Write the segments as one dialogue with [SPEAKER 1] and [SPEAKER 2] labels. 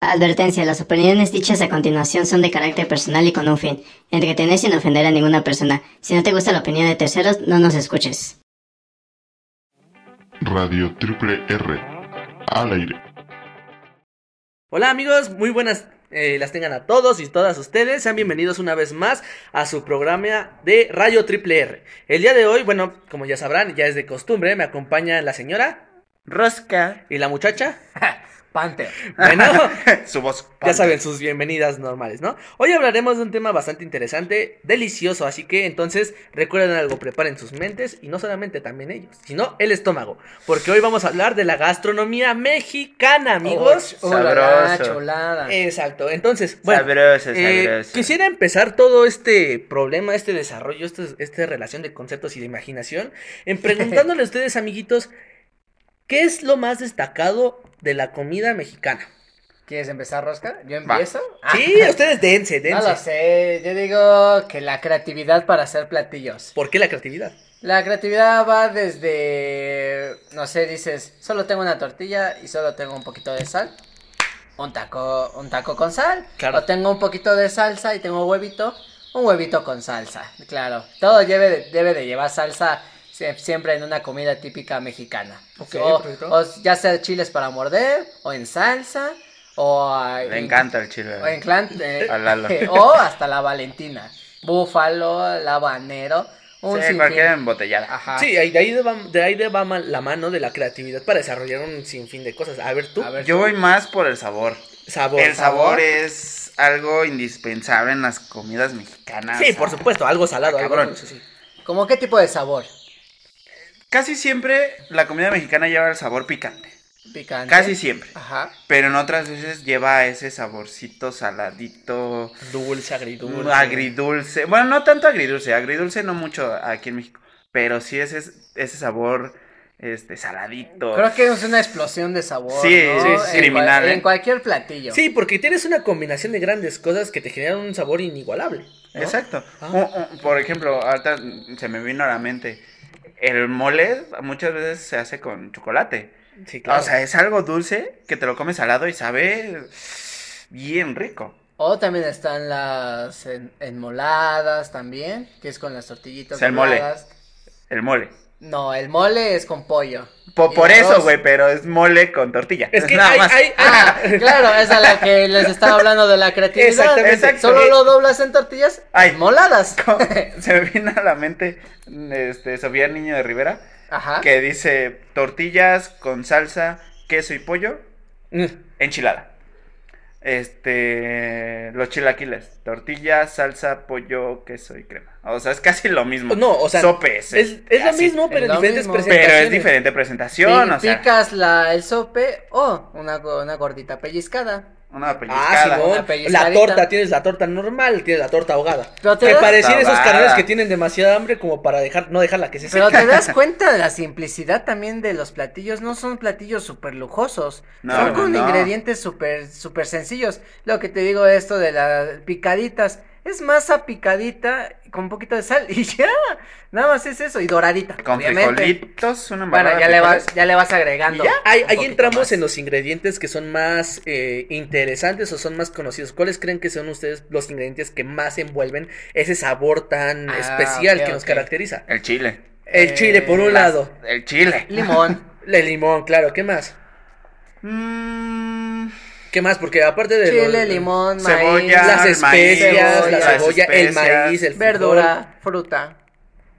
[SPEAKER 1] Advertencia, las opiniones dichas a continuación son de carácter personal y con un fin, entretener sin ofender a ninguna persona. Si no te gusta la opinión de terceros, no nos escuches.
[SPEAKER 2] Radio Triple R. Al aire.
[SPEAKER 3] Hola amigos, muy buenas eh, las tengan a todos y todas ustedes. Sean bienvenidos una vez más a su programa de Radio Triple R. El día de hoy, bueno, como ya sabrán, ya es de costumbre, me acompaña la señora
[SPEAKER 4] Rosca.
[SPEAKER 3] y la muchacha.
[SPEAKER 4] Panther.
[SPEAKER 3] Bueno,
[SPEAKER 4] Su voz.
[SPEAKER 3] ya
[SPEAKER 4] Panther.
[SPEAKER 3] saben sus bienvenidas normales, ¿no? Hoy hablaremos de un tema bastante interesante, delicioso, así que entonces recuerden algo, preparen sus mentes y no solamente también ellos, sino el estómago, porque hoy vamos a hablar de la gastronomía mexicana, amigos.
[SPEAKER 4] Oh, Eh. la, la, cholada.
[SPEAKER 3] Exacto, entonces, bueno,
[SPEAKER 4] sabroso,
[SPEAKER 3] Eh,
[SPEAKER 4] sabroso.
[SPEAKER 3] quisiera empezar todo este problema, este desarrollo, este- esta relación de conceptos y de imaginación, en preguntándole a ustedes, amiguitos, ¿qué es lo más destacado de la comida mexicana?
[SPEAKER 5] ¿Quieres empezar, Rosca? ¿Yo empiezo? Ah,
[SPEAKER 3] Sí, ustedes dense,
[SPEAKER 5] no lo
[SPEAKER 3] dense.
[SPEAKER 5] sé, yo digo que la creatividad para hacer platillos.
[SPEAKER 3] ¿Por qué la creatividad?
[SPEAKER 5] La creatividad va desde, no sé, dices, solo tengo una tortilla y solo tengo un poquito de sal. Un taco, un taco con sal.
[SPEAKER 3] Claro.
[SPEAKER 5] O tengo un poquito de salsa y tengo huevito, un huevito con salsa. Claro, todo debe de, debe de llevar salsa sie- siempre en una comida típica mexicana.
[SPEAKER 3] Ok,
[SPEAKER 5] o,
[SPEAKER 3] perfecto.
[SPEAKER 5] o ya sea chiles para morder, o en salsa, o... ah,
[SPEAKER 4] Le
[SPEAKER 5] en-
[SPEAKER 4] encanta el chile.
[SPEAKER 5] O en clan- eh,
[SPEAKER 4] A Lalo.
[SPEAKER 5] o hasta la Valentina. Búfalo, el habanero. Un
[SPEAKER 4] sí,
[SPEAKER 5] sinfín.
[SPEAKER 4] cualquier embotellada.
[SPEAKER 5] Ajá.
[SPEAKER 3] Sí, ahí- de ahí va, de ahí de va ma- la mano de la creatividad para desarrollar un sinfín de cosas. A ver tú,
[SPEAKER 5] A ver,
[SPEAKER 4] Yo voy más por el sabor.
[SPEAKER 3] sabor.
[SPEAKER 4] El sabor es algo indispensable en las comidas mexicanas.
[SPEAKER 3] Sí,
[SPEAKER 4] O sea,
[SPEAKER 3] por supuesto, algo salado, algo
[SPEAKER 4] Cabrón.
[SPEAKER 3] dulce, sí.
[SPEAKER 5] ¿Cómo qué tipo de sabor?
[SPEAKER 4] Casi siempre la comida mexicana lleva el sabor picante.
[SPEAKER 5] Picante.
[SPEAKER 4] Casi siempre.
[SPEAKER 5] Ajá.
[SPEAKER 4] Pero en otras veces lleva ese saborcito saladito,
[SPEAKER 3] Dulce, agridulce.
[SPEAKER 4] agridulce. Bueno, no tanto agridulce, agridulce no mucho aquí en México, pero sí ese, ese sabor este saladito.
[SPEAKER 5] Creo que es una explosión de sabor.
[SPEAKER 4] Sí,
[SPEAKER 5] ¿no?
[SPEAKER 4] sí,
[SPEAKER 5] En
[SPEAKER 4] sí,
[SPEAKER 5] cual-
[SPEAKER 4] criminal, ¿eh?
[SPEAKER 5] En cualquier platillo.
[SPEAKER 3] Sí, porque tienes una combinación de grandes cosas que te generan un sabor inigualable. ¿no?
[SPEAKER 4] Exacto.
[SPEAKER 3] Ah.
[SPEAKER 4] Un- un- por ejemplo, ahorita se me vino a la mente, el mole muchas veces se hace con chocolate.
[SPEAKER 3] Sí, claro.
[SPEAKER 4] Ah, O sea, es algo dulce que te lo comes salado y sabe bien rico.
[SPEAKER 5] O también están las en- enmoladas también, que es con las tortillitas.
[SPEAKER 4] Es el mole.
[SPEAKER 5] doradas.
[SPEAKER 4] El mole.
[SPEAKER 5] No, el mole es con pollo.
[SPEAKER 4] Po-
[SPEAKER 5] Y
[SPEAKER 4] por eso,
[SPEAKER 5] arroz.
[SPEAKER 4] güey, pero es mole con tortilla.
[SPEAKER 3] es que
[SPEAKER 4] Nada
[SPEAKER 3] hay,
[SPEAKER 4] más.
[SPEAKER 3] hay-
[SPEAKER 5] Ah, claro, es a la que les estaba hablando de la creatividad.
[SPEAKER 3] Exactamente.
[SPEAKER 4] Exacto.
[SPEAKER 5] Solo lo doblas en tortillas
[SPEAKER 4] Ay.
[SPEAKER 5] enmoladas.
[SPEAKER 4] Se me vino a la mente este, Sofía Niño de Rivera,
[SPEAKER 3] Ah.
[SPEAKER 5] Ajá.
[SPEAKER 4] que dice tortillas con salsa, queso y pollo, enchilada. Este, los chilaquiles, tortilla, salsa, pollo, queso y crema. O sea, es casi lo mismo.
[SPEAKER 3] No, o sea,
[SPEAKER 4] sopes.
[SPEAKER 3] es, es lo
[SPEAKER 4] así.
[SPEAKER 3] mismo, pero en
[SPEAKER 5] Es lo
[SPEAKER 3] diferentes
[SPEAKER 5] mismo.
[SPEAKER 4] Pero
[SPEAKER 3] presentaciones.
[SPEAKER 4] es diferente presentación,
[SPEAKER 5] Pi-
[SPEAKER 4] o sea,
[SPEAKER 5] Picas la, el sope o una, go- una gordita pellizcada.
[SPEAKER 4] una pellizcada.
[SPEAKER 3] Ah, Simón,
[SPEAKER 5] Una pellizcadita.
[SPEAKER 3] la torta, tienes la torta normal, tienes la torta ahogada.
[SPEAKER 5] Pero te
[SPEAKER 3] Que
[SPEAKER 5] das-
[SPEAKER 3] parecían esos
[SPEAKER 4] Ahogada.
[SPEAKER 3] canales que tienen demasiada hambre como para dejar, no dejarla que se
[SPEAKER 5] Pero
[SPEAKER 3] seque.
[SPEAKER 5] te das cuenta de la simplicidad también de los platillos. No son platillos súper lujosos.
[SPEAKER 4] No,
[SPEAKER 5] son con
[SPEAKER 4] no.
[SPEAKER 5] ingredientes súper super sencillos. Lo que te digo esto de las picaditas. Es masa picadita con un poquito de sal y ya. Nada más es eso. Y doradita.
[SPEAKER 4] Con
[SPEAKER 5] obviamente.
[SPEAKER 4] frijolitos, una
[SPEAKER 5] Bueno,
[SPEAKER 4] embarrada
[SPEAKER 5] ya
[SPEAKER 4] de
[SPEAKER 5] le,
[SPEAKER 4] frijoles.
[SPEAKER 5] vas, ya le vas
[SPEAKER 3] Y
[SPEAKER 5] agregando.
[SPEAKER 3] ya, ahí,
[SPEAKER 5] un
[SPEAKER 3] ahí
[SPEAKER 5] poquito
[SPEAKER 3] entramos
[SPEAKER 5] más.
[SPEAKER 3] en los ingredientes que son más eh, interesantes o son más conocidos. ¿Cuáles creen que son ustedes los ingredientes que más envuelven ese sabor tan
[SPEAKER 5] Ah,
[SPEAKER 3] especial
[SPEAKER 5] ok,
[SPEAKER 3] que nos
[SPEAKER 5] ok.
[SPEAKER 3] caracteriza?
[SPEAKER 4] El chile.
[SPEAKER 3] El
[SPEAKER 5] Eh,
[SPEAKER 3] chile, por un
[SPEAKER 4] Las-
[SPEAKER 3] lado.
[SPEAKER 4] El chile.
[SPEAKER 5] Limón.
[SPEAKER 3] El limón, claro. ¿Qué más?
[SPEAKER 4] Mm,
[SPEAKER 3] ¿Qué más? Porque aparte de.
[SPEAKER 5] Chile,
[SPEAKER 3] los-
[SPEAKER 5] limón, maíz,
[SPEAKER 4] cebolla,
[SPEAKER 3] Las
[SPEAKER 4] el
[SPEAKER 3] especias,
[SPEAKER 5] maíz,
[SPEAKER 3] la
[SPEAKER 5] las
[SPEAKER 3] cebolla, el maíz, el
[SPEAKER 5] verdura, fruta.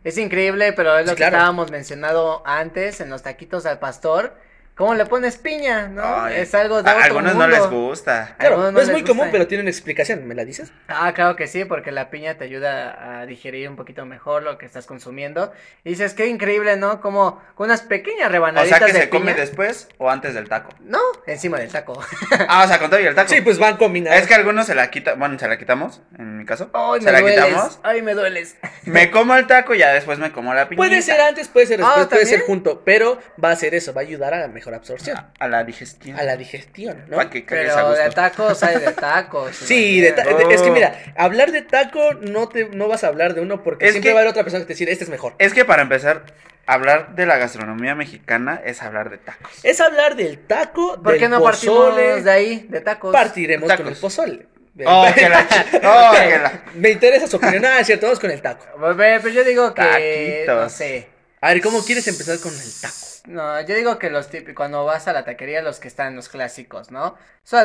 [SPEAKER 5] Es increíble, pero es lo
[SPEAKER 3] Sí,
[SPEAKER 5] que
[SPEAKER 3] claro.
[SPEAKER 5] estábamos mencionando antes en los taquitos al pastor. ¿Cómo le pones piña? ¿No?
[SPEAKER 4] ay,
[SPEAKER 5] es algo de
[SPEAKER 4] a-
[SPEAKER 5] otro
[SPEAKER 4] algunos no
[SPEAKER 5] mundo.
[SPEAKER 4] les gusta.
[SPEAKER 3] frijol. Claro,
[SPEAKER 5] Algunos
[SPEAKER 3] no
[SPEAKER 5] no
[SPEAKER 3] es
[SPEAKER 5] les
[SPEAKER 3] muy común,
[SPEAKER 5] gusta.
[SPEAKER 3] pero tienen explicación. ¿Me la dices?
[SPEAKER 5] Ah, claro que sí, porque la piña te ayuda a digerir un poquito mejor lo que estás consumiendo. Y dices, qué increíble, ¿no? Como con unas pequeñas
[SPEAKER 4] O
[SPEAKER 5] rebanaditas
[SPEAKER 4] sea que
[SPEAKER 5] de
[SPEAKER 4] se come
[SPEAKER 5] piña.
[SPEAKER 4] después o antes del taco.
[SPEAKER 5] No, encima del taco.
[SPEAKER 4] Ah, o sea, con todo y el taco.
[SPEAKER 3] Sí, pues van combinadas.
[SPEAKER 4] Es que algunos se la quitan, bueno, se la quitamos, en mi caso.
[SPEAKER 5] Ay,
[SPEAKER 4] se
[SPEAKER 5] me
[SPEAKER 4] la
[SPEAKER 5] dueles.
[SPEAKER 4] quitamos.
[SPEAKER 5] Ay, me dueles.
[SPEAKER 4] Me como el taco y ya después me como la piña.
[SPEAKER 3] Puede ser antes, puede ser después,
[SPEAKER 5] Ah,
[SPEAKER 3] puede ser
[SPEAKER 5] ¿también?
[SPEAKER 3] junto, pero va a ser eso, va a ayudar a la mejor absorción,
[SPEAKER 4] A la digestión.
[SPEAKER 3] a la digestión, ¿no?
[SPEAKER 4] Para que cagues a
[SPEAKER 5] Pero
[SPEAKER 4] gusto.
[SPEAKER 5] de tacos hay de tacos.
[SPEAKER 3] Sí, de ta-
[SPEAKER 5] imagínate.
[SPEAKER 3] de- es que
[SPEAKER 4] Oh.
[SPEAKER 3] mira, hablar de taco no te no vas a hablar de uno porque
[SPEAKER 4] Es
[SPEAKER 3] siempre
[SPEAKER 4] que-
[SPEAKER 3] va a haber otra persona que te dice, este es mejor.
[SPEAKER 4] Es que para empezar, hablar de la gastronomía mexicana es hablar de tacos.
[SPEAKER 5] Eh,
[SPEAKER 3] Es hablar del taco,
[SPEAKER 5] ¿Por
[SPEAKER 3] del
[SPEAKER 5] qué no partimos
[SPEAKER 3] pozole.
[SPEAKER 5] de ahí, de tacos?
[SPEAKER 3] Partiremos
[SPEAKER 4] Tacos.
[SPEAKER 3] con el pozole.
[SPEAKER 4] Oh, que la ch- oh, que la-
[SPEAKER 3] Me interesa su opinión. Ah, es cierto, vamos con el taco.
[SPEAKER 5] Pues, ve, Pero yo digo que.
[SPEAKER 4] Taquitos.
[SPEAKER 5] No sé.
[SPEAKER 3] A ver, ¿cómo quieres empezar con el taco?
[SPEAKER 5] No, yo digo que los típicos, cuando vas a la taquería, los que están los clásicos, ¿no?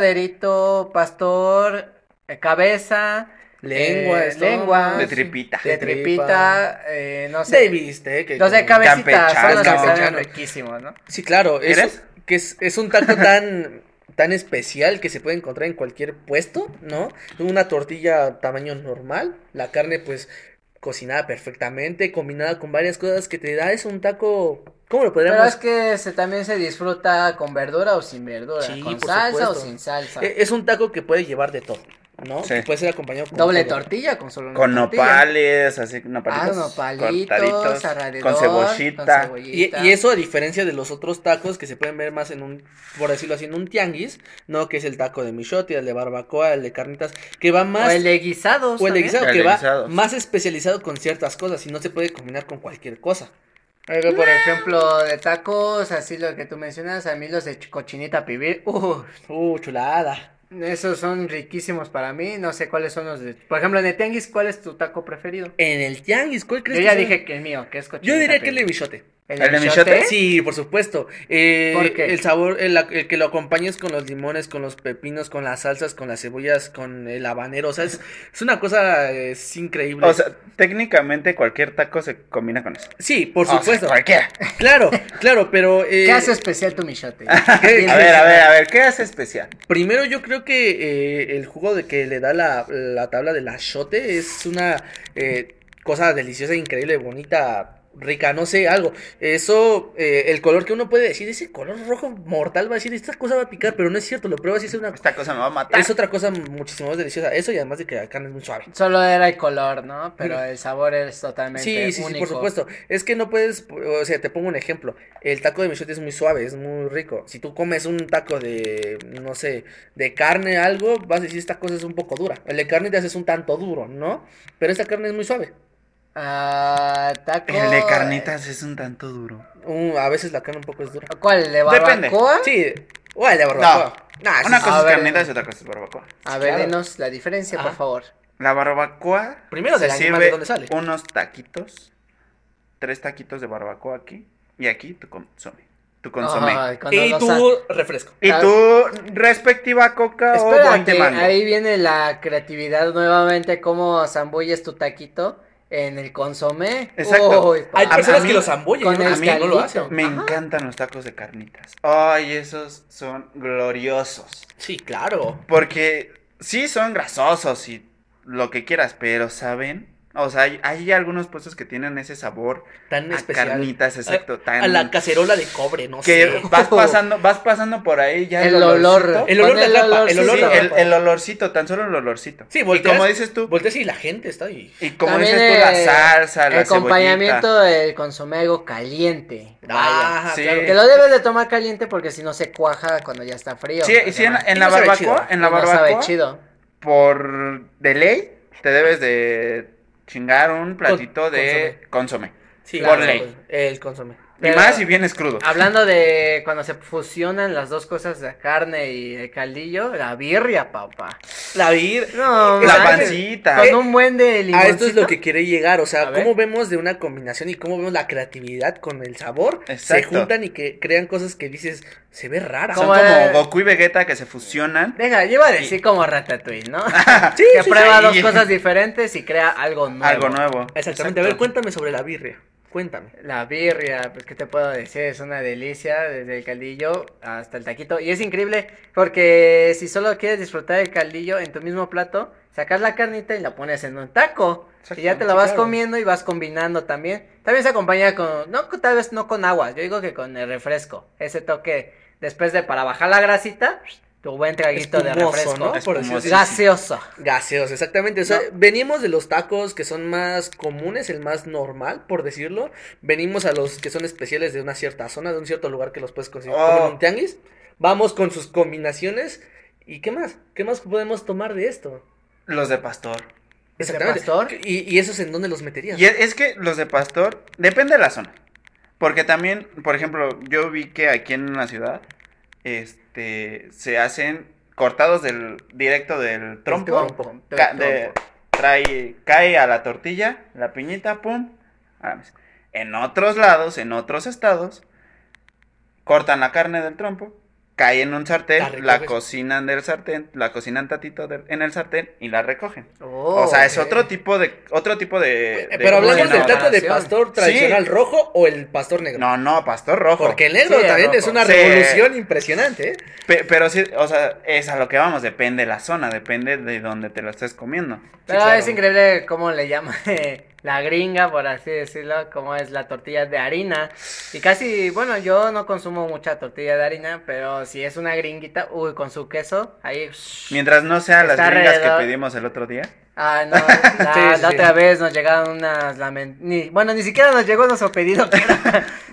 [SPEAKER 5] Suaderito, pastor, eh, cabeza,
[SPEAKER 3] Lengua,
[SPEAKER 5] eh,
[SPEAKER 3] esto.
[SPEAKER 5] lengua,
[SPEAKER 4] De tripita.
[SPEAKER 5] de
[SPEAKER 3] De tripa.
[SPEAKER 5] tripita, eh, no sé.
[SPEAKER 3] De bistec.
[SPEAKER 5] Los de
[SPEAKER 3] cabeza.
[SPEAKER 5] cabecita son los que
[SPEAKER 4] Campechano.
[SPEAKER 5] saben riquísimos, ¿no?
[SPEAKER 3] Sí, claro. Es,
[SPEAKER 4] ¿Eres?
[SPEAKER 3] que es, es un taco tan, tan especial que se puede encontrar en cualquier puesto, ¿no? Una tortilla tamaño normal, la carne pues cocinada perfectamente, combinada con varias cosas que te da, es un taco... ¿Cómo lo
[SPEAKER 5] Pero
[SPEAKER 3] podríamos...?
[SPEAKER 5] es que se, también se disfruta con verdura o sin verdura,
[SPEAKER 3] Sí,
[SPEAKER 5] con
[SPEAKER 3] por
[SPEAKER 5] salsa o
[SPEAKER 3] supuesto.
[SPEAKER 5] sin salsa.
[SPEAKER 3] Eh, Es un taco que puede llevar de todo, ¿no?
[SPEAKER 4] Sí.
[SPEAKER 3] Que Puede ser acompañado con...
[SPEAKER 5] Doble
[SPEAKER 3] todo.
[SPEAKER 5] tortilla con solo una
[SPEAKER 4] Con
[SPEAKER 5] tortilla.
[SPEAKER 4] nopales, así, nopalitos.
[SPEAKER 5] Ah, nopalitos,
[SPEAKER 4] cortaditos,
[SPEAKER 5] alrededor,
[SPEAKER 4] Con cebollita.
[SPEAKER 5] con
[SPEAKER 3] Y,
[SPEAKER 5] cebollita.
[SPEAKER 3] y eso a diferencia de los otros tacos que se pueden ver más en un, por decirlo así, en un tianguis, ¿no? Que es el taco de michote, el de barbacoa, el de carnitas, que va
[SPEAKER 5] O
[SPEAKER 3] más...
[SPEAKER 5] el de guisados.
[SPEAKER 3] O el de
[SPEAKER 5] también.
[SPEAKER 3] guisado,
[SPEAKER 4] El
[SPEAKER 3] que
[SPEAKER 4] de
[SPEAKER 3] va
[SPEAKER 4] guisado.
[SPEAKER 3] más especializado con ciertas cosas y no se puede combinar con cualquier cosa.
[SPEAKER 5] Algo, por ejemplo, de tacos, así lo que tú mencionas, a mí los de ch- cochinita pibil, uff,
[SPEAKER 3] Uh, chulada.
[SPEAKER 5] esos son riquísimos para mí, no sé cuáles son los de... Por ejemplo, en el tianguis, ¿cuál es tu taco preferido?
[SPEAKER 3] En el tianguis, ¿cuál
[SPEAKER 5] Yo
[SPEAKER 3] crees
[SPEAKER 5] ya
[SPEAKER 3] sea?
[SPEAKER 5] dije que el mío, que es cochinita
[SPEAKER 3] Yo diría que el de
[SPEAKER 5] pibil.
[SPEAKER 3] bichote.
[SPEAKER 4] ¿El de
[SPEAKER 5] michote?
[SPEAKER 4] michote?
[SPEAKER 3] Sí, por supuesto. Eh,
[SPEAKER 5] ¿Por qué?
[SPEAKER 3] El sabor, el, el que lo acompañes con los limones, con los pepinos, con las salsas, con las cebollas, con el habanero. O sea, es, es una cosa eh, es increíble.
[SPEAKER 4] O sea, técnicamente cualquier taco se combina con eso.
[SPEAKER 3] sí, por
[SPEAKER 4] O sea,
[SPEAKER 3] supuesto.
[SPEAKER 4] cualquiera.
[SPEAKER 3] claro, claro, pero. eh,
[SPEAKER 5] ¿Qué hace especial tu michote?
[SPEAKER 3] ¿qué-
[SPEAKER 4] A ver, a ver, a ver, ¿qué hace especial?
[SPEAKER 3] Primero yo creo que eh, el jugo de que le da la, la tabla del achote es una eh, cosa deliciosa, increíble, bonita, rica, no sé, algo. Eso, eh, el color que uno puede decir, ese color rojo mortal va a decir, esta cosa va a picar, pero no es cierto, lo pruebas y es una...
[SPEAKER 4] Esta cosa me va a matar.
[SPEAKER 3] Es otra cosa muchísimo más deliciosa. Eso y además de que la carne es muy suave.
[SPEAKER 5] Solo era el color, ¿no? Pero el sabor es totalmente
[SPEAKER 3] Sí, sí, sí,
[SPEAKER 5] único.
[SPEAKER 3] por supuesto. Es que no puedes, o sea, te pongo un ejemplo. El taco de michote es muy suave, es muy rico. Si tú comes un taco de, no sé, de carne, algo, vas a decir, esta cosa es un poco dura. El de carne te haces un tanto duro, ¿no? Pero esta carne es muy suave.
[SPEAKER 5] Ah, taco...
[SPEAKER 4] El de carnitas es un tanto duro.
[SPEAKER 3] Uh, a veces la carne un poco es dura.
[SPEAKER 5] ¿Cuál? ¿El de
[SPEAKER 4] Depende.
[SPEAKER 5] barbacoa?
[SPEAKER 3] Sí, o el de barbacoa. Nah, eso
[SPEAKER 4] Una
[SPEAKER 3] es-
[SPEAKER 4] cosa
[SPEAKER 5] a
[SPEAKER 4] es
[SPEAKER 5] ver,
[SPEAKER 4] carnitas y otra cosa es barbacoa.
[SPEAKER 5] A ver,
[SPEAKER 3] Claro.
[SPEAKER 5] denos la diferencia, por
[SPEAKER 3] Ajá.
[SPEAKER 5] favor.
[SPEAKER 4] La barbacoa.
[SPEAKER 3] Primero
[SPEAKER 4] se
[SPEAKER 3] del animal,
[SPEAKER 4] sirve
[SPEAKER 3] ¿de dónde sale?
[SPEAKER 4] Unos taquitos. Tres taquitos de barbacoa aquí. Y aquí tu consome. Tu consomé.
[SPEAKER 5] Ay, cuando
[SPEAKER 3] Y
[SPEAKER 5] lo
[SPEAKER 3] tu
[SPEAKER 5] sa-
[SPEAKER 3] refresco.
[SPEAKER 4] Y tu respectiva coca o
[SPEAKER 5] Espera,
[SPEAKER 4] guante
[SPEAKER 5] que
[SPEAKER 4] mango.
[SPEAKER 5] ahí viene la creatividad nuevamente, cómo zambulles tu taquito en el consomé.
[SPEAKER 4] Exacto.
[SPEAKER 5] Uy,
[SPEAKER 3] Hay
[SPEAKER 5] papá.
[SPEAKER 3] personas
[SPEAKER 4] mí-
[SPEAKER 3] que los zambullen,
[SPEAKER 5] con
[SPEAKER 3] ¿no?
[SPEAKER 5] el
[SPEAKER 3] A mí no lo
[SPEAKER 5] caldito.
[SPEAKER 3] hacen.
[SPEAKER 4] Me
[SPEAKER 5] Ajá.
[SPEAKER 4] encantan los tacos de carnitas. Ay, esos son gloriosos.
[SPEAKER 3] Sí, claro.
[SPEAKER 4] Porque sí son grasosos y lo que quieras, pero saben. O sea, hay, hay algunos puestos que tienen ese sabor
[SPEAKER 3] Tan
[SPEAKER 4] a
[SPEAKER 3] especial.
[SPEAKER 4] carnitas, exacto,
[SPEAKER 3] a,
[SPEAKER 4] tan
[SPEAKER 3] a la cacerola de cobre, no
[SPEAKER 4] que
[SPEAKER 3] sé.
[SPEAKER 4] vas pasando, vas pasando por ahí ya
[SPEAKER 5] El olor.
[SPEAKER 4] olorcito.
[SPEAKER 3] El olor
[SPEAKER 5] Con
[SPEAKER 3] de la tapa, el
[SPEAKER 5] sí,
[SPEAKER 3] olor
[SPEAKER 4] Sí,
[SPEAKER 3] de la
[SPEAKER 5] sí.
[SPEAKER 4] el,
[SPEAKER 3] tapa.
[SPEAKER 4] el olorcito, tan solo el olorcito.
[SPEAKER 3] Sí,
[SPEAKER 4] y
[SPEAKER 3] volteas-
[SPEAKER 4] como dices tú,
[SPEAKER 3] Volteas y la gente está ahí.
[SPEAKER 4] y como
[SPEAKER 5] También
[SPEAKER 4] dices tú, la
[SPEAKER 5] el-
[SPEAKER 4] salsa,
[SPEAKER 5] El
[SPEAKER 4] la
[SPEAKER 5] acompañamiento del consomé algo caliente. Vaya.
[SPEAKER 3] Ajá,
[SPEAKER 4] Ah, sí.
[SPEAKER 5] Que lo debes de tomar caliente porque si no se cuaja cuando ya está frío.
[SPEAKER 4] cebollita. Sí, y sí, en, la- en
[SPEAKER 3] Y
[SPEAKER 4] la
[SPEAKER 3] no sabe
[SPEAKER 4] barbacoa,
[SPEAKER 3] chido.
[SPEAKER 4] en la
[SPEAKER 5] Y no sabe
[SPEAKER 4] barbacoa,
[SPEAKER 5] chido.
[SPEAKER 4] por de ley, te debes de chingar un platito de consomé.
[SPEAKER 3] Sí,
[SPEAKER 4] Por
[SPEAKER 3] claro,
[SPEAKER 4] ley.
[SPEAKER 3] El consomé.
[SPEAKER 5] Pero-
[SPEAKER 4] Y más si vienes crudo.
[SPEAKER 5] Hablando de cuando se fusionan las dos cosas, la carne y el caldillo, la birria, papá.
[SPEAKER 3] La vir.
[SPEAKER 5] No,
[SPEAKER 3] La
[SPEAKER 5] manches.
[SPEAKER 4] pancita. Eh,
[SPEAKER 5] Con un buen de
[SPEAKER 3] A Ah, esto es
[SPEAKER 5] limoncito.
[SPEAKER 3] lo que quiere llegar, o
[SPEAKER 5] A
[SPEAKER 3] sea,
[SPEAKER 5] ver.
[SPEAKER 3] cómo vemos de una combinación y cómo vemos la creatividad con el sabor, se
[SPEAKER 4] Exacto.
[SPEAKER 3] juntan y que crean cosas que dices, se ve rara.
[SPEAKER 4] Son
[SPEAKER 5] ¿Cómo
[SPEAKER 4] como
[SPEAKER 5] era?
[SPEAKER 4] Goku y Vegeta que se fusionan.
[SPEAKER 5] Deja, lleva a decir como Ratatouille, ¿no?
[SPEAKER 3] Sí,
[SPEAKER 5] que
[SPEAKER 3] sí,
[SPEAKER 5] prueba
[SPEAKER 4] sí.
[SPEAKER 5] dos cosas diferentes y crea algo nuevo.
[SPEAKER 4] Algo nuevo.
[SPEAKER 3] Exactamente, a ver, cuéntame sobre la birria, cuéntame.
[SPEAKER 5] La birria, pues qué te puedo decir, es una delicia, desde el caldillo hasta el taquito. Y es increíble porque si solo quieres disfrutar el caldillo en tu mismo plato, sacas la carnita y la pones en un taco. Y ya te la
[SPEAKER 3] Exactamente,
[SPEAKER 5] vas
[SPEAKER 3] claro.
[SPEAKER 5] comiendo y vas combinando también. También se acompaña con, no, con- tal vez no con agua, yo digo que con el refresco. Ese toque, después de para bajar la grasita, tu buen traguito de
[SPEAKER 3] Espumoso,
[SPEAKER 5] refresco.
[SPEAKER 3] ¿no? Por decirlo así.
[SPEAKER 4] Espumoso.
[SPEAKER 5] Gaseoso.
[SPEAKER 3] Gaseos, exactamente. O sea, venimos de los tacos que son más comunes, el más normal, por decirlo. Venimos a los que son especiales de una cierta zona, de un cierto lugar que los puedes conseguir
[SPEAKER 4] Oh.
[SPEAKER 3] como en un tianguis. Vamos con sus combinaciones. ¿Y qué más? ¿Qué más podemos tomar de esto?
[SPEAKER 4] Los de pastor.
[SPEAKER 5] ¿Ese pastor?
[SPEAKER 3] ¿Y, y esos en dónde los meterías?
[SPEAKER 4] Y es es que los de pastor, depende de la zona. Porque también, por ejemplo, yo vi que aquí en la ciudad, este, se hacen cortados del directo del trompo.
[SPEAKER 5] trompo, del
[SPEAKER 4] ca- de- trae, cae a la tortilla, la piñita, pum, a la mesa. En otros lados, en otros estados, cortan la carne del trompo, cae en un
[SPEAKER 3] La
[SPEAKER 4] sartén,
[SPEAKER 3] recoges.
[SPEAKER 4] la, cocinan del sartén, la cocinan tatito del- en el sartén y la recogen.
[SPEAKER 5] Oh,
[SPEAKER 4] o sea, es
[SPEAKER 5] ok.
[SPEAKER 4] otro tipo de, otro tipo de. de
[SPEAKER 3] Eh, Pero hablamos
[SPEAKER 4] cocina.
[SPEAKER 3] del tato de
[SPEAKER 5] Preparación.
[SPEAKER 3] pastor tradicional rojo o el pastor negro.
[SPEAKER 4] No, no, pastor rojo.
[SPEAKER 3] Porque el negro
[SPEAKER 5] Sí, el
[SPEAKER 3] también
[SPEAKER 5] rojo.
[SPEAKER 3] es una
[SPEAKER 4] Sí.
[SPEAKER 3] revolución impresionante. ¿eh?
[SPEAKER 4] Pe- pero sí, o sea, es a lo que vamos, depende de la zona, depende de donde te lo estés comiendo.
[SPEAKER 5] Pero
[SPEAKER 3] Sí, claro.
[SPEAKER 5] es increíble cómo le llama eh, la gringa, por así decirlo, cómo es la tortilla de harina. Y casi, bueno, yo no consumo mucha tortilla de harina, pero si es una gringuita, uy, con su queso, ahí...
[SPEAKER 4] Mientras no sean las
[SPEAKER 5] Está
[SPEAKER 4] gringas que
[SPEAKER 5] alrededor.
[SPEAKER 4] pedimos el otro día.
[SPEAKER 5] Ah, no, la,
[SPEAKER 3] Sí,
[SPEAKER 5] la
[SPEAKER 3] sí, sí.
[SPEAKER 5] otra vez nos llegaron unas... lamen- ni- bueno, ni siquiera nos llegó nuestro pedido, que era de-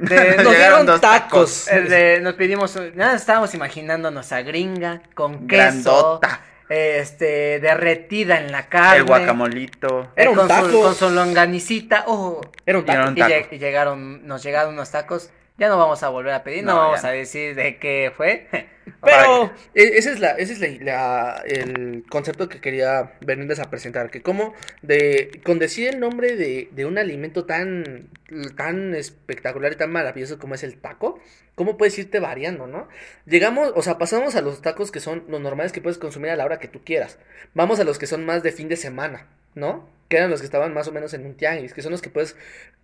[SPEAKER 3] Nos
[SPEAKER 4] Llegaron
[SPEAKER 3] dieron
[SPEAKER 4] dos
[SPEAKER 3] tacos.
[SPEAKER 4] tacos.
[SPEAKER 5] Eh, de- nos pedimos, un- nada, estábamos imaginándonos a gringa con queso,
[SPEAKER 4] Grandota.
[SPEAKER 5] este, derretida en la carne.
[SPEAKER 4] El guacamolito.
[SPEAKER 5] Ah, eh,
[SPEAKER 3] Era un
[SPEAKER 5] con Su,
[SPEAKER 3] taco.
[SPEAKER 5] con su longanicita, ojo.
[SPEAKER 3] Era un
[SPEAKER 4] Era
[SPEAKER 3] taco.
[SPEAKER 4] un
[SPEAKER 5] Y,
[SPEAKER 4] taco.
[SPEAKER 5] lleg- y llegaron, nos llegaron unos tacos. Ya no vamos a volver a pedir, no,
[SPEAKER 4] No, ya
[SPEAKER 5] vamos
[SPEAKER 4] no.
[SPEAKER 5] a decir de qué fue.
[SPEAKER 3] Pero e- ese es, la, ese es la- la- el concepto que quería venirles a presentar. Que como de, con decir el nombre de, de un alimento tan, tan espectacular y tan maravilloso como es el taco, ¿cómo puedes irte variando, no? Llegamos, o sea, pasamos a los tacos que son los normales que puedes consumir a la hora que tú quieras. Vamos a los que son más de fin de semana, ¿no? Que eran los que estaban más o menos en un tianguis, que son los que puedes,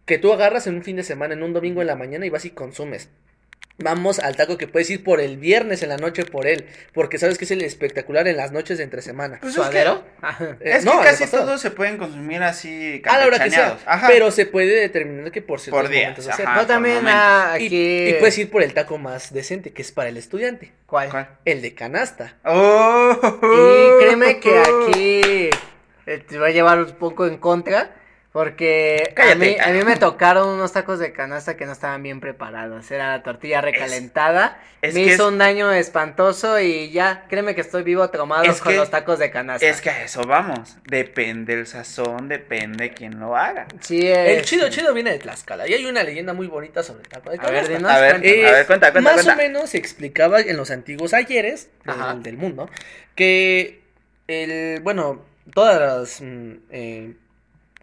[SPEAKER 3] que tú agarras en un fin de semana, en un domingo en la mañana y vas y consumes. Vamos al taco que puedes ir por el viernes en la noche por él, porque sabes que es el espectacular en las noches de entre semana.
[SPEAKER 4] Pues es que,
[SPEAKER 5] ¿Suadero?
[SPEAKER 3] Eh,
[SPEAKER 4] es que
[SPEAKER 3] no, al
[SPEAKER 4] casi
[SPEAKER 3] pastor.
[SPEAKER 4] todos se pueden consumir así
[SPEAKER 3] a la hora que sea,
[SPEAKER 4] campechaneados. Ajá.
[SPEAKER 3] pero se puede determinar que por ciertos
[SPEAKER 4] Por día,
[SPEAKER 3] momentos hacer.
[SPEAKER 4] ajá.
[SPEAKER 5] no, también
[SPEAKER 4] por momentos.
[SPEAKER 5] ah,
[SPEAKER 3] Y-
[SPEAKER 5] aquí...
[SPEAKER 3] y puedes ir por el taco más decente, que es para el estudiante,
[SPEAKER 5] ¿Cuál?
[SPEAKER 4] ¿Cuál?
[SPEAKER 3] el de canasta.
[SPEAKER 4] Oh.
[SPEAKER 5] Y créeme que aquí eh, te va a llevar un poco en contra. Porque a
[SPEAKER 4] Cállate,
[SPEAKER 5] mí, a
[SPEAKER 4] cara.
[SPEAKER 5] mí me tocaron unos tacos de canasta que no estaban bien preparados. Era la tortilla recalentada.
[SPEAKER 4] es
[SPEAKER 5] me
[SPEAKER 4] que
[SPEAKER 5] hizo
[SPEAKER 4] es-
[SPEAKER 5] un daño espantoso y ya, créeme que estoy vivo traumado
[SPEAKER 4] Es
[SPEAKER 5] con
[SPEAKER 4] que-
[SPEAKER 5] los tacos de canasta.
[SPEAKER 4] Es que a eso vamos. Depende el sazón, depende quién lo haga.
[SPEAKER 5] Eh, Sí, es-
[SPEAKER 3] El chido chido viene de Tlaxcala y hay una leyenda muy bonita sobre el taco de
[SPEAKER 5] A ver,
[SPEAKER 3] canasta.
[SPEAKER 5] dinos,
[SPEAKER 4] A ver,
[SPEAKER 5] cuéntame.
[SPEAKER 3] Eh,
[SPEAKER 4] a ver, cuenta, cuenta,
[SPEAKER 3] más
[SPEAKER 4] cuenta.
[SPEAKER 3] o menos se explicaba en los antiguos ayeres del-
[SPEAKER 5] Ajá.
[SPEAKER 3] del, mundo que el bueno todas las mm, eh,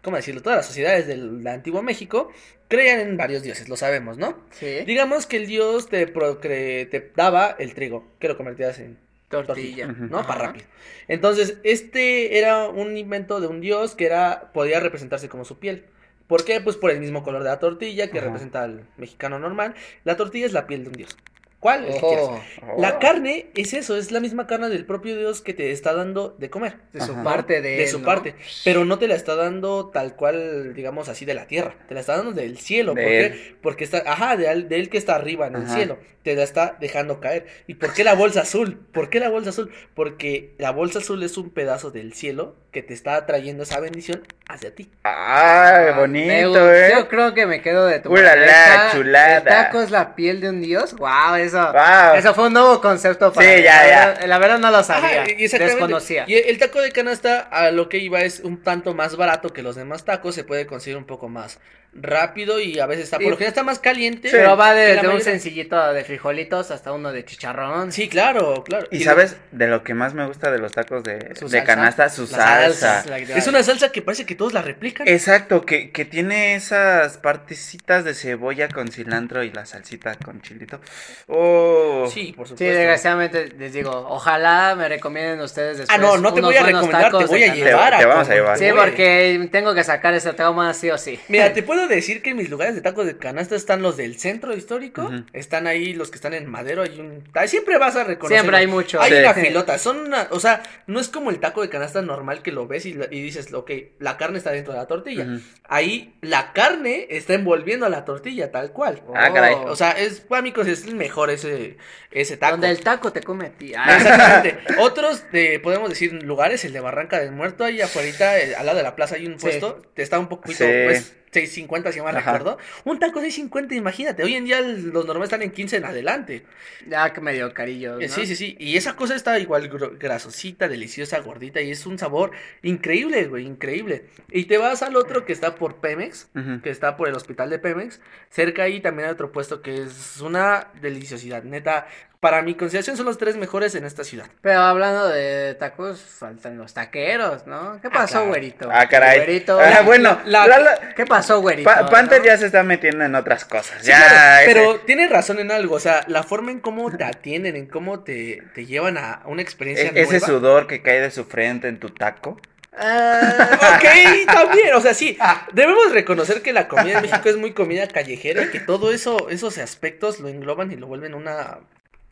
[SPEAKER 3] cómo decirlo todas las sociedades del, del antiguo México creían en varios dioses lo sabemos no
[SPEAKER 5] Sí,
[SPEAKER 3] digamos que el dios te procre- te daba el trigo que lo convertías en
[SPEAKER 5] tortilla.
[SPEAKER 4] Ujú.
[SPEAKER 3] ¿no? Para
[SPEAKER 5] Ajá.
[SPEAKER 3] rápido. Entonces, este era un invento de un dios que era podía representarse como su piel. ¿Por qué? Pues por el mismo color de la tortilla que
[SPEAKER 4] Ajá.
[SPEAKER 3] representa al mexicano normal. La tortilla es la piel de un dios. ¿Cuál? El que quieras.
[SPEAKER 5] Ojo,
[SPEAKER 4] Oh.
[SPEAKER 3] La carne es eso, es la misma carne del propio dios que te está dando de comer.
[SPEAKER 5] de su
[SPEAKER 4] Ajá.
[SPEAKER 5] parte de
[SPEAKER 3] De
[SPEAKER 5] él,
[SPEAKER 3] su
[SPEAKER 5] ¿no?
[SPEAKER 3] parte, pero no te la está dando tal cual, digamos así, de la tierra, te la está dando del cielo,
[SPEAKER 4] De
[SPEAKER 3] ¿por qué?
[SPEAKER 4] él.
[SPEAKER 3] Porque está, ajá, de, al- de él que está arriba en el
[SPEAKER 4] Ajá.
[SPEAKER 3] cielo, te la está dejando caer. ¿Y por qué la bolsa azul? ¿Por qué la bolsa azul? Porque la bolsa azul es un pedazo del cielo que te está trayendo esa bendición hacia ti.
[SPEAKER 4] Ay,
[SPEAKER 5] Ah, me
[SPEAKER 4] bonito,
[SPEAKER 5] gusta.
[SPEAKER 4] eh.
[SPEAKER 5] Yo creo que me quedo de tu
[SPEAKER 4] Ulala,
[SPEAKER 5] bandeja.
[SPEAKER 4] chulada.
[SPEAKER 5] El taco es la piel de un dios. Wow, eso.
[SPEAKER 4] Wow.
[SPEAKER 5] Eso fue un nuevo concepto para
[SPEAKER 4] Ah. Sí,
[SPEAKER 5] mí.
[SPEAKER 4] ya,
[SPEAKER 5] la,
[SPEAKER 4] ya.
[SPEAKER 5] Verdad, la verdad no lo sabía.
[SPEAKER 3] Ajá, y- exactamente.
[SPEAKER 5] desconocía.
[SPEAKER 3] Y el taco de canasta a lo que iba es un tanto más barato que los demás tacos, se puede conseguir un poco más rápido y a veces está, por
[SPEAKER 5] Y-
[SPEAKER 3] lo general está más caliente.
[SPEAKER 5] Pero va
[SPEAKER 3] que la
[SPEAKER 5] desde un
[SPEAKER 3] mayoría.
[SPEAKER 5] sencillito de frijolitos hasta uno de chicharrón.
[SPEAKER 3] Sí, claro, claro.
[SPEAKER 4] Y
[SPEAKER 3] lo-
[SPEAKER 4] sabes, de lo que más me gusta de los tacos de,
[SPEAKER 5] Su
[SPEAKER 4] de
[SPEAKER 5] salsa.
[SPEAKER 4] canasta, su
[SPEAKER 5] La
[SPEAKER 4] salsa.
[SPEAKER 5] salsa.
[SPEAKER 3] Es una salsa que parece que todos la replican.
[SPEAKER 4] Exacto, que, que tiene esas partecitas de cebolla con cilantro y la salsita con chilito. Oh.
[SPEAKER 3] Sí, por
[SPEAKER 5] Sí,
[SPEAKER 3] supuesto.
[SPEAKER 5] desgraciadamente les digo, ojalá me recomienden ustedes después.
[SPEAKER 3] ah, no, no te
[SPEAKER 5] unos
[SPEAKER 3] voy a
[SPEAKER 5] buenos
[SPEAKER 3] recomendar, te
[SPEAKER 5] tacos
[SPEAKER 3] voy
[SPEAKER 5] de
[SPEAKER 3] a
[SPEAKER 5] canasta.
[SPEAKER 3] llevar.
[SPEAKER 4] Te
[SPEAKER 3] a
[SPEAKER 4] vamos a
[SPEAKER 3] comer.
[SPEAKER 4] llevar.
[SPEAKER 5] Sí, porque tengo que sacar ese trauma sí o sí.
[SPEAKER 3] Mira, te puedo decir que mis lugares de tacos de canasta están los del centro histórico,
[SPEAKER 4] Ujú.
[SPEAKER 3] están ahí los que están en Madero, hay un... ah, Siempre vas a reconocer.
[SPEAKER 5] Siempre hay mucho.
[SPEAKER 3] Hay
[SPEAKER 4] Sí.
[SPEAKER 3] una filota, son una, o sea, no es como el taco de canasta normal que lo ves y, la- y dices, ok, la carne está dentro de la tortilla.
[SPEAKER 4] Ujú.
[SPEAKER 3] Ahí la carne está envolviendo a la tortilla, tal cual.
[SPEAKER 4] Ah, caray.
[SPEAKER 3] O sea, es, para mí pues, es el mejor ese, ese taco.
[SPEAKER 5] donde el taco te come a ti.
[SPEAKER 3] Ah,
[SPEAKER 5] Ay,
[SPEAKER 3] Exactamente. Otros, de, podemos decir, lugares, el de Barranca del Muerto, ahí afuera, eh, al lado de la plaza hay un
[SPEAKER 5] Sí.
[SPEAKER 3] puesto, está un poquito,
[SPEAKER 4] Sí.
[SPEAKER 3] pues, 6.50 si no mal
[SPEAKER 4] Ajá.
[SPEAKER 3] recuerdo. Un taco 6.50, imagínate. Hoy en día el- los normales están en 15 en adelante.
[SPEAKER 5] Ya que medio carillo.
[SPEAKER 3] Eh,
[SPEAKER 5] Pues, ¿no?
[SPEAKER 3] Sí, sí, sí. Y esa cosa está igual gro- grasosita, deliciosa, gordita. Y es un sabor increíble, güey, increíble. Y te vas al otro que está por Pemex,
[SPEAKER 4] Ujú.
[SPEAKER 3] que está por el hospital de Pemex. Cerca ahí también hay otro puesto que es una deliciosidad. Neta, para mi consideración son los tres mejores en esta ciudad.
[SPEAKER 5] Pero hablando de tacos, faltan los taqueros, ¿no? ¿Qué pasó,
[SPEAKER 3] caray.
[SPEAKER 5] güerito?
[SPEAKER 4] Ah, caray.
[SPEAKER 5] Güerito.
[SPEAKER 4] Ah, bueno,
[SPEAKER 3] la-
[SPEAKER 4] la- la-
[SPEAKER 5] ¿Qué pasó, güerito?
[SPEAKER 4] Pa- Panther
[SPEAKER 5] no?
[SPEAKER 4] ya se está metiendo en otras cosas.
[SPEAKER 3] Sí,
[SPEAKER 4] ya,
[SPEAKER 3] claro,
[SPEAKER 4] ese-
[SPEAKER 3] pero tienes razón en algo, o sea, la forma en cómo te atienden, en cómo te, te llevan a una experiencia
[SPEAKER 4] e- ese
[SPEAKER 3] nueva.
[SPEAKER 4] sudor que cae de su frente en tu taco.
[SPEAKER 5] Ah,
[SPEAKER 3] Ok, también, o sea, sí, debemos reconocer que la comida en México es muy comida callejera y que todo eso, esos aspectos lo engloban y lo vuelven una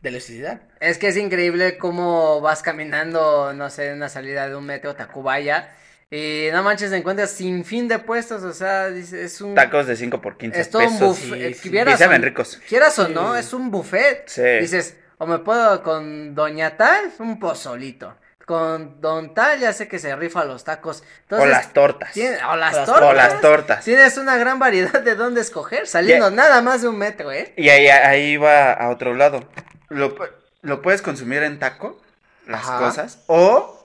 [SPEAKER 3] deliciosidad.
[SPEAKER 5] es que es increíble cómo vas caminando, no sé, en una salida de un metro Tacubaya. Y no manches, te encuentras sin fin de puestos, o sea, dice, es un...
[SPEAKER 4] Tacos de 5 por 15
[SPEAKER 5] Mm. Es todo un
[SPEAKER 4] pesos.
[SPEAKER 3] sí,
[SPEAKER 5] buffet.
[SPEAKER 3] sí.
[SPEAKER 4] Y
[SPEAKER 5] Quieras o-
[SPEAKER 4] saben ricos.
[SPEAKER 5] Quieras o no,
[SPEAKER 3] Sí.
[SPEAKER 5] es un buffet.
[SPEAKER 4] Sí.
[SPEAKER 5] Dices, o me puedo con Doña Tal, un pozolito. Con Don Tal ya sé que se rifa los tacos. Entonces,
[SPEAKER 4] o las tortas.
[SPEAKER 5] tiene- o las
[SPEAKER 3] O las
[SPEAKER 5] tortas.
[SPEAKER 4] O las tortas.
[SPEAKER 5] Tienes una gran variedad de dónde escoger, saliendo nada más de un metro, ¿eh?
[SPEAKER 4] Y ahí, ahí va a otro lado. Lo, pu- lo puedes consumir en taco, las
[SPEAKER 5] Ajá.
[SPEAKER 4] cosas, o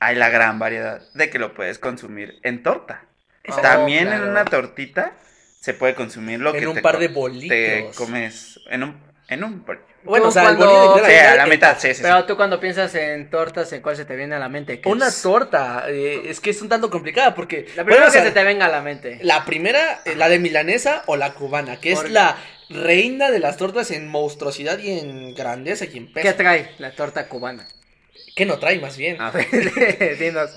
[SPEAKER 4] hay la gran variedad de que lo puedes consumir en torta.
[SPEAKER 5] Exacto.
[SPEAKER 4] También
[SPEAKER 5] Oh,
[SPEAKER 4] en
[SPEAKER 5] claro.
[SPEAKER 4] una tortita se puede consumir lo
[SPEAKER 3] En
[SPEAKER 4] que
[SPEAKER 3] un
[SPEAKER 4] te
[SPEAKER 3] par
[SPEAKER 4] co-
[SPEAKER 3] de
[SPEAKER 4] Te
[SPEAKER 3] bolitos.
[SPEAKER 4] comes en un en un bol-
[SPEAKER 3] Bueno, o sea, el
[SPEAKER 5] cuando-
[SPEAKER 3] bolillo de
[SPEAKER 4] sí,
[SPEAKER 3] clara-
[SPEAKER 4] a la mitad, sí, sí, sí.
[SPEAKER 5] Pero tú cuando piensas en tortas, ¿en cuál se te viene a la mente? ¿Qué
[SPEAKER 3] Una
[SPEAKER 5] es?
[SPEAKER 3] torta, eh, es que es un tanto complicada porque
[SPEAKER 5] La primera
[SPEAKER 3] bueno, o
[SPEAKER 5] que
[SPEAKER 3] sea,
[SPEAKER 5] se te venga a la mente.
[SPEAKER 3] la primera, eh, la de milanesa o la cubana, que es
[SPEAKER 5] Por-
[SPEAKER 3] la reina de las tortas en monstruosidad y en grandeza y en
[SPEAKER 5] ¿Qué
[SPEAKER 3] peso.
[SPEAKER 5] trae la torta cubana?
[SPEAKER 3] ¿Qué no trae más bien?
[SPEAKER 4] Ah.
[SPEAKER 5] A ver, dinos.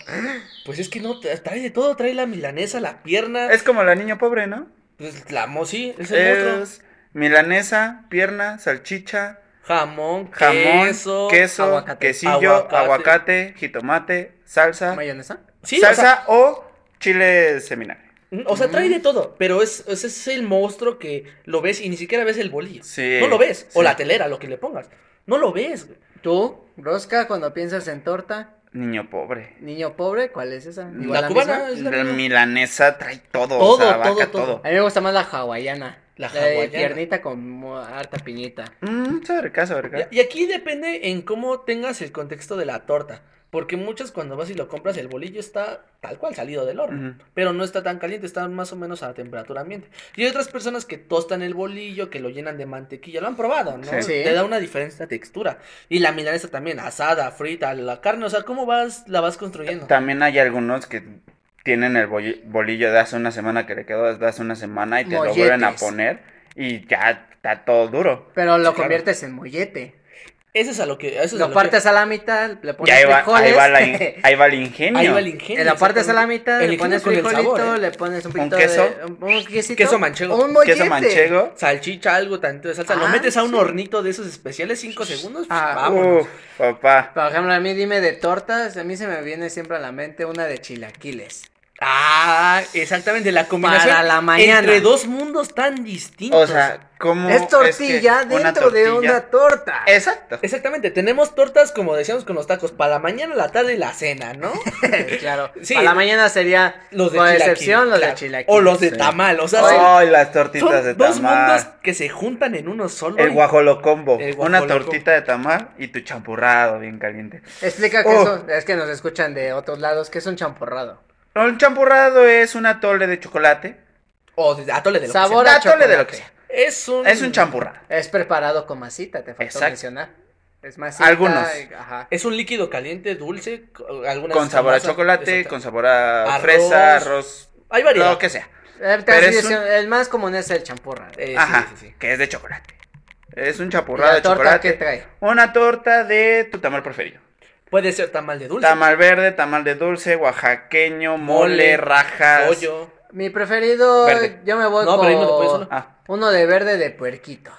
[SPEAKER 3] Pues es que no tra- trae de todo, trae la milanesa, la pierna,
[SPEAKER 4] Es como la niña pobre, ¿no?
[SPEAKER 3] pues, la mo sí, es el monstruo.
[SPEAKER 4] Es milanesa, pierna, salchicha,
[SPEAKER 3] Jamón,
[SPEAKER 4] jamón,
[SPEAKER 3] queso.
[SPEAKER 4] queso,
[SPEAKER 5] aguacate.
[SPEAKER 4] quesillo,
[SPEAKER 3] Aguacate.
[SPEAKER 4] aguacate. jitomate,
[SPEAKER 5] Ah.
[SPEAKER 4] salsa,
[SPEAKER 5] ¿Mayonesa?
[SPEAKER 3] Sí,
[SPEAKER 4] salsa o chile seminario.
[SPEAKER 3] O sea, o sea,
[SPEAKER 4] Mm.
[SPEAKER 3] trae de todo, pero es, ese es el monstruo que lo ves y ni siquiera ves el bolillo.
[SPEAKER 4] Sí,
[SPEAKER 3] No lo ves. O
[SPEAKER 4] sí.
[SPEAKER 3] la telera, lo que le pongas. No lo ves. güey.
[SPEAKER 5] ¿Tú, Rosca, cuando piensas en torta?
[SPEAKER 4] Niño pobre.
[SPEAKER 5] Niño pobre, ¿cuál es esa?
[SPEAKER 4] La
[SPEAKER 5] ¿Igual
[SPEAKER 3] la cubana
[SPEAKER 5] misma?
[SPEAKER 3] es la
[SPEAKER 4] La
[SPEAKER 3] misma.
[SPEAKER 4] milanesa trae todo,
[SPEAKER 3] Todo,
[SPEAKER 4] o sea, abarca
[SPEAKER 3] todo, todo.
[SPEAKER 4] todo.
[SPEAKER 5] A mí me gusta más la hawaiana.
[SPEAKER 3] La
[SPEAKER 5] de
[SPEAKER 3] hawaiana.
[SPEAKER 5] piernita con mu- harta piñita.
[SPEAKER 4] Mm, sobre casa, sobre casa.
[SPEAKER 3] Y y aquí depende en cómo tengas el contexto de la torta. Porque muchas cuando vas y lo compras, el bolillo está tal cual salido del horno.
[SPEAKER 4] Ujú.
[SPEAKER 3] Pero no está tan caliente, está más o menos a temperatura ambiente. Y hay otras personas que tostan el bolillo, que lo llenan de mantequilla. Lo han probado, ¿no?
[SPEAKER 4] Sí.
[SPEAKER 5] Sí.
[SPEAKER 3] Te da una diferente textura. Y la milanesa también, asada, frita, la carne. O sea, ¿cómo vas, la vas construyendo?
[SPEAKER 4] También hay algunos que tienen el bolli- bolillo de hace una semana que le quedó de hace una semana y te
[SPEAKER 5] Molletes.
[SPEAKER 4] lo vuelven a poner y ya está todo duro.
[SPEAKER 5] Pero lo
[SPEAKER 3] Sí, claro.
[SPEAKER 5] conviertes en mollete.
[SPEAKER 3] Eso es a lo que. a Eso es a
[SPEAKER 5] Lo
[SPEAKER 3] lo que-
[SPEAKER 5] partes a la mitad, le
[SPEAKER 4] Y
[SPEAKER 5] pones
[SPEAKER 4] ahí va,
[SPEAKER 5] frijoles.
[SPEAKER 4] ahí va, la in- ahí va el ingenio.
[SPEAKER 3] Ahí va el ingenio.
[SPEAKER 5] En la parte de la
[SPEAKER 3] exactamente.
[SPEAKER 5] mitad
[SPEAKER 3] El
[SPEAKER 5] le
[SPEAKER 3] ingenio
[SPEAKER 5] pones
[SPEAKER 3] con el
[SPEAKER 5] frijolito,
[SPEAKER 3] sabor, ¿eh?
[SPEAKER 5] le pones un
[SPEAKER 4] ¿Un
[SPEAKER 5] poquito
[SPEAKER 4] queso?
[SPEAKER 5] de un, un quesito,
[SPEAKER 3] Queso manchego.
[SPEAKER 5] un
[SPEAKER 4] Queso
[SPEAKER 5] mollete.
[SPEAKER 4] manchego.
[SPEAKER 3] Salchicha, algo, tantito de salsa. lo
[SPEAKER 5] Ah,
[SPEAKER 3] metes a un
[SPEAKER 5] sí.
[SPEAKER 3] hornito de esos especiales, 5 segundos. pues,
[SPEAKER 5] Ah,
[SPEAKER 3] vámonos.
[SPEAKER 4] Uf, papá.
[SPEAKER 5] Por ejemplo, a mí dime de tortas, a mí se me viene siempre a la mente una de chilaquiles.
[SPEAKER 3] Ah, exactamente. La combinación
[SPEAKER 5] Para la mañana.
[SPEAKER 3] entre dos mundos tan distintos.
[SPEAKER 4] O sea, como
[SPEAKER 5] es tortilla dentro de una torta.
[SPEAKER 4] Exacto.
[SPEAKER 3] Exactamente, tenemos tortas como decíamos con los tacos, para la mañana, la tarde y la cena, ¿no?
[SPEAKER 5] claro.
[SPEAKER 3] Sí.
[SPEAKER 5] Para la mañana sería
[SPEAKER 3] Los de
[SPEAKER 5] por
[SPEAKER 3] chilaquil,
[SPEAKER 5] excepción los
[SPEAKER 3] claro.
[SPEAKER 5] de chilaquiles.
[SPEAKER 3] O los de
[SPEAKER 4] sí.
[SPEAKER 3] tamal, o sea, son-
[SPEAKER 4] Ay, las
[SPEAKER 3] son,
[SPEAKER 4] tortitas de
[SPEAKER 3] dos mundos
[SPEAKER 4] tamal.
[SPEAKER 3] que se juntan en uno solo.
[SPEAKER 4] El
[SPEAKER 3] y-
[SPEAKER 4] guajolo combo.
[SPEAKER 3] El
[SPEAKER 4] Una
[SPEAKER 3] guajolocombo.
[SPEAKER 4] tortita de tamal y tu champurrado bien caliente.
[SPEAKER 5] Explica que
[SPEAKER 4] Oh.
[SPEAKER 5] eso, es que nos escuchan de otros lados, que es un champorrado.
[SPEAKER 4] No, El champurrado es un atole de chocolate.
[SPEAKER 3] O de atole de lo que
[SPEAKER 5] Sabor a
[SPEAKER 4] atole de lo
[SPEAKER 5] chocolate.
[SPEAKER 4] que sea.
[SPEAKER 3] sea. Es un.
[SPEAKER 4] Es un champurrado.
[SPEAKER 5] Es preparado con masita, te faltó
[SPEAKER 4] Exacto.
[SPEAKER 5] mencionar. Es masita.
[SPEAKER 4] Algunos.
[SPEAKER 5] y- Ajá. Eh,
[SPEAKER 3] Es un líquido caliente, dulce, co- algunas
[SPEAKER 4] Con sabor a
[SPEAKER 3] masa-
[SPEAKER 4] chocolate,
[SPEAKER 3] Exacto.
[SPEAKER 4] con sabor a
[SPEAKER 3] Arroz.
[SPEAKER 4] fresa, arroz,
[SPEAKER 3] Hay variedad.
[SPEAKER 4] lo que sea. Pero
[SPEAKER 5] Eh,
[SPEAKER 4] es
[SPEAKER 5] tradición- El más común es el champurrado.
[SPEAKER 3] Eh, sí,
[SPEAKER 4] Ajá,
[SPEAKER 3] sí, sí.
[SPEAKER 4] que es de chocolate. Es un
[SPEAKER 5] ¿Y
[SPEAKER 4] chapurrado
[SPEAKER 5] la
[SPEAKER 4] de
[SPEAKER 5] torta
[SPEAKER 4] chocolate.
[SPEAKER 5] qué trae?
[SPEAKER 4] Una torta de tu tamal preferido.
[SPEAKER 3] Puede ser tamal de dulce,
[SPEAKER 4] Tamal verde, tamal de dulce, oaxaqueño,
[SPEAKER 3] Mole,
[SPEAKER 4] mole, rajas.
[SPEAKER 3] pollo.
[SPEAKER 5] Mi preferido,
[SPEAKER 4] Verde.
[SPEAKER 5] yo me voy
[SPEAKER 3] No,
[SPEAKER 5] con
[SPEAKER 3] pero ahí me lo puedes solo.
[SPEAKER 4] Ah.
[SPEAKER 5] uno de verde de puerquito.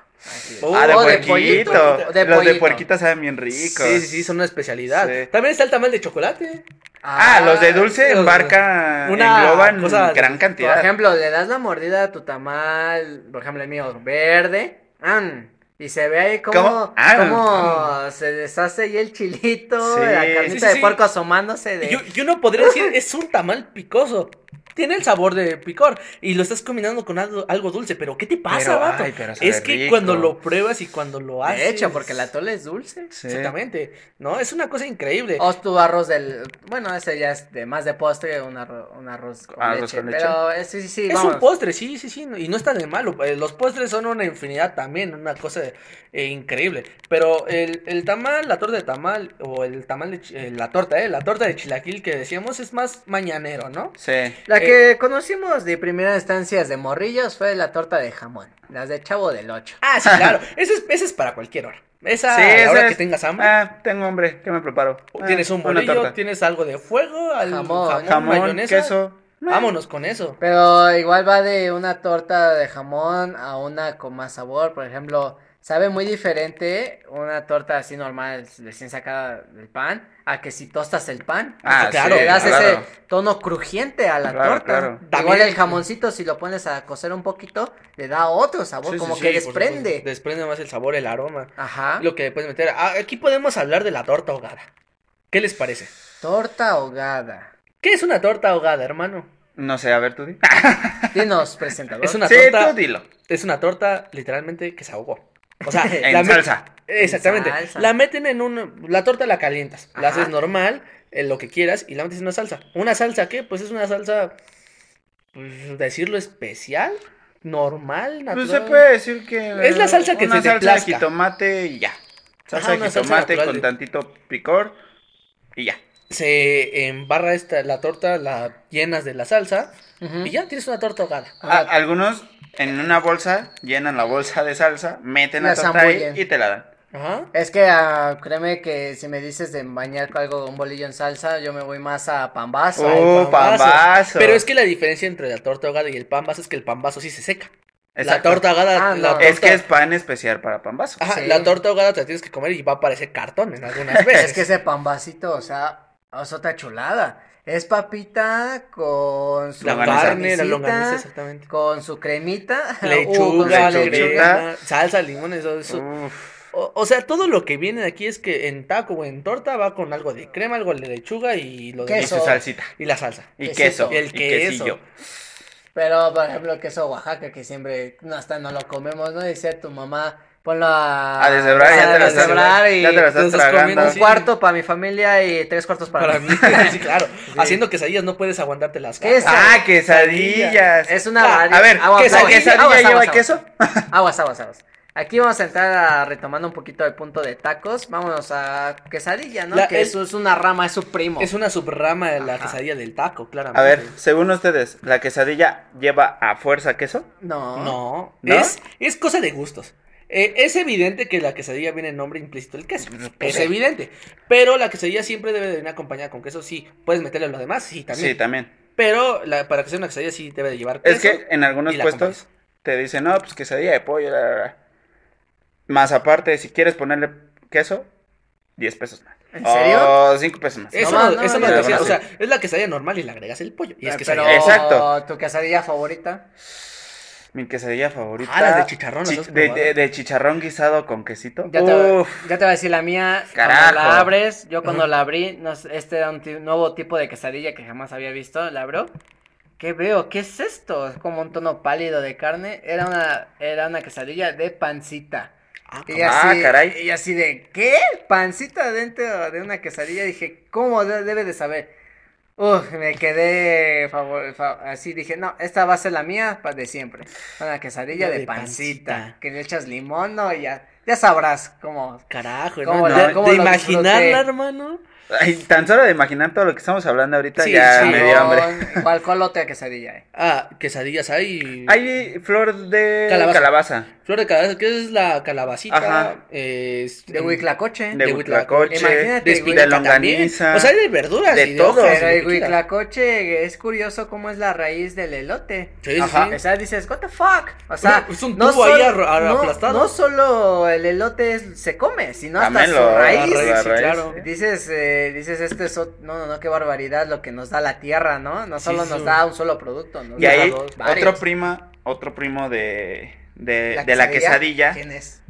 [SPEAKER 3] Oh,
[SPEAKER 4] ah, de
[SPEAKER 5] o de
[SPEAKER 4] puerquito.
[SPEAKER 5] pollito, de
[SPEAKER 4] Los de
[SPEAKER 5] pollito.
[SPEAKER 4] puerquita saben bien ricos.
[SPEAKER 3] Sí, sí, sí, son una especialidad.
[SPEAKER 4] Sí.
[SPEAKER 3] También está el tamal de chocolate.
[SPEAKER 4] Ah, los de dulce
[SPEAKER 3] los-
[SPEAKER 4] embarcan,
[SPEAKER 3] una
[SPEAKER 4] engloban
[SPEAKER 3] cosa-
[SPEAKER 4] gran
[SPEAKER 5] Por
[SPEAKER 4] cantidad.
[SPEAKER 5] ejemplo, le das la mordida a tu tamal, por ejemplo el mío, verde, ¡am! y se ve ahí como,
[SPEAKER 4] ¿Cómo? ¡Am!
[SPEAKER 5] se deshace ahí el chilito,
[SPEAKER 4] Sí.
[SPEAKER 5] la carnita
[SPEAKER 3] Sí, sí,
[SPEAKER 5] de
[SPEAKER 3] sí.
[SPEAKER 5] puerco asomándose de...
[SPEAKER 3] Yo, yo no podría decir, es un tamal picoso. tiene el sabor de picor y lo estás combinando con algo, algo dulce, pero ¿qué te pasa,
[SPEAKER 4] Pero,
[SPEAKER 3] vato?
[SPEAKER 4] ay, pero sabe
[SPEAKER 3] es que
[SPEAKER 4] rico.
[SPEAKER 3] cuando lo pruebas y cuando lo haces.
[SPEAKER 5] De hecho, porque la atole es dulce.
[SPEAKER 4] Sí.
[SPEAKER 3] Exactamente. No, es una cosa increíble.
[SPEAKER 5] O tu arroz del. Bueno, ese ya es de más de postre, un, arro- un arroz con
[SPEAKER 4] Arroz
[SPEAKER 5] leche.
[SPEAKER 4] con leche.
[SPEAKER 5] Pero eh, sí, sí, sí.
[SPEAKER 3] es
[SPEAKER 5] vamos.
[SPEAKER 3] un postre, sí, sí, sí, no- y no está de malo. eh, Los postres son una infinidad también, una cosa eh, increíble. Pero el, el tamal, la torta de tamal, o el tamal de chi- eh, la torta, eh, la torta de chilaquil que decíamos es más mañanero, ¿no?
[SPEAKER 4] Sí.
[SPEAKER 5] La que conocimos de primera instancia de morrillos fue la torta de jamón. Las de Chavo del 8.
[SPEAKER 3] Ah, sí, claro. Esa es, esa es para cualquier hora. Esa,
[SPEAKER 4] Sí,
[SPEAKER 3] a la
[SPEAKER 4] esa
[SPEAKER 3] hora
[SPEAKER 4] es-
[SPEAKER 3] que tengas hambre.
[SPEAKER 4] Ah, tengo hambre, ¿qué me preparo? Ah,
[SPEAKER 3] Oh, Tienes un
[SPEAKER 4] una
[SPEAKER 3] bolillo,
[SPEAKER 4] torta.
[SPEAKER 3] tienes algo de fuego, al jamón,
[SPEAKER 5] Jamón. Eh.
[SPEAKER 4] Jamón,
[SPEAKER 3] mayonesa.
[SPEAKER 4] queso.
[SPEAKER 3] Vámonos con eso.
[SPEAKER 5] Pero igual va de una torta de jamón a una con más sabor. Por ejemplo, sabe muy diferente una torta así normal, recién sacada del pan, a que si tostas el pan.
[SPEAKER 4] Ah,
[SPEAKER 3] Claro,
[SPEAKER 5] le das
[SPEAKER 4] claro.
[SPEAKER 5] ese tono crujiente a la
[SPEAKER 4] Claro,
[SPEAKER 5] torta.
[SPEAKER 4] claro.
[SPEAKER 5] Igual
[SPEAKER 3] También-
[SPEAKER 5] el jamoncito, si lo pones a cocer un poquito, le da otro sabor,
[SPEAKER 4] Sí, sí,
[SPEAKER 5] como
[SPEAKER 4] sí,
[SPEAKER 5] que
[SPEAKER 3] por supuesto,
[SPEAKER 5] desprende.
[SPEAKER 3] Desprende más el sabor, el aroma.
[SPEAKER 5] Ajá.
[SPEAKER 3] Lo que le puedes meter. Ah, Aquí podemos hablar de la torta ahogada. ¿Qué les parece?
[SPEAKER 5] Torta ahogada.
[SPEAKER 3] ¿Qué es una torta ahogada, hermano?
[SPEAKER 4] No sé, a ver tú. di.
[SPEAKER 5] Dinos, presentador.
[SPEAKER 3] Es Ah, una
[SPEAKER 4] sí,
[SPEAKER 3] torta.
[SPEAKER 4] tú dilo.
[SPEAKER 3] Es una torta literalmente que se ahogó. O sea,
[SPEAKER 4] En
[SPEAKER 3] Eh, la met-
[SPEAKER 4] salsa.
[SPEAKER 3] Exactamente.
[SPEAKER 5] En salsa.
[SPEAKER 3] La meten en un. La torta la calientas. La
[SPEAKER 5] Ajá.
[SPEAKER 3] haces normal, en lo que quieras, y la metes en una salsa. ¿Una salsa qué? Pues es una salsa. pues, decirlo especial, normal, natural.
[SPEAKER 4] Pues se puede decir que.
[SPEAKER 3] Es la salsa que
[SPEAKER 4] una
[SPEAKER 3] se te
[SPEAKER 4] salsa
[SPEAKER 3] plazca.
[SPEAKER 4] de jitomate y ya. Salsa
[SPEAKER 3] Ajá,
[SPEAKER 4] de
[SPEAKER 3] una salsa
[SPEAKER 4] jitomate
[SPEAKER 3] natural
[SPEAKER 4] con
[SPEAKER 3] de-
[SPEAKER 4] tantito picor y ya.
[SPEAKER 3] Se embarra esta, la torta, la llenas de la salsa,
[SPEAKER 5] Ujú.
[SPEAKER 3] y ya tienes una torta ahogada.
[SPEAKER 4] A- algunos en una bolsa llenan la bolsa de salsa, meten la,
[SPEAKER 5] La
[SPEAKER 4] torta ahí
[SPEAKER 5] zambullen.
[SPEAKER 4] y te la dan.
[SPEAKER 3] Ajá.
[SPEAKER 5] Es que ah, créeme que si me dices de bañar con algo, un bolillo en salsa, yo me voy más a pambazo.
[SPEAKER 4] Oh,
[SPEAKER 3] pambazo.
[SPEAKER 4] pambazo.
[SPEAKER 3] Pero es que la diferencia entre la torta ahogada y el pan vaso es que el pan vaso sí se seca. La
[SPEAKER 4] Exacto.
[SPEAKER 3] torta ahogada, la
[SPEAKER 5] Ah, no.
[SPEAKER 3] torta-
[SPEAKER 4] Es que es pan especial para pambazo.
[SPEAKER 3] Ajá,
[SPEAKER 5] Sí.
[SPEAKER 3] la torta ahogada te la tienes que comer y va a aparecer cartón en algunas veces.
[SPEAKER 5] es que ese pambacito, o sea, es otra chulada. Es papita con su
[SPEAKER 3] la
[SPEAKER 4] longaniza.
[SPEAKER 3] carne, la
[SPEAKER 5] carnecita,
[SPEAKER 3] longaniza, exactamente.
[SPEAKER 5] con su cremita, uh, con
[SPEAKER 3] Lechuga,
[SPEAKER 5] su
[SPEAKER 4] lechuga. Mm.
[SPEAKER 3] crema, salsa, limón, eso. eso.
[SPEAKER 4] Uf,
[SPEAKER 3] O, o sea, todo lo que viene de aquí es que en taco o en torta va con algo de crema, algo de lechuga y lo de
[SPEAKER 4] y
[SPEAKER 5] Queso.
[SPEAKER 4] su salsita.
[SPEAKER 3] Y la salsa.
[SPEAKER 4] Y
[SPEAKER 5] Quesito.
[SPEAKER 4] queso.
[SPEAKER 3] Y el
[SPEAKER 4] y
[SPEAKER 3] queso.
[SPEAKER 4] quesillo.
[SPEAKER 5] Pero, por ejemplo, queso Oaxaca, que siempre no, hasta no lo comemos, ¿no? Dice tu mamá, ponlo a,
[SPEAKER 4] A desebrar, ya
[SPEAKER 5] a
[SPEAKER 4] te la estás,
[SPEAKER 5] deshebrar y
[SPEAKER 4] ya te la
[SPEAKER 3] te
[SPEAKER 4] estás
[SPEAKER 3] estás
[SPEAKER 4] tragando.
[SPEAKER 5] un
[SPEAKER 3] sí.
[SPEAKER 5] cuarto para mi familia y tres cuartos para,
[SPEAKER 3] Para
[SPEAKER 5] mí.
[SPEAKER 3] mí, sí, claro. Haciendo quesadillas no puedes aguantarte las
[SPEAKER 5] ¿Qué es?
[SPEAKER 3] ganas.
[SPEAKER 4] Ah, quesadillas.
[SPEAKER 5] Es una
[SPEAKER 3] Ah,
[SPEAKER 5] vari-
[SPEAKER 4] A ver,
[SPEAKER 5] aguas,
[SPEAKER 4] ¿quesa-
[SPEAKER 5] aguas,
[SPEAKER 4] quesadilla
[SPEAKER 5] aguas,
[SPEAKER 4] lleva
[SPEAKER 5] aguas, aguas.
[SPEAKER 4] queso?
[SPEAKER 5] Aguas, aguas, aguas. Aquí vamos a entrar a- retomando un poquito el punto de tacos. Vámonos a quesadilla, ¿no?
[SPEAKER 3] La-
[SPEAKER 5] que
[SPEAKER 3] es-
[SPEAKER 5] eso es una rama, es su primo.
[SPEAKER 3] Es una subrama de la
[SPEAKER 5] Ajá.
[SPEAKER 3] quesadilla del taco, claramente.
[SPEAKER 4] A ver, según ustedes, ¿la quesadilla lleva a fuerza queso?
[SPEAKER 5] No.
[SPEAKER 3] No,
[SPEAKER 4] ¿No?
[SPEAKER 3] Es, es cosa de gustos. Eh, es evidente que la quesadilla viene en nombre implícito del queso.
[SPEAKER 4] Mm,
[SPEAKER 3] es
[SPEAKER 4] sí.
[SPEAKER 3] evidente. Pero la quesadilla siempre debe de venir acompañada con queso. Sí, puedes meterle lo demás, sí, también.
[SPEAKER 4] Sí, también.
[SPEAKER 3] Pero la- para que sea una quesadilla sí debe de llevar queso.
[SPEAKER 4] Es que en algunos
[SPEAKER 3] y la
[SPEAKER 4] puestos te dicen, no, pues quesadilla de pollo, la, la, la". Más aparte, si quieres ponerle queso, 10 pesos más.
[SPEAKER 5] ¿En serio?
[SPEAKER 3] Ah,
[SPEAKER 4] O 5 pesos más.
[SPEAKER 3] Eso
[SPEAKER 5] No,
[SPEAKER 3] no,
[SPEAKER 5] no,
[SPEAKER 3] eso
[SPEAKER 5] no,
[SPEAKER 3] no
[SPEAKER 4] no,
[SPEAKER 3] decía,
[SPEAKER 4] no,
[SPEAKER 3] O sea, es la quesadilla normal y le agregas el pollo. Y
[SPEAKER 4] Ah,
[SPEAKER 3] es
[SPEAKER 5] Ah, Pero
[SPEAKER 3] quesadilla.
[SPEAKER 4] Exacto.
[SPEAKER 5] tu quesadilla favorita.
[SPEAKER 4] Mi quesadilla favorita.
[SPEAKER 3] Ah, las de chicharrón, las
[SPEAKER 4] chi-
[SPEAKER 3] has
[SPEAKER 4] de,
[SPEAKER 3] probado.
[SPEAKER 4] de- de chicharrón guisado con quesito.
[SPEAKER 5] Ya te, voy-
[SPEAKER 4] Uf,
[SPEAKER 5] ya te voy a decir la mía.
[SPEAKER 4] Carajo.
[SPEAKER 5] Cuando la abres, yo cuando
[SPEAKER 3] Ajá.
[SPEAKER 5] la abrí, no sé, este era un ti- nuevo tipo de quesadilla que jamás había visto. La abro. ¿Qué veo? ¿Qué es esto? Es como un tono pálido de carne. Era una, era una quesadilla de pancita.
[SPEAKER 3] Ah,
[SPEAKER 5] Y
[SPEAKER 4] Ah,
[SPEAKER 5] así,
[SPEAKER 4] caray.
[SPEAKER 5] y así de, ¿qué? Pancita dentro de una quesadilla. Dije, ¿cómo de- debe de saber? Uf, me quedé favor- fa- así. Dije, no, esta va a ser la mía pa- de siempre. Una quesadilla
[SPEAKER 3] La
[SPEAKER 5] de,
[SPEAKER 3] de
[SPEAKER 5] pancita,
[SPEAKER 3] pancita.
[SPEAKER 5] Que le echas limón, no, Y ya, ya sabrás cómo.
[SPEAKER 3] Carajo,
[SPEAKER 5] ¿Cómo
[SPEAKER 3] hermano.
[SPEAKER 4] la-
[SPEAKER 3] de-
[SPEAKER 5] cómo
[SPEAKER 3] de
[SPEAKER 5] lo
[SPEAKER 3] imaginarla,
[SPEAKER 5] disfruté?
[SPEAKER 3] hermano.
[SPEAKER 4] ay, tan solo de imaginar todo lo que estamos hablando ahorita
[SPEAKER 3] Sí,
[SPEAKER 4] ya
[SPEAKER 3] sí.
[SPEAKER 4] me dio hambre.
[SPEAKER 5] Con- ¿Cuál cuál otra quesadilla? eh?
[SPEAKER 3] Ah, quesadillas hay.
[SPEAKER 4] Hay flor de
[SPEAKER 3] Calabaza.
[SPEAKER 4] calabaza.
[SPEAKER 3] Flor de calabaza, que es la calabacita.
[SPEAKER 4] Ajá.
[SPEAKER 3] eh, es-
[SPEAKER 5] De
[SPEAKER 3] en-
[SPEAKER 5] huitlacoche. ¿eh?
[SPEAKER 4] de
[SPEAKER 3] De
[SPEAKER 4] huitlacoche,
[SPEAKER 5] Imagínate,
[SPEAKER 4] de,
[SPEAKER 5] de
[SPEAKER 3] espinaca
[SPEAKER 4] longaniza.
[SPEAKER 3] también. O sea, hay de verduras.
[SPEAKER 4] de
[SPEAKER 3] y
[SPEAKER 4] todo.
[SPEAKER 3] hojas y
[SPEAKER 5] Pero
[SPEAKER 3] de
[SPEAKER 5] el
[SPEAKER 3] frutas.
[SPEAKER 5] huitlacoche es curioso cómo es la raíz del elote.
[SPEAKER 3] Sí, sí,
[SPEAKER 4] Ajá.
[SPEAKER 3] sí.
[SPEAKER 5] O sea, dices, what the fuck. O sea,
[SPEAKER 3] Es un tubo ahí arro- ar-
[SPEAKER 5] no-
[SPEAKER 3] aplastado.
[SPEAKER 5] No solo el elote es- se come, sino hasta
[SPEAKER 4] También
[SPEAKER 5] su
[SPEAKER 4] lo- la
[SPEAKER 5] raíz.
[SPEAKER 3] raíz, sí,
[SPEAKER 4] raíz,
[SPEAKER 3] claro.
[SPEAKER 4] sí.
[SPEAKER 5] Dices, eh, dices, esto es, ot- no, no, no, qué barbaridad lo que nos da la tierra, ¿no? No
[SPEAKER 3] Sí,
[SPEAKER 5] solo
[SPEAKER 3] sí.
[SPEAKER 5] nos da un solo producto, nos
[SPEAKER 4] Y
[SPEAKER 5] da
[SPEAKER 4] ahí
[SPEAKER 5] dos,
[SPEAKER 4] otro
[SPEAKER 5] varios.
[SPEAKER 4] prima, otro primo de, de, de la quesadilla,
[SPEAKER 5] ¿Quién es?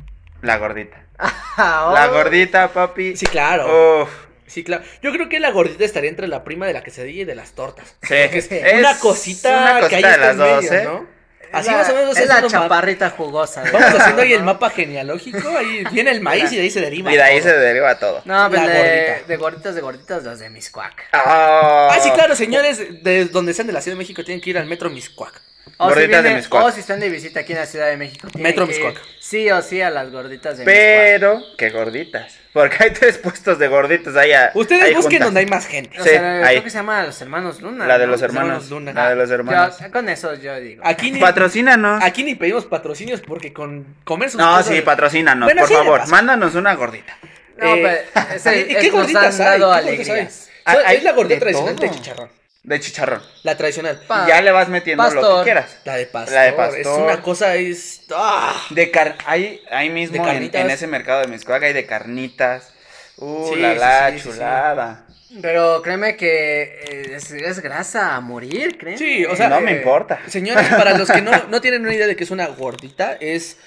[SPEAKER 4] la gordita.
[SPEAKER 5] Ah, oh.
[SPEAKER 4] La gordita, papi.
[SPEAKER 3] Sí, claro.
[SPEAKER 4] Uf,
[SPEAKER 3] Sí, claro. Yo creo que la gordita estaría entre la prima de la quesadilla y de las tortas.
[SPEAKER 4] Sí,
[SPEAKER 3] Es una cosita,
[SPEAKER 4] una
[SPEAKER 3] que hay
[SPEAKER 4] cosita de
[SPEAKER 3] entre
[SPEAKER 4] las dos,
[SPEAKER 3] medio,
[SPEAKER 4] ¿eh?
[SPEAKER 3] ¿no?
[SPEAKER 5] Es
[SPEAKER 3] Así
[SPEAKER 5] la-
[SPEAKER 3] más o menos
[SPEAKER 5] es
[SPEAKER 3] es
[SPEAKER 5] la
[SPEAKER 3] uno ma-
[SPEAKER 5] chaparrita jugosa. ¿eh? ¿no?
[SPEAKER 3] Vamos haciendo ahí el
[SPEAKER 5] ¿No?
[SPEAKER 3] mapa genealógico, ahí viene el maíz y de ahí se deriva.
[SPEAKER 4] Y de ahí
[SPEAKER 3] todo.
[SPEAKER 4] se deriva todo.
[SPEAKER 5] No, pero
[SPEAKER 3] La
[SPEAKER 5] de,
[SPEAKER 3] gordita.
[SPEAKER 5] de gorditas, de gorditas, los de Miscuac.
[SPEAKER 4] Ah,
[SPEAKER 3] Ah, sí, claro, señores, de donde sean de la Ciudad de México tienen que ir al Metro Miscuac.
[SPEAKER 5] O si,
[SPEAKER 4] Gorditas de
[SPEAKER 5] vienen-
[SPEAKER 4] Miscuac.
[SPEAKER 5] o si están de visita aquí en la Ciudad de México. tienen
[SPEAKER 3] Metro
[SPEAKER 5] que ir
[SPEAKER 3] Miscuac.
[SPEAKER 5] Sí o sí a las gorditas de Miscuac.
[SPEAKER 4] Pero, qué gorditas. Porque hay tres puestos de gorditas allá.
[SPEAKER 3] Ustedes busquen donde hay más gente.
[SPEAKER 5] O
[SPEAKER 4] Sí,
[SPEAKER 5] sea,
[SPEAKER 4] ahí.
[SPEAKER 5] creo que se llama Los Hermanos Luna.
[SPEAKER 4] La de
[SPEAKER 5] ¿no?
[SPEAKER 4] los
[SPEAKER 3] hermanos
[SPEAKER 4] hermanos.
[SPEAKER 3] Luna. Ah,
[SPEAKER 4] La de los hermanos.
[SPEAKER 5] Yo- con eso yo digo.
[SPEAKER 3] Aquí ni,
[SPEAKER 4] Patrocínanos.
[SPEAKER 3] aquí ni pedimos patrocinios porque con comer sus
[SPEAKER 4] No,
[SPEAKER 3] cosas-
[SPEAKER 4] sí, patrocínanos,
[SPEAKER 3] Bueno,
[SPEAKER 4] por
[SPEAKER 3] sí, de
[SPEAKER 4] favor.
[SPEAKER 3] paso.
[SPEAKER 4] Mándanos una gordita.
[SPEAKER 5] No,
[SPEAKER 3] Eh,
[SPEAKER 5] pero ese-
[SPEAKER 3] ¿Y
[SPEAKER 5] es-
[SPEAKER 3] qué
[SPEAKER 5] nos
[SPEAKER 3] gorditas
[SPEAKER 5] han
[SPEAKER 3] hay?
[SPEAKER 5] dado
[SPEAKER 3] ¿Qué gorditas hay?
[SPEAKER 5] alegrías.
[SPEAKER 4] Ah,
[SPEAKER 3] So-
[SPEAKER 4] hay
[SPEAKER 3] es la gordita
[SPEAKER 4] de
[SPEAKER 3] tradicional
[SPEAKER 4] todo.
[SPEAKER 3] de chicharrón.
[SPEAKER 4] De chicharrón.
[SPEAKER 3] La tradicional.
[SPEAKER 5] Pa-
[SPEAKER 4] Y ya le vas metiendo lo
[SPEAKER 5] Ah, pastor.
[SPEAKER 4] que quieras.
[SPEAKER 3] La de pastor.
[SPEAKER 4] La de pastor.
[SPEAKER 3] Es una cosa, es... ¡Ah!
[SPEAKER 4] De car ahí, ahí mismo
[SPEAKER 3] De
[SPEAKER 4] en- en,
[SPEAKER 3] carnitas.
[SPEAKER 4] ese mercado de Miscuac hay de carnitas. Uh,
[SPEAKER 3] Sí,
[SPEAKER 4] la
[SPEAKER 3] sí,
[SPEAKER 4] la
[SPEAKER 3] sí, sí, sí.
[SPEAKER 4] chulada.
[SPEAKER 5] Pero créeme que eh, es, es grasa a morir, créeme.
[SPEAKER 3] Sí, o sea, eh,
[SPEAKER 4] no
[SPEAKER 5] eh,
[SPEAKER 4] me importa.
[SPEAKER 3] Señores, para los que no, no tienen una idea de que es una gordita, es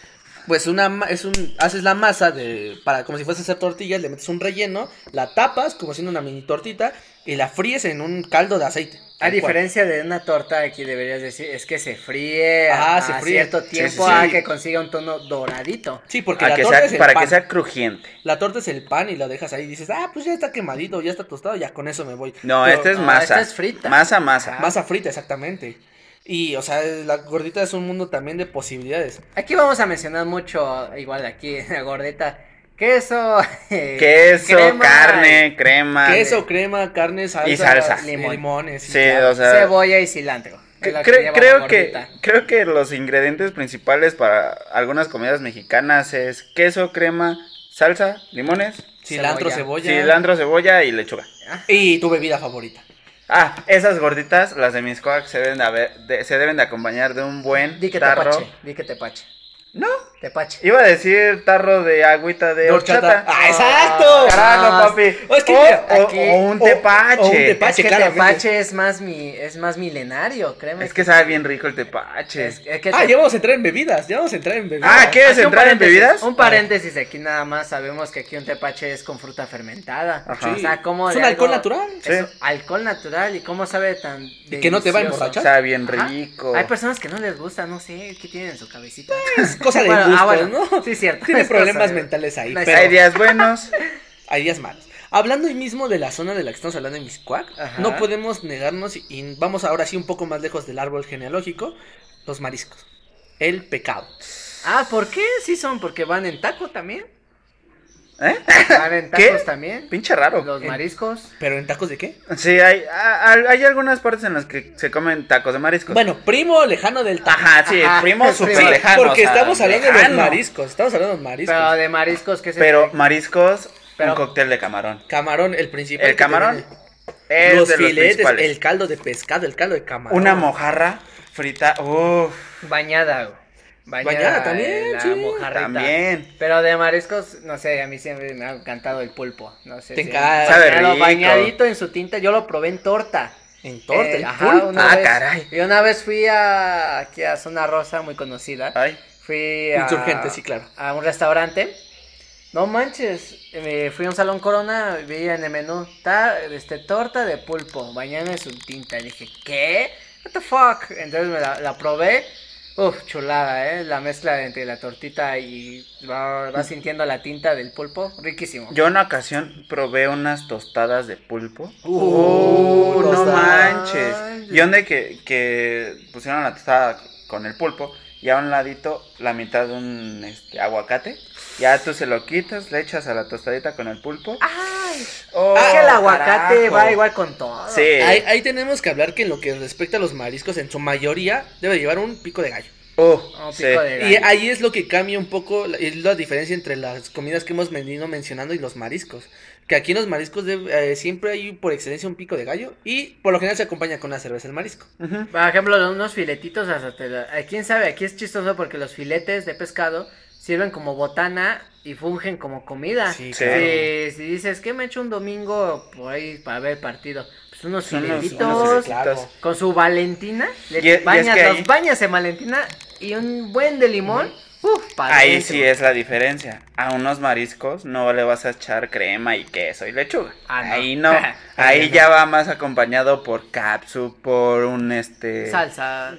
[SPEAKER 3] pues una ma- es un haces la masa de para como si fuese a hacer tortillas, le metes un relleno, la tapas como siendo una mini tortita y la fríes en un caldo de aceite. Tal
[SPEAKER 5] A
[SPEAKER 3] cual.
[SPEAKER 5] diferencia de una torta, aquí deberías decir, es que se fríe
[SPEAKER 3] Ah,
[SPEAKER 5] a
[SPEAKER 3] se fríe.
[SPEAKER 5] cierto
[SPEAKER 3] Sí,
[SPEAKER 5] tiempo
[SPEAKER 4] sí, sí.
[SPEAKER 5] a que consiga un tono doradito.
[SPEAKER 3] Sí, porque
[SPEAKER 4] A
[SPEAKER 3] la
[SPEAKER 4] que
[SPEAKER 3] torta
[SPEAKER 4] sea-
[SPEAKER 3] es el
[SPEAKER 4] para
[SPEAKER 3] pan.
[SPEAKER 4] que sea crujiente.
[SPEAKER 3] La torta es el pan y la dejas ahí y dices, "Ah, pues ya está quemadito, ya está tostado, ya con eso me voy." Pero-
[SPEAKER 4] No,
[SPEAKER 3] ah,
[SPEAKER 4] esta es
[SPEAKER 5] no,
[SPEAKER 4] masa.
[SPEAKER 5] ah, esta es frita.
[SPEAKER 4] Masa, masa.
[SPEAKER 3] masa frita exactamente. Y o sea, la gordita es un mundo también de posibilidades.
[SPEAKER 5] Aquí vamos a mencionar mucho, igual aquí en la gordeta, queso, eh,
[SPEAKER 4] Queso,
[SPEAKER 5] crema,
[SPEAKER 4] carne, crema.
[SPEAKER 3] Queso, crema, carne, salsa,
[SPEAKER 4] Ah, salsa.
[SPEAKER 3] eh,
[SPEAKER 5] Limón.
[SPEAKER 3] limones. sí,
[SPEAKER 4] Sí,
[SPEAKER 3] claro.
[SPEAKER 4] o sea.
[SPEAKER 5] cebolla y cilantro.
[SPEAKER 4] cre-
[SPEAKER 5] Es lo
[SPEAKER 4] cre-
[SPEAKER 5] lleva la
[SPEAKER 4] creo, que,
[SPEAKER 5] gordita.
[SPEAKER 4] creo que los ingredientes principales para algunas comidas mexicanas es queso, crema, salsa, limones,
[SPEAKER 3] cilantro,
[SPEAKER 5] cebolla.
[SPEAKER 3] cebolla.
[SPEAKER 4] cilantro, cebolla y lechuga.
[SPEAKER 5] Ah,
[SPEAKER 3] Y tu bebida favorita.
[SPEAKER 4] Ah, esas gorditas, las de mis coax, se deben de, haber- de- se deben de acompañar de un buen
[SPEAKER 5] Di que te
[SPEAKER 4] tarro.
[SPEAKER 5] pache, di que te pache,
[SPEAKER 4] No,
[SPEAKER 5] te pache.
[SPEAKER 4] iba a decir tarro de agüita de horchata.
[SPEAKER 3] ¡Ah, exacto!
[SPEAKER 4] Carajo,
[SPEAKER 5] Ah,
[SPEAKER 4] papi.
[SPEAKER 3] o es que
[SPEAKER 4] O-
[SPEAKER 3] mira,
[SPEAKER 4] o-
[SPEAKER 5] aquí-
[SPEAKER 4] o un
[SPEAKER 3] o-
[SPEAKER 4] tepache.
[SPEAKER 3] o un tepache.
[SPEAKER 5] es que
[SPEAKER 3] claramente.
[SPEAKER 5] tepache es más, mi, es más milenario, créeme.
[SPEAKER 4] Es que sabe bien rico el tepache.
[SPEAKER 5] Es- es que
[SPEAKER 3] Ah,
[SPEAKER 5] te-
[SPEAKER 3] ya vamos a entrar en bebidas, ya vamos a entrar en bebidas.
[SPEAKER 4] Ah, ¿quieres
[SPEAKER 5] Aquí un
[SPEAKER 4] entrar en
[SPEAKER 5] paréntesis,
[SPEAKER 4] bebidas?
[SPEAKER 5] Un paréntesis, aquí nada más sabemos que aquí un tepache es con fruta fermentada.
[SPEAKER 4] Ajá.
[SPEAKER 5] O sea, como
[SPEAKER 3] Es
[SPEAKER 5] de
[SPEAKER 3] un alcohol
[SPEAKER 5] algo-
[SPEAKER 3] natural.
[SPEAKER 4] Sí.
[SPEAKER 5] es alcohol natural y cómo sabe tan
[SPEAKER 3] Y que no te va a
[SPEAKER 5] delicioso.
[SPEAKER 3] emborrachar.
[SPEAKER 4] Sabe bien
[SPEAKER 5] Ajá. pues,
[SPEAKER 4] rico.
[SPEAKER 5] Hay personas que no les gusta, no sé, ¿qué tienen en su cabecita?
[SPEAKER 3] Es cosa de
[SPEAKER 5] Bueno,
[SPEAKER 3] gustos,
[SPEAKER 5] ah, bueno,
[SPEAKER 3] ¿no?
[SPEAKER 5] sí, cierto.
[SPEAKER 3] Tiene
[SPEAKER 5] Es cosa
[SPEAKER 3] problemas
[SPEAKER 5] de-
[SPEAKER 3] mentales ahí,
[SPEAKER 5] No es
[SPEAKER 3] pero
[SPEAKER 4] Hay días buenos.
[SPEAKER 3] hay días malos. Hablando ahí mismo de la zona de la que estamos hablando en Miscuac,
[SPEAKER 5] Ajá.
[SPEAKER 3] no podemos negarnos y vamos ahora sí un poco más lejos del árbol genealógico, los mariscos. El pecado.
[SPEAKER 5] Ah, ¿por qué? Sí son, porque van en taco también.
[SPEAKER 4] ¿Eh?
[SPEAKER 5] Van en
[SPEAKER 4] ¿Qué?
[SPEAKER 5] tacos también.
[SPEAKER 4] Pinche raro.
[SPEAKER 5] Los mariscos.
[SPEAKER 3] ¿Pero en tacos de qué?
[SPEAKER 4] Sí, hay, a- a- hay algunas partes en las que se comen tacos de mariscos.
[SPEAKER 3] Bueno, primo lejano del taco.
[SPEAKER 4] Ajá, sí,
[SPEAKER 5] Ajá,
[SPEAKER 4] Ah, primo
[SPEAKER 5] primo.
[SPEAKER 4] súper
[SPEAKER 3] Sí,
[SPEAKER 4] lejano.
[SPEAKER 3] porque
[SPEAKER 4] o sea,
[SPEAKER 3] estamos hablando de
[SPEAKER 4] lejano.
[SPEAKER 3] los mariscos, estamos hablando de los mariscos.
[SPEAKER 5] Pero de mariscos, ¿qué se
[SPEAKER 4] Pero mariscos,
[SPEAKER 5] Pero-
[SPEAKER 4] un cóctel de camarón.
[SPEAKER 3] Camarón, el principal.
[SPEAKER 4] El
[SPEAKER 3] que te
[SPEAKER 4] camarón
[SPEAKER 3] viene.
[SPEAKER 4] es
[SPEAKER 3] los
[SPEAKER 4] de los
[SPEAKER 3] filetes,
[SPEAKER 4] principales.
[SPEAKER 3] el caldo de pescado, el caldo de camarón.
[SPEAKER 4] Una mojarra frita, uff,
[SPEAKER 5] Bañada, güey. Bañada,
[SPEAKER 3] Bañada también,
[SPEAKER 5] la
[SPEAKER 3] sí.
[SPEAKER 5] mojarrita.
[SPEAKER 4] también.
[SPEAKER 5] Pero de mariscos, no sé, a mí siempre me ha encantado el pulpo. No sé.
[SPEAKER 3] Te
[SPEAKER 5] si-
[SPEAKER 3] encanta.
[SPEAKER 4] Sabe
[SPEAKER 5] bañado-
[SPEAKER 4] rico.
[SPEAKER 5] bañadito en su tinta, yo lo probé en torta.
[SPEAKER 3] En torta,
[SPEAKER 5] Eh,
[SPEAKER 3] el
[SPEAKER 5] ajá,
[SPEAKER 3] pulpo.
[SPEAKER 5] una
[SPEAKER 4] Ah,
[SPEAKER 5] vez-
[SPEAKER 4] caray.
[SPEAKER 5] Y una vez fui a, aquí a Zona Rosa, muy conocida.
[SPEAKER 4] Ay,
[SPEAKER 5] Fui a.
[SPEAKER 3] Insurgente, sí, claro.
[SPEAKER 5] A un restaurante. No manches, eh, fui a un salón Corona, vi en el menú, ta- este, torta de pulpo, bañada en su tinta. Y dije, ¿qué? What the fuck? Entonces me la, la probé. Uf, chulada, ¿eh? La mezcla entre la tortita y va, va sintiendo la tinta del pulpo. Riquísimo.
[SPEAKER 4] Mm. yo en una ocasión probé unas tostadas de pulpo.
[SPEAKER 5] Uh,
[SPEAKER 4] Uh, no
[SPEAKER 5] tostadas.
[SPEAKER 4] manches. Y donde que, que pusieron la tostada con el pulpo y a un ladito la mitad de un este, aguacate. Ya tú se lo quitas, le echas a la tostadita con el pulpo.
[SPEAKER 5] ¡Ay!
[SPEAKER 4] Oh,
[SPEAKER 5] Ah, es que el aguacate
[SPEAKER 4] carajo.
[SPEAKER 5] va igual con todo.
[SPEAKER 4] Sí.
[SPEAKER 3] Ahí, ahí tenemos que hablar que en lo que respecta a los mariscos, en su mayoría debe llevar un pico de gallo.
[SPEAKER 4] Uh,
[SPEAKER 5] Oh,
[SPEAKER 4] sí.
[SPEAKER 5] pico de
[SPEAKER 3] Y
[SPEAKER 5] gallo.
[SPEAKER 3] ahí es lo que cambia un poco, la- es la diferencia entre las comidas que hemos venido mencionando y los mariscos. Que aquí en los mariscos debe- eh, siempre hay por excelencia un pico de gallo y por lo general se acompaña con una cerveza el marisco.
[SPEAKER 4] Ujú.
[SPEAKER 5] Por ejemplo, unos filetitos hasta te la- eh, ¿Quién sabe? Aquí es chistoso porque los filetes de pescado sirven como botana y fungen como comida.
[SPEAKER 3] Sí,
[SPEAKER 5] Si-
[SPEAKER 4] claro.
[SPEAKER 5] Si, dices, ¿qué me echo un domingo por ahí para ver partido? Pues unos
[SPEAKER 4] Son unos-
[SPEAKER 5] filetitos
[SPEAKER 4] unos
[SPEAKER 3] Entonces, claro.
[SPEAKER 4] filetitos.
[SPEAKER 5] con su valentina. Le
[SPEAKER 4] Y- y es
[SPEAKER 5] bañas,
[SPEAKER 4] que
[SPEAKER 5] los
[SPEAKER 4] ahí-
[SPEAKER 5] bañas en valentina y un buen de limón. Uf, pa'
[SPEAKER 4] Ahí
[SPEAKER 5] dentro.
[SPEAKER 4] sí es la diferencia. A unos mariscos no le vas a echar crema y queso y lechuga.
[SPEAKER 5] Ah, no.
[SPEAKER 4] Ahí no. Ahí ya va más acompañado por capsu, por un este.
[SPEAKER 5] Salsa. ah,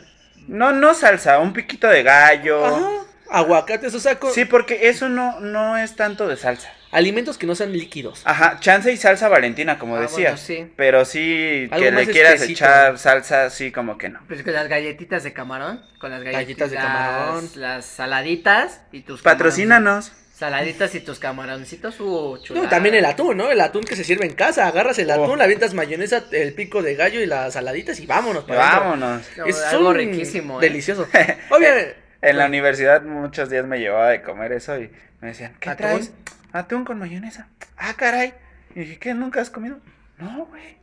[SPEAKER 4] No, no salsa, un piquito de gallo.
[SPEAKER 3] Ajá, aguacates, o sea, con-
[SPEAKER 4] Sí, porque eso no, no es tanto de salsa.
[SPEAKER 3] alimentos que no sean líquidos.
[SPEAKER 4] Ajá, chance y salsa valentina, como
[SPEAKER 5] Ah,
[SPEAKER 4] decías.
[SPEAKER 5] bueno, sí.
[SPEAKER 4] Pero sí,
[SPEAKER 3] Algo
[SPEAKER 4] que
[SPEAKER 3] más
[SPEAKER 4] le quieras
[SPEAKER 3] espesito.
[SPEAKER 4] echar salsa, sí, como que no.
[SPEAKER 5] Pues con las galletitas de camarón. Con las
[SPEAKER 3] Galletas
[SPEAKER 5] galletitas
[SPEAKER 3] de camarón.
[SPEAKER 5] Las, las saladitas y tus camaroncitos.
[SPEAKER 4] Patrocínanos.
[SPEAKER 5] Saladitas y tus camaroncitos. Uh, chulada.
[SPEAKER 3] No, también el atún, ¿no? El atún que se sirve en casa. Agarras el
[SPEAKER 4] Oh.
[SPEAKER 3] atún, le avientas mayonesa, el pico de gallo y las saladitas y vámonos. para adentro.
[SPEAKER 4] Vámonos.
[SPEAKER 5] No,
[SPEAKER 3] Es
[SPEAKER 5] algo
[SPEAKER 3] un
[SPEAKER 5] riquísimo. ¿eh?
[SPEAKER 3] Delicioso. pues, Obviamente.
[SPEAKER 4] En la universidad muchos días me llevaba de comer eso y me decían, ¿qué
[SPEAKER 3] ¿Atún?
[SPEAKER 4] traes? Atún con mayonesa. Ah, caray. Y dije, ¿qué? ¿Nunca has comido? No, güey.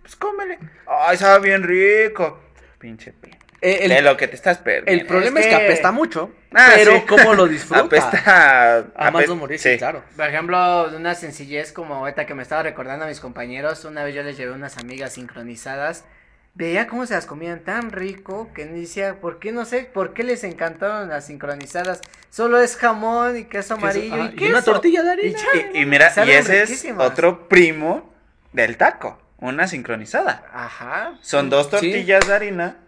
[SPEAKER 4] Pues cómele. Ay, sabe bien rico. Pinche pin.
[SPEAKER 3] eh, el,
[SPEAKER 4] De lo que te estás perdiendo.
[SPEAKER 3] el problema es
[SPEAKER 5] Es
[SPEAKER 3] que,
[SPEAKER 5] que-
[SPEAKER 3] apesta mucho,
[SPEAKER 4] Ah,
[SPEAKER 3] pero
[SPEAKER 4] sí.
[SPEAKER 3] cómo lo disfruta.
[SPEAKER 4] Apesta.
[SPEAKER 3] A más
[SPEAKER 4] apest-
[SPEAKER 3] no morir,
[SPEAKER 4] sí.
[SPEAKER 3] sí, claro.
[SPEAKER 5] Por ejemplo, de una sencillez como ahorita que me estaba recordando a mis compañeros, una vez yo les llevé unas amigas sincronizadas, veía cómo se las comían tan rico que decía, ¿por qué no sé? ¿Por qué les encantaron las sincronizadas? Solo es jamón y queso amarillo
[SPEAKER 3] Queso- ah,
[SPEAKER 5] y
[SPEAKER 3] y
[SPEAKER 5] queso.
[SPEAKER 3] una tortilla de
[SPEAKER 5] Y
[SPEAKER 3] harina.
[SPEAKER 5] ya.
[SPEAKER 4] Y, y mira, y
[SPEAKER 5] Saben
[SPEAKER 4] ese
[SPEAKER 5] riquísimas.
[SPEAKER 4] es otro primo del taco. Una sincronizada.
[SPEAKER 5] Ajá.
[SPEAKER 4] Son dos tortillas de harina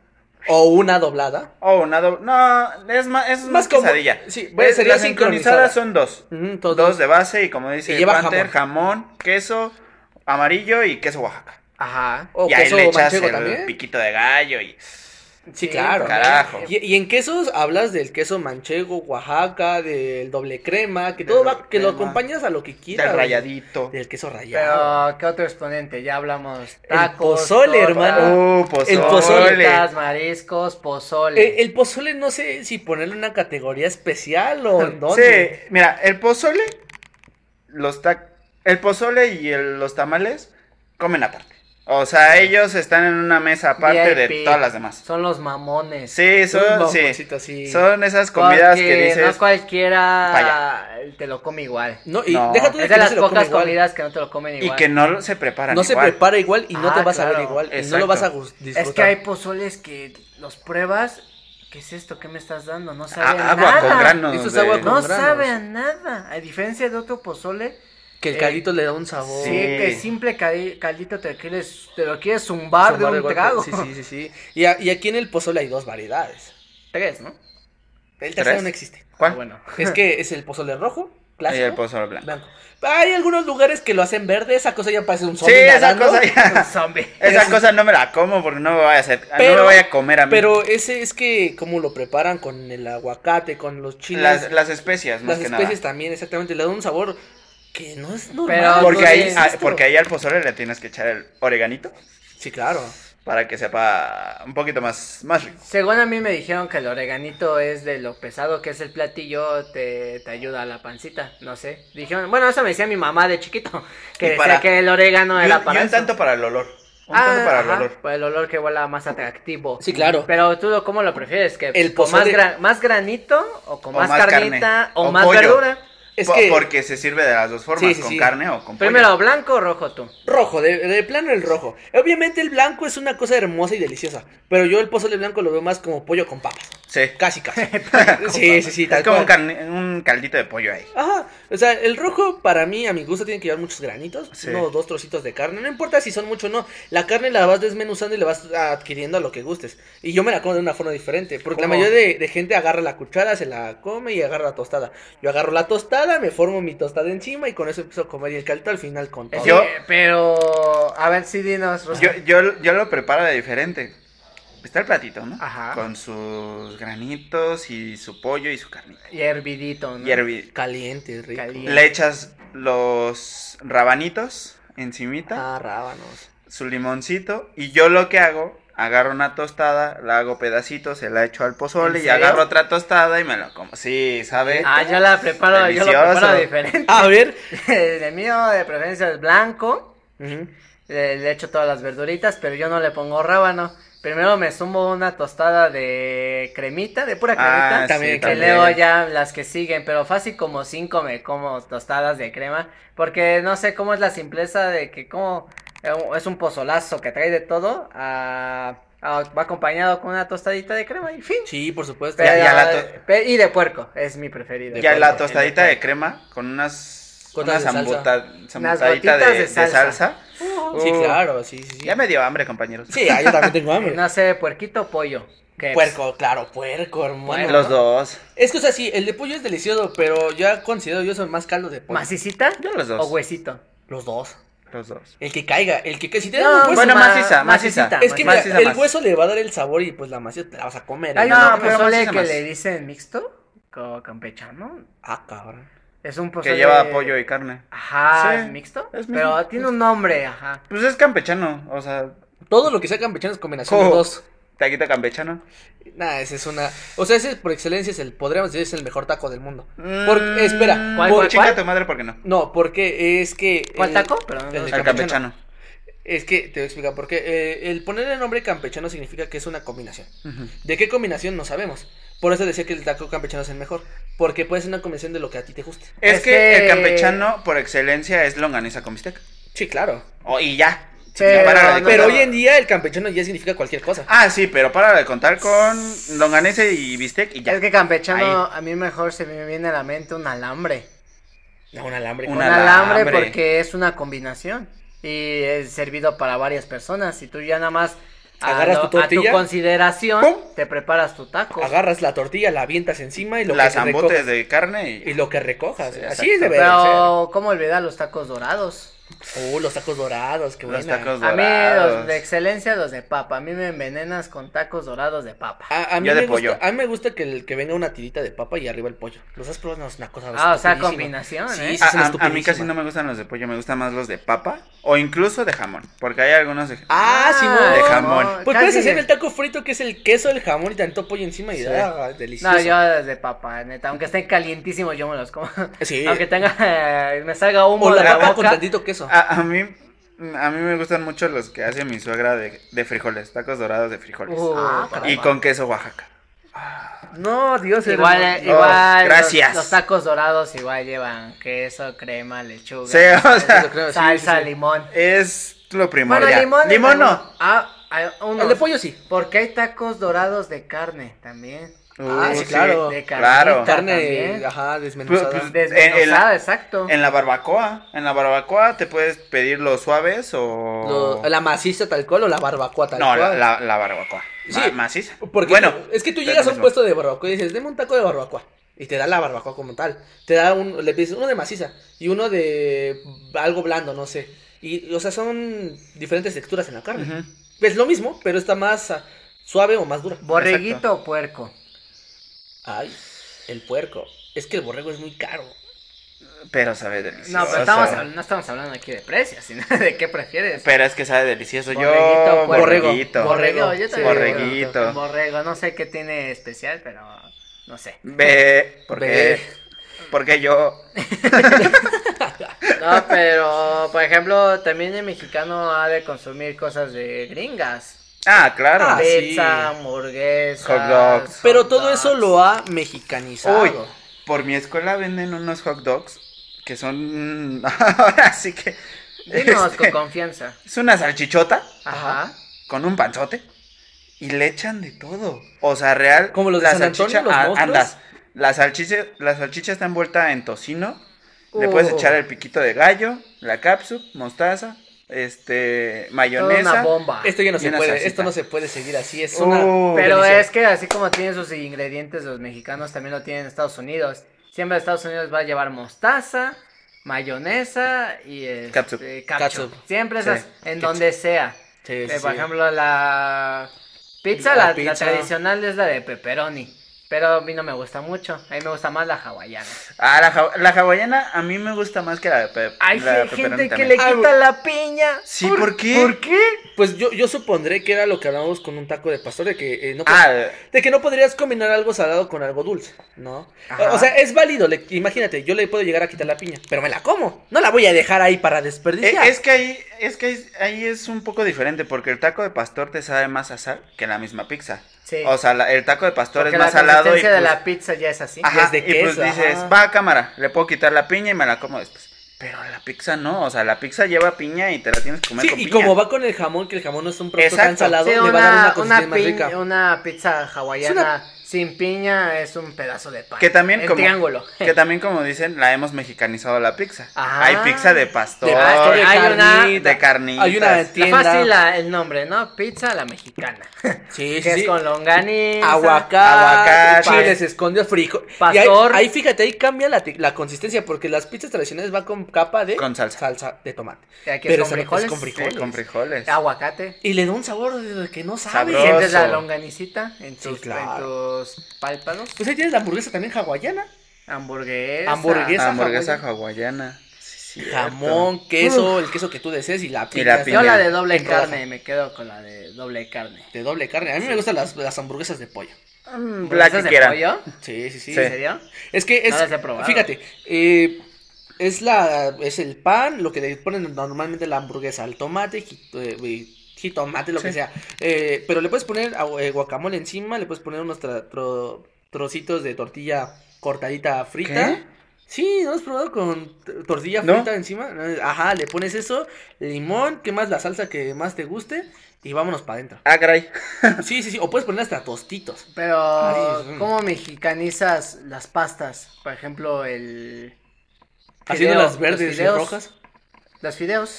[SPEAKER 3] O una doblada.
[SPEAKER 4] o una doble. No, es más, es
[SPEAKER 3] Más
[SPEAKER 4] más
[SPEAKER 3] como-
[SPEAKER 4] quesadilla.
[SPEAKER 3] sí, bueno,
[SPEAKER 4] Es-
[SPEAKER 3] sería
[SPEAKER 4] las sincronizadas
[SPEAKER 3] sincronizada.
[SPEAKER 4] son dos.
[SPEAKER 3] Mm, todo-
[SPEAKER 4] Dos de base y como dice
[SPEAKER 3] Y lleva
[SPEAKER 4] Panther, jamón. queso amarillo y queso Oaxaca.
[SPEAKER 5] Ajá.
[SPEAKER 3] O
[SPEAKER 4] y ahí
[SPEAKER 3] queso
[SPEAKER 4] le echas
[SPEAKER 3] manchego
[SPEAKER 4] el
[SPEAKER 3] también.
[SPEAKER 4] piquito de gallo y
[SPEAKER 3] Sí, claro.
[SPEAKER 4] carajo.
[SPEAKER 3] Y, y en quesos hablas del queso manchego, Oaxaca, del doble crema, que
[SPEAKER 4] Del
[SPEAKER 3] todo
[SPEAKER 4] doble
[SPEAKER 3] va, que lo
[SPEAKER 4] crema.
[SPEAKER 3] acompañas a lo que quieras.
[SPEAKER 4] del rayadito.
[SPEAKER 3] Del queso rayado.
[SPEAKER 5] Pero, ¿qué otro exponente? Ya hablamos.
[SPEAKER 3] El
[SPEAKER 5] Tacos,
[SPEAKER 3] pozole,
[SPEAKER 5] tortas,
[SPEAKER 3] hermano.
[SPEAKER 4] Uh, pozole.
[SPEAKER 3] el pozole.
[SPEAKER 5] tortas, mariscos, pozole.
[SPEAKER 3] Eh, El, pozole no sé si ponerle una categoría especial o en
[SPEAKER 4] Sí,
[SPEAKER 3] dónde.
[SPEAKER 4] mira, el pozole, los ta- el pozole y el- los tamales comen aparte. O sea, ellos están en una mesa aparte de
[SPEAKER 5] VIP.
[SPEAKER 4] todas las demás.
[SPEAKER 5] Son los mamones.
[SPEAKER 4] Sí, son,
[SPEAKER 3] Un
[SPEAKER 4] sí,
[SPEAKER 3] bomboncito así.
[SPEAKER 4] son esas comidas
[SPEAKER 5] Porque
[SPEAKER 4] que dices.
[SPEAKER 5] No cualquiera
[SPEAKER 4] "Vaya".
[SPEAKER 5] te lo come igual.
[SPEAKER 3] No, y
[SPEAKER 4] No.
[SPEAKER 3] deja tú de
[SPEAKER 5] Es
[SPEAKER 3] que
[SPEAKER 5] de
[SPEAKER 3] no
[SPEAKER 5] las
[SPEAKER 3] se lo come
[SPEAKER 5] pocas
[SPEAKER 3] igual.
[SPEAKER 5] comidas que no te lo comen
[SPEAKER 4] Y
[SPEAKER 5] igual.
[SPEAKER 4] que no se preparan.
[SPEAKER 3] No se
[SPEAKER 4] igual.
[SPEAKER 3] prepara igual y no
[SPEAKER 5] Ah,
[SPEAKER 3] te vas a ver
[SPEAKER 5] claro.
[SPEAKER 3] igual. Y no
[SPEAKER 4] Exacto.
[SPEAKER 3] lo vas a gus- disfrutar.
[SPEAKER 5] Es que hay pozoles que los pruebas. ¿Qué es esto? ¿Qué me estás dando? No sabe
[SPEAKER 4] A-
[SPEAKER 5] a
[SPEAKER 4] agua
[SPEAKER 5] nada.
[SPEAKER 4] con granos.
[SPEAKER 3] Esto es
[SPEAKER 4] de-
[SPEAKER 3] agua con-
[SPEAKER 5] No
[SPEAKER 3] granos.
[SPEAKER 5] sabe a nada. A diferencia de otro pozole.
[SPEAKER 3] Que el
[SPEAKER 5] Eh,
[SPEAKER 3] caldito le da un sabor.
[SPEAKER 5] Sí,
[SPEAKER 4] Sí.
[SPEAKER 5] que simple cali- caldito te, quieres- te lo quieres zumbar
[SPEAKER 3] Zumbar
[SPEAKER 5] de
[SPEAKER 3] de
[SPEAKER 5] un
[SPEAKER 3] golpe.
[SPEAKER 5] trago.
[SPEAKER 3] Sí, sí, sí, sí. Y, a- y aquí en el pozole hay dos variedades. Tres, ¿no? El tercero
[SPEAKER 4] ¿Tres?
[SPEAKER 3] no existe.
[SPEAKER 4] ¿Cuál?
[SPEAKER 5] Ah, Bueno.
[SPEAKER 3] Es que es el pozole rojo,
[SPEAKER 4] y
[SPEAKER 3] clásico.
[SPEAKER 4] el pozole blanco.
[SPEAKER 3] blanco. Hay algunos lugares que lo hacen verde, esa cosa ya parece un
[SPEAKER 4] Sí,
[SPEAKER 3] zombie
[SPEAKER 4] esa
[SPEAKER 3] nadando,
[SPEAKER 4] cosa, ya-
[SPEAKER 5] Zombie.
[SPEAKER 4] esa cosa no me la como porque no me voy a hacer, no
[SPEAKER 3] Pero-
[SPEAKER 4] me voy a comer a mí.
[SPEAKER 3] Pero ese es que como lo preparan con el aguacate, con los chiles,
[SPEAKER 4] las, las especias,
[SPEAKER 3] las
[SPEAKER 4] más que
[SPEAKER 3] especies
[SPEAKER 4] nada.
[SPEAKER 3] también, exactamente, le da un sabor que no es normal.
[SPEAKER 5] Pero-
[SPEAKER 4] Porque
[SPEAKER 5] no
[SPEAKER 4] ahí,
[SPEAKER 5] es
[SPEAKER 4] ah,
[SPEAKER 5] esto.
[SPEAKER 4] porque ahí al pozole le tienes que echar el oreganito.
[SPEAKER 3] Sí, claro.
[SPEAKER 4] para que sepa un poquito más, más rico.
[SPEAKER 5] Según a mí me dijeron que el oreganito es de lo pesado que es el platillo, te, te ayuda a la pancita, no sé. Dijeron, bueno, eso me decía mi mamá de chiquito, que
[SPEAKER 4] Y
[SPEAKER 5] decía
[SPEAKER 4] para-
[SPEAKER 5] que el orégano
[SPEAKER 4] y
[SPEAKER 5] era
[SPEAKER 4] un,
[SPEAKER 5] para
[SPEAKER 4] y un
[SPEAKER 5] eso.
[SPEAKER 4] tanto para el olor. Un
[SPEAKER 5] Ah,
[SPEAKER 4] tanto para el
[SPEAKER 5] ajá,
[SPEAKER 4] olor.
[SPEAKER 5] para el olor que huela más atractivo.
[SPEAKER 3] Sí, claro.
[SPEAKER 5] Pero tú, lo- ¿cómo lo prefieres? ¿Que
[SPEAKER 3] El
[SPEAKER 5] con más,
[SPEAKER 3] pozole-
[SPEAKER 5] gra- más granito o con
[SPEAKER 4] O
[SPEAKER 5] más,
[SPEAKER 4] más carne,
[SPEAKER 5] carnita o,
[SPEAKER 4] o
[SPEAKER 5] más
[SPEAKER 4] pollo.
[SPEAKER 5] verdura?
[SPEAKER 3] Es
[SPEAKER 4] Po-
[SPEAKER 3] que
[SPEAKER 4] Porque se sirve de las dos formas,
[SPEAKER 3] Sí, sí,
[SPEAKER 4] con
[SPEAKER 3] sí.
[SPEAKER 4] carne o con pollo.
[SPEAKER 5] Primero, ¿blanco o rojo tú?
[SPEAKER 3] rojo, de, de plano el rojo. Obviamente el blanco es una cosa hermosa y deliciosa, pero yo el pozole blanco lo veo más como pollo con papas.
[SPEAKER 4] Sí.
[SPEAKER 3] Casi, casi. sí, sí, sí, tal
[SPEAKER 4] Es como
[SPEAKER 3] cual.
[SPEAKER 4] un, carne- un caldito de pollo ahí.
[SPEAKER 3] Ajá, o sea, el rojo para mí, a mi gusto, tiene que llevar muchos granitos,
[SPEAKER 4] Sí.
[SPEAKER 3] uno o dos trocitos de carne, no importa si son muchos o no, la carne la vas desmenuzando y la vas adquiriendo a lo que gustes. Y yo me la como de una forma diferente, porque la
[SPEAKER 5] ¿Cómo?
[SPEAKER 3] mayoría de, de gente agarra la cuchara, se la come y agarra la tostada. Yo agarro la tostada, me formo mi tostada encima y con eso empiezo a comer y el caldito al final con todo.
[SPEAKER 5] Es
[SPEAKER 4] Yo-
[SPEAKER 5] que- pero, a ver, sí, dinos, Rosa.
[SPEAKER 4] Yo, yo, yo lo preparo de diferente. Está el platito, ¿no?
[SPEAKER 5] Ajá.
[SPEAKER 4] Con sus granitos y su pollo y su carnita.
[SPEAKER 5] Y hervidito, ¿no?
[SPEAKER 4] Y hervido.
[SPEAKER 3] Caliente, rico.
[SPEAKER 5] Caliente.
[SPEAKER 4] Le echas los rabanitos encimita.
[SPEAKER 3] Ah, rábanos.
[SPEAKER 4] su limoncito y yo lo que hago, agarro una tostada, la hago pedacitos, se la echo al pozole
[SPEAKER 5] ¿En
[SPEAKER 4] y
[SPEAKER 5] serio?
[SPEAKER 4] agarro otra tostada y me la como. Sí, ¿sabe?
[SPEAKER 5] Ah, yo la preparo, yo
[SPEAKER 4] Delicioso.
[SPEAKER 5] lo preparo diferente.
[SPEAKER 3] A ver.
[SPEAKER 5] El mío de preferencia es blanco,
[SPEAKER 3] Ujú.
[SPEAKER 5] le, le echo todas las verduritas, pero yo no le pongo rábano. Primero me sumo una tostada de cremita, de pura cremita.
[SPEAKER 4] Ah,
[SPEAKER 3] También
[SPEAKER 4] sí,
[SPEAKER 5] que
[SPEAKER 4] también.
[SPEAKER 5] luego ya las que siguen, pero fácil como cinco me como tostadas de crema, porque no sé cómo es la simpleza de que como eh, es un pozolazo que trae de todo a ah, va acompañado con una tostadita de crema y fin.
[SPEAKER 3] Sí, por supuesto.
[SPEAKER 5] Pero-
[SPEAKER 4] Ya- ya la to-
[SPEAKER 5] pe- y de puerco, es mi preferido.
[SPEAKER 3] De
[SPEAKER 4] Ya la
[SPEAKER 3] acuerdo,
[SPEAKER 4] tostadita
[SPEAKER 3] de
[SPEAKER 4] de crema con unas.
[SPEAKER 3] Con
[SPEAKER 4] unas
[SPEAKER 3] de salsa.
[SPEAKER 4] zambuta-
[SPEAKER 5] Unas
[SPEAKER 4] zambutadita
[SPEAKER 5] gotitas
[SPEAKER 4] de,
[SPEAKER 5] de
[SPEAKER 4] de
[SPEAKER 5] salsa.
[SPEAKER 4] salsa.
[SPEAKER 3] Sí,
[SPEAKER 5] Uh,
[SPEAKER 3] claro, sí, sí. sí.
[SPEAKER 4] Ya me dio hambre, compañeros.
[SPEAKER 3] Sí, ah, yo también tengo hambre.
[SPEAKER 5] No sé, puerquito o pollo. ¿Qué es?
[SPEAKER 3] Puerco, claro, puerco, hermano.
[SPEAKER 4] Los dos.
[SPEAKER 3] Es que, o sea, sí, el de pollo es delicioso, pero ya considero yo soy más caldo de pollo.
[SPEAKER 5] ¿Macicita?
[SPEAKER 4] Yo los dos.
[SPEAKER 5] O huesito.
[SPEAKER 3] Los dos.
[SPEAKER 4] Los dos.
[SPEAKER 3] El que caiga, el que ca- si tienes
[SPEAKER 5] No,
[SPEAKER 3] un hueso,
[SPEAKER 4] bueno,
[SPEAKER 5] ma-
[SPEAKER 4] Eh, maciza, maciza.
[SPEAKER 5] macicita.
[SPEAKER 3] es que
[SPEAKER 4] más,
[SPEAKER 3] mira,
[SPEAKER 4] más,
[SPEAKER 3] el
[SPEAKER 4] más.
[SPEAKER 3] hueso le va a dar el sabor y pues la masita te la vas a comer.
[SPEAKER 5] Hay
[SPEAKER 3] ¿no? pues,
[SPEAKER 4] no,
[SPEAKER 5] un
[SPEAKER 4] pero
[SPEAKER 5] pozole
[SPEAKER 4] maciza
[SPEAKER 5] que
[SPEAKER 4] más.
[SPEAKER 5] le dicen mixto, co- campechano.
[SPEAKER 3] Ah, cabrón.
[SPEAKER 5] Es un pozole.
[SPEAKER 4] Que lleva pollo y carne.
[SPEAKER 5] Ajá,
[SPEAKER 4] Sí,
[SPEAKER 5] es mixto.
[SPEAKER 4] es mixto.
[SPEAKER 5] pero tiene un nombre, ajá.
[SPEAKER 4] Pues es campechano. O sea,
[SPEAKER 3] Todo lo que sea campechano es combinación de
[SPEAKER 4] Cojo.
[SPEAKER 3] dos.
[SPEAKER 4] taquito campechano.
[SPEAKER 3] Nah, ese es una. O sea, ese por excelencia es el. Podríamos decir es el mejor taco del mundo.
[SPEAKER 4] Mm,
[SPEAKER 3] Porque, espera,
[SPEAKER 5] ¿Cuál,
[SPEAKER 3] por-
[SPEAKER 5] cuál,
[SPEAKER 4] Chinga
[SPEAKER 5] cuál?
[SPEAKER 4] tu madre, ¿por qué no?
[SPEAKER 3] No, porque es que.
[SPEAKER 5] ¿Cuál
[SPEAKER 4] Eh,
[SPEAKER 3] el-
[SPEAKER 5] taco? Pero no,
[SPEAKER 3] el de
[SPEAKER 4] Al
[SPEAKER 3] campechano.
[SPEAKER 4] campechano.
[SPEAKER 3] Es que te voy a explicar por qué. Eh, el poner el nombre campechano significa que es una combinación.
[SPEAKER 4] Ujú.
[SPEAKER 3] ¿De qué combinación? No sabemos. Por eso decía que el taco campechano es el mejor. Porque puede ser una combinación de lo que a ti te guste.
[SPEAKER 4] Es,
[SPEAKER 5] Es
[SPEAKER 4] que,
[SPEAKER 5] que-
[SPEAKER 4] el campechano, por excelencia, es longaniza con bistec.
[SPEAKER 3] Sí, claro.
[SPEAKER 4] Oh, y ya.
[SPEAKER 5] Pero
[SPEAKER 4] para de
[SPEAKER 5] no-
[SPEAKER 3] Pero
[SPEAKER 4] contar.
[SPEAKER 3] hoy en día el campechano ya significa cualquier cosa.
[SPEAKER 4] Ah, sí, pero para de contar con longaniza y bistec y ya.
[SPEAKER 5] Es que campechano, a mí mejor se me viene a la mente un alambre.
[SPEAKER 3] No, un alambre.
[SPEAKER 4] Un
[SPEAKER 5] Un
[SPEAKER 3] claro.
[SPEAKER 5] alambre,
[SPEAKER 4] alambre.
[SPEAKER 5] porque es una combinación y es servido para varias personas. Y tú ya nada más a
[SPEAKER 3] Agarras
[SPEAKER 5] lo-
[SPEAKER 3] tu
[SPEAKER 5] a tu
[SPEAKER 3] tortilla,
[SPEAKER 5] consideración
[SPEAKER 4] ¡pum!
[SPEAKER 5] te preparas tu taco.
[SPEAKER 3] Agarras la tortilla, la avientas encima y lo
[SPEAKER 4] Las
[SPEAKER 3] que recojas.
[SPEAKER 4] zambotes de carne y...
[SPEAKER 3] Y lo que recojas.
[SPEAKER 4] Sí,
[SPEAKER 3] Así
[SPEAKER 4] exacto.
[SPEAKER 3] es de verdad.
[SPEAKER 5] Pero cómo olvidar los tacos dorados.
[SPEAKER 3] Oh, los tacos dorados, qué
[SPEAKER 4] Los
[SPEAKER 3] buena.
[SPEAKER 4] tacos
[SPEAKER 5] A mí
[SPEAKER 4] dorados.
[SPEAKER 5] los de excelencia los de papa. A mí me envenenas con tacos dorados de papa.
[SPEAKER 3] A, a mí
[SPEAKER 4] Yo de
[SPEAKER 3] me gusta,
[SPEAKER 4] pollo.
[SPEAKER 3] a mí me gusta que, el- que venga una tirita de papa y arriba el pollo. Los has probado, no, es una cosa
[SPEAKER 5] Ah, o sea,
[SPEAKER 3] estupidísima.
[SPEAKER 5] combinación,
[SPEAKER 3] Sí,
[SPEAKER 5] ¿eh?
[SPEAKER 3] sí, son
[SPEAKER 4] A, a- a mí
[SPEAKER 3] estupidísimas.
[SPEAKER 4] casi no me gustan los de pollo, me gustan más los de papa o incluso de jamón, porque hay algunos de...
[SPEAKER 3] Ah, sí,
[SPEAKER 5] no,
[SPEAKER 4] de jamón.
[SPEAKER 5] no,
[SPEAKER 3] Pues
[SPEAKER 5] casi
[SPEAKER 3] puedes hacer
[SPEAKER 5] de-
[SPEAKER 3] el taco frito que es el queso, el jamón y tanto pollo encima y
[SPEAKER 4] Sí.
[SPEAKER 3] ah, delicioso.
[SPEAKER 5] No, yo los de papa, neta. Aunque estén calientísimos, yo me los como.
[SPEAKER 3] Sí.
[SPEAKER 5] Aunque tenga, eh, me salga humo
[SPEAKER 3] O la
[SPEAKER 5] de la
[SPEAKER 3] papa con
[SPEAKER 5] boca.
[SPEAKER 3] tantito queso.
[SPEAKER 4] A, a mí a mí me gustan mucho los que hace mi suegra de, de frijoles, tacos dorados de frijoles.
[SPEAKER 5] Uh,
[SPEAKER 1] Ah,
[SPEAKER 5] caramba.
[SPEAKER 4] y con queso Oaxaca.
[SPEAKER 5] Ah,
[SPEAKER 3] No, Dios,
[SPEAKER 5] Igual, eh, igual.
[SPEAKER 4] Oh,
[SPEAKER 5] los-
[SPEAKER 4] gracias.
[SPEAKER 5] Los, tacos dorados igual llevan queso, crema, lechuga,
[SPEAKER 4] Sí, o sea,
[SPEAKER 5] salsa, limón.
[SPEAKER 4] es lo
[SPEAKER 5] Bueno,
[SPEAKER 4] primordial.
[SPEAKER 5] el limón. es
[SPEAKER 4] Limón no.
[SPEAKER 5] alguno- Ah, hay unos.
[SPEAKER 4] Oh.
[SPEAKER 3] El de pollo sí.
[SPEAKER 5] Porque hay tacos dorados de carne también.
[SPEAKER 3] Ah,
[SPEAKER 4] Uh,
[SPEAKER 3] sí, claro.
[SPEAKER 5] De
[SPEAKER 4] Claro.
[SPEAKER 5] carnita
[SPEAKER 3] Carne,
[SPEAKER 5] también.
[SPEAKER 3] ajá, desmenuzada.
[SPEAKER 4] Pues- pues-
[SPEAKER 5] Desmenuzada,
[SPEAKER 4] Eh, en la-
[SPEAKER 5] exacto.
[SPEAKER 4] En la barbacoa, en la barbacoa te puedes pedir los suaves o...
[SPEAKER 3] Lo- la maciza tal cual o la barbacoa tal
[SPEAKER 4] no,
[SPEAKER 3] cual.
[SPEAKER 4] la, la, la barbacoa.
[SPEAKER 3] Sí.
[SPEAKER 4] Ma- maciza.
[SPEAKER 3] Porque
[SPEAKER 4] bueno,
[SPEAKER 3] tú- es que tú
[SPEAKER 4] es
[SPEAKER 3] llegas
[SPEAKER 4] lo
[SPEAKER 3] a un
[SPEAKER 4] mismo.
[SPEAKER 3] puesto de barbacoa y dices, deme un taco de barbacoa. Y te da la barbacoa como tal. Te da un, le pides uno de maciza y uno de algo blando, no sé. Y, o sea, son diferentes texturas en la carne.
[SPEAKER 4] Ujú.
[SPEAKER 3] Es lo mismo, pero está más ah, suave o más dura.
[SPEAKER 5] Borreguito
[SPEAKER 4] exacto.
[SPEAKER 5] o puerco.
[SPEAKER 3] Ay, el puerco. Es que el borrego es muy caro.
[SPEAKER 4] Pero sabe delicioso.
[SPEAKER 5] No, pero estamos,
[SPEAKER 4] O sea,
[SPEAKER 5] habl- no estamos hablando aquí de precios, sino de qué prefieres.
[SPEAKER 4] Pero es que sabe delicioso.
[SPEAKER 5] Borreguito,
[SPEAKER 4] Yo,
[SPEAKER 5] puerco.
[SPEAKER 4] borreguito.
[SPEAKER 5] Borrego, yo
[SPEAKER 3] Sí,
[SPEAKER 5] también. digo
[SPEAKER 4] borreguito.
[SPEAKER 5] borrego. Borrego, no sé qué tiene especial, pero no sé.
[SPEAKER 4] Ve, porque,
[SPEAKER 3] Ve.
[SPEAKER 4] porque yo.
[SPEAKER 5] No, pero por ejemplo, también el mexicano ha de consumir cosas de gringas.
[SPEAKER 4] Ah, claro.
[SPEAKER 3] Ah, sí.
[SPEAKER 5] Pizza, hamburguesas,
[SPEAKER 4] Hot dogs.
[SPEAKER 3] Pero todo eso lo ha mexicanizado.
[SPEAKER 4] Uy, por mi escuela venden unos hot dogs que son. Ahora sí que.
[SPEAKER 5] Dinos
[SPEAKER 4] este,
[SPEAKER 5] con confianza.
[SPEAKER 4] es una salchichota
[SPEAKER 5] Ajá.
[SPEAKER 4] con un panzote y le echan de todo. O sea, real.
[SPEAKER 3] ¿Como los de
[SPEAKER 4] la
[SPEAKER 3] San Antonio,
[SPEAKER 4] salchicha-
[SPEAKER 3] los
[SPEAKER 4] ah,
[SPEAKER 3] monstruos?
[SPEAKER 4] andas. La salchicha, la salchicha está envuelta en tocino. Le puedes
[SPEAKER 5] Uh.
[SPEAKER 4] echar el piquito de gallo, la cápsula, mostaza, este,
[SPEAKER 5] Toda una
[SPEAKER 4] mayonesa.
[SPEAKER 5] bomba.
[SPEAKER 3] Esto ya no
[SPEAKER 4] Y
[SPEAKER 3] se
[SPEAKER 4] una
[SPEAKER 3] puede,
[SPEAKER 4] salsita.
[SPEAKER 3] esto no se puede seguir así. Es
[SPEAKER 4] Uh,
[SPEAKER 3] una.
[SPEAKER 5] Pero
[SPEAKER 3] delicia.
[SPEAKER 5] es que así como tienen sus ingredientes, los mexicanos también lo tienen en Estados Unidos. Siempre Estados Unidos va a llevar mostaza, mayonesa y este,
[SPEAKER 4] Catsup.
[SPEAKER 5] catsup.
[SPEAKER 3] Catsup.
[SPEAKER 5] Siempre
[SPEAKER 4] Sí.
[SPEAKER 5] esas, en donde sea.
[SPEAKER 3] Sí,
[SPEAKER 5] Eh,
[SPEAKER 3] sí,
[SPEAKER 5] por
[SPEAKER 3] sí.
[SPEAKER 5] ejemplo, la pizza,
[SPEAKER 3] La
[SPEAKER 5] la, la
[SPEAKER 3] pizza.
[SPEAKER 5] tradicional es la de pepperoni. Pero a mí no me gusta mucho. A mí me gusta más la hawaiana.
[SPEAKER 4] Ah, la, ja- la hawaiana a mí me gusta más que la de pe-
[SPEAKER 5] Hay
[SPEAKER 4] la de pepperoni
[SPEAKER 5] gente que
[SPEAKER 4] también.
[SPEAKER 5] le
[SPEAKER 3] Ah,
[SPEAKER 5] quita la piña.
[SPEAKER 4] Sí, ¿por qué?
[SPEAKER 5] ¿Por qué?
[SPEAKER 3] Pues yo, yo supondré que era lo que hablábamos con un taco de pastor, de que, eh, no,
[SPEAKER 4] Ah,
[SPEAKER 3] de que no podrías combinar algo salado con algo dulce, ¿no?
[SPEAKER 4] Ajá.
[SPEAKER 3] O sea, es válido, le- imagínate, yo le puedo llegar a quitar la piña, pero me la como, no la voy a dejar ahí para
[SPEAKER 4] eh,
[SPEAKER 3] desperdiciar.
[SPEAKER 4] es que ahí es que ahí, ahí es un poco diferente porque el taco de pastor te sabe más a sal que la misma pizza.
[SPEAKER 5] Sí.
[SPEAKER 4] O sea, la- el taco de pastor
[SPEAKER 5] Porque
[SPEAKER 4] es
[SPEAKER 5] la
[SPEAKER 4] más salado y
[SPEAKER 5] consistencia de
[SPEAKER 4] pues-
[SPEAKER 5] la pizza ya es así.
[SPEAKER 4] ajá,
[SPEAKER 3] desde
[SPEAKER 4] y pues
[SPEAKER 3] queso,
[SPEAKER 4] dices,
[SPEAKER 3] ajá.
[SPEAKER 4] va a cámara, le puedo quitar la piña y me la como después. Pero la pizza no, o sea, la pizza lleva piña y te la tienes que comer
[SPEAKER 3] Sí,
[SPEAKER 4] con
[SPEAKER 3] y
[SPEAKER 4] piña.
[SPEAKER 3] como va con el jamón, que el jamón no es un producto tan
[SPEAKER 4] Exacto.
[SPEAKER 3] salado,
[SPEAKER 5] Sí,
[SPEAKER 3] le va a dar una
[SPEAKER 5] una,
[SPEAKER 3] consistencia
[SPEAKER 5] una
[SPEAKER 3] más
[SPEAKER 5] piña-
[SPEAKER 3] rica.
[SPEAKER 5] una pizza hawaiana sin piña es un pedazo de pan.
[SPEAKER 4] Que también
[SPEAKER 5] En
[SPEAKER 4] como-
[SPEAKER 5] triángulo.
[SPEAKER 4] Que también, como dicen, la hemos mexicanizado la pizza.
[SPEAKER 5] Ah.
[SPEAKER 4] Hay pizza de pastor,
[SPEAKER 3] De
[SPEAKER 5] pastor,
[SPEAKER 4] de,
[SPEAKER 5] hay una-
[SPEAKER 3] carnita.
[SPEAKER 4] carnitas.
[SPEAKER 3] Hay una de
[SPEAKER 5] La
[SPEAKER 3] tienda.
[SPEAKER 5] fácil la- el nombre, ¿no? Pizza a la mexicana.
[SPEAKER 3] Sí,
[SPEAKER 5] que
[SPEAKER 3] sí,
[SPEAKER 5] es
[SPEAKER 3] sí.
[SPEAKER 5] con longaniza.
[SPEAKER 3] Aguacate,
[SPEAKER 4] aguacate,
[SPEAKER 3] chiles, escondidos, frijol. Y ahí-
[SPEAKER 5] pastor.
[SPEAKER 3] Ahí, fíjate, ahí cambia la, te- la consistencia porque las pizzas tradicionales van con capa de
[SPEAKER 4] Con salsa.
[SPEAKER 3] de tomate.
[SPEAKER 5] Y aquí es
[SPEAKER 3] Pero
[SPEAKER 5] con
[SPEAKER 3] esa no- es
[SPEAKER 5] frijoles.
[SPEAKER 3] con frijoles.
[SPEAKER 4] Sí, con frijoles.
[SPEAKER 5] Aguacate.
[SPEAKER 3] Y le da un sabor de de que no sabes.
[SPEAKER 4] Sabroso.
[SPEAKER 5] Sientes la longanicita en tus,
[SPEAKER 3] claro.
[SPEAKER 5] en tus párpados.
[SPEAKER 3] Pues ahí tienes la hamburguesa también hawaiana.
[SPEAKER 5] Hamburguesa.
[SPEAKER 3] Hamburguesa.
[SPEAKER 4] hamburguesa hawaiana. Sí, cierto.
[SPEAKER 3] Jamón, queso, el queso que tú desees y la piña.
[SPEAKER 4] la
[SPEAKER 5] Yo
[SPEAKER 4] piña.
[SPEAKER 5] la de doble
[SPEAKER 3] En roja.
[SPEAKER 5] carne, me quedo con la de doble carne.
[SPEAKER 3] De doble carne. A mí me gustan las, las hamburguesas de pollo.
[SPEAKER 4] La que
[SPEAKER 5] ¿Hamburguesas de
[SPEAKER 4] quieran.
[SPEAKER 5] pollo?
[SPEAKER 3] Sí, sí, sí.
[SPEAKER 5] ¿En serio?
[SPEAKER 3] Es que es.
[SPEAKER 5] No las he probado.
[SPEAKER 3] fíjate, eh, es la es el pan, lo que le ponen normalmente a la hamburguesa, el tomate, ji- eh, eh, jitomate, lo que
[SPEAKER 4] Sí.
[SPEAKER 3] sea. Eh, pero le puedes poner agua- eh, guacamole encima, le puedes poner unos tra- tro- trocitos de tortilla cortadita frita.
[SPEAKER 4] ¿Qué?
[SPEAKER 3] Sí, ¿no has probado con t- tortilla
[SPEAKER 4] No.
[SPEAKER 3] frita encima? Eh, Ajá, le pones eso, limón, ¿qué más? La salsa que más te guste y vámonos para adentro.
[SPEAKER 4] Ah, caray.
[SPEAKER 3] Sí, sí, sí, o puedes poner hasta tostitos.
[SPEAKER 5] Pero,
[SPEAKER 3] Ay, sí.
[SPEAKER 5] ¿cómo mexicanizas las pastas? Por ejemplo, el.
[SPEAKER 3] Haciendo
[SPEAKER 5] fideo,
[SPEAKER 3] las verdes
[SPEAKER 5] los
[SPEAKER 3] y
[SPEAKER 5] fideos,
[SPEAKER 3] rojas.
[SPEAKER 5] Los fideos.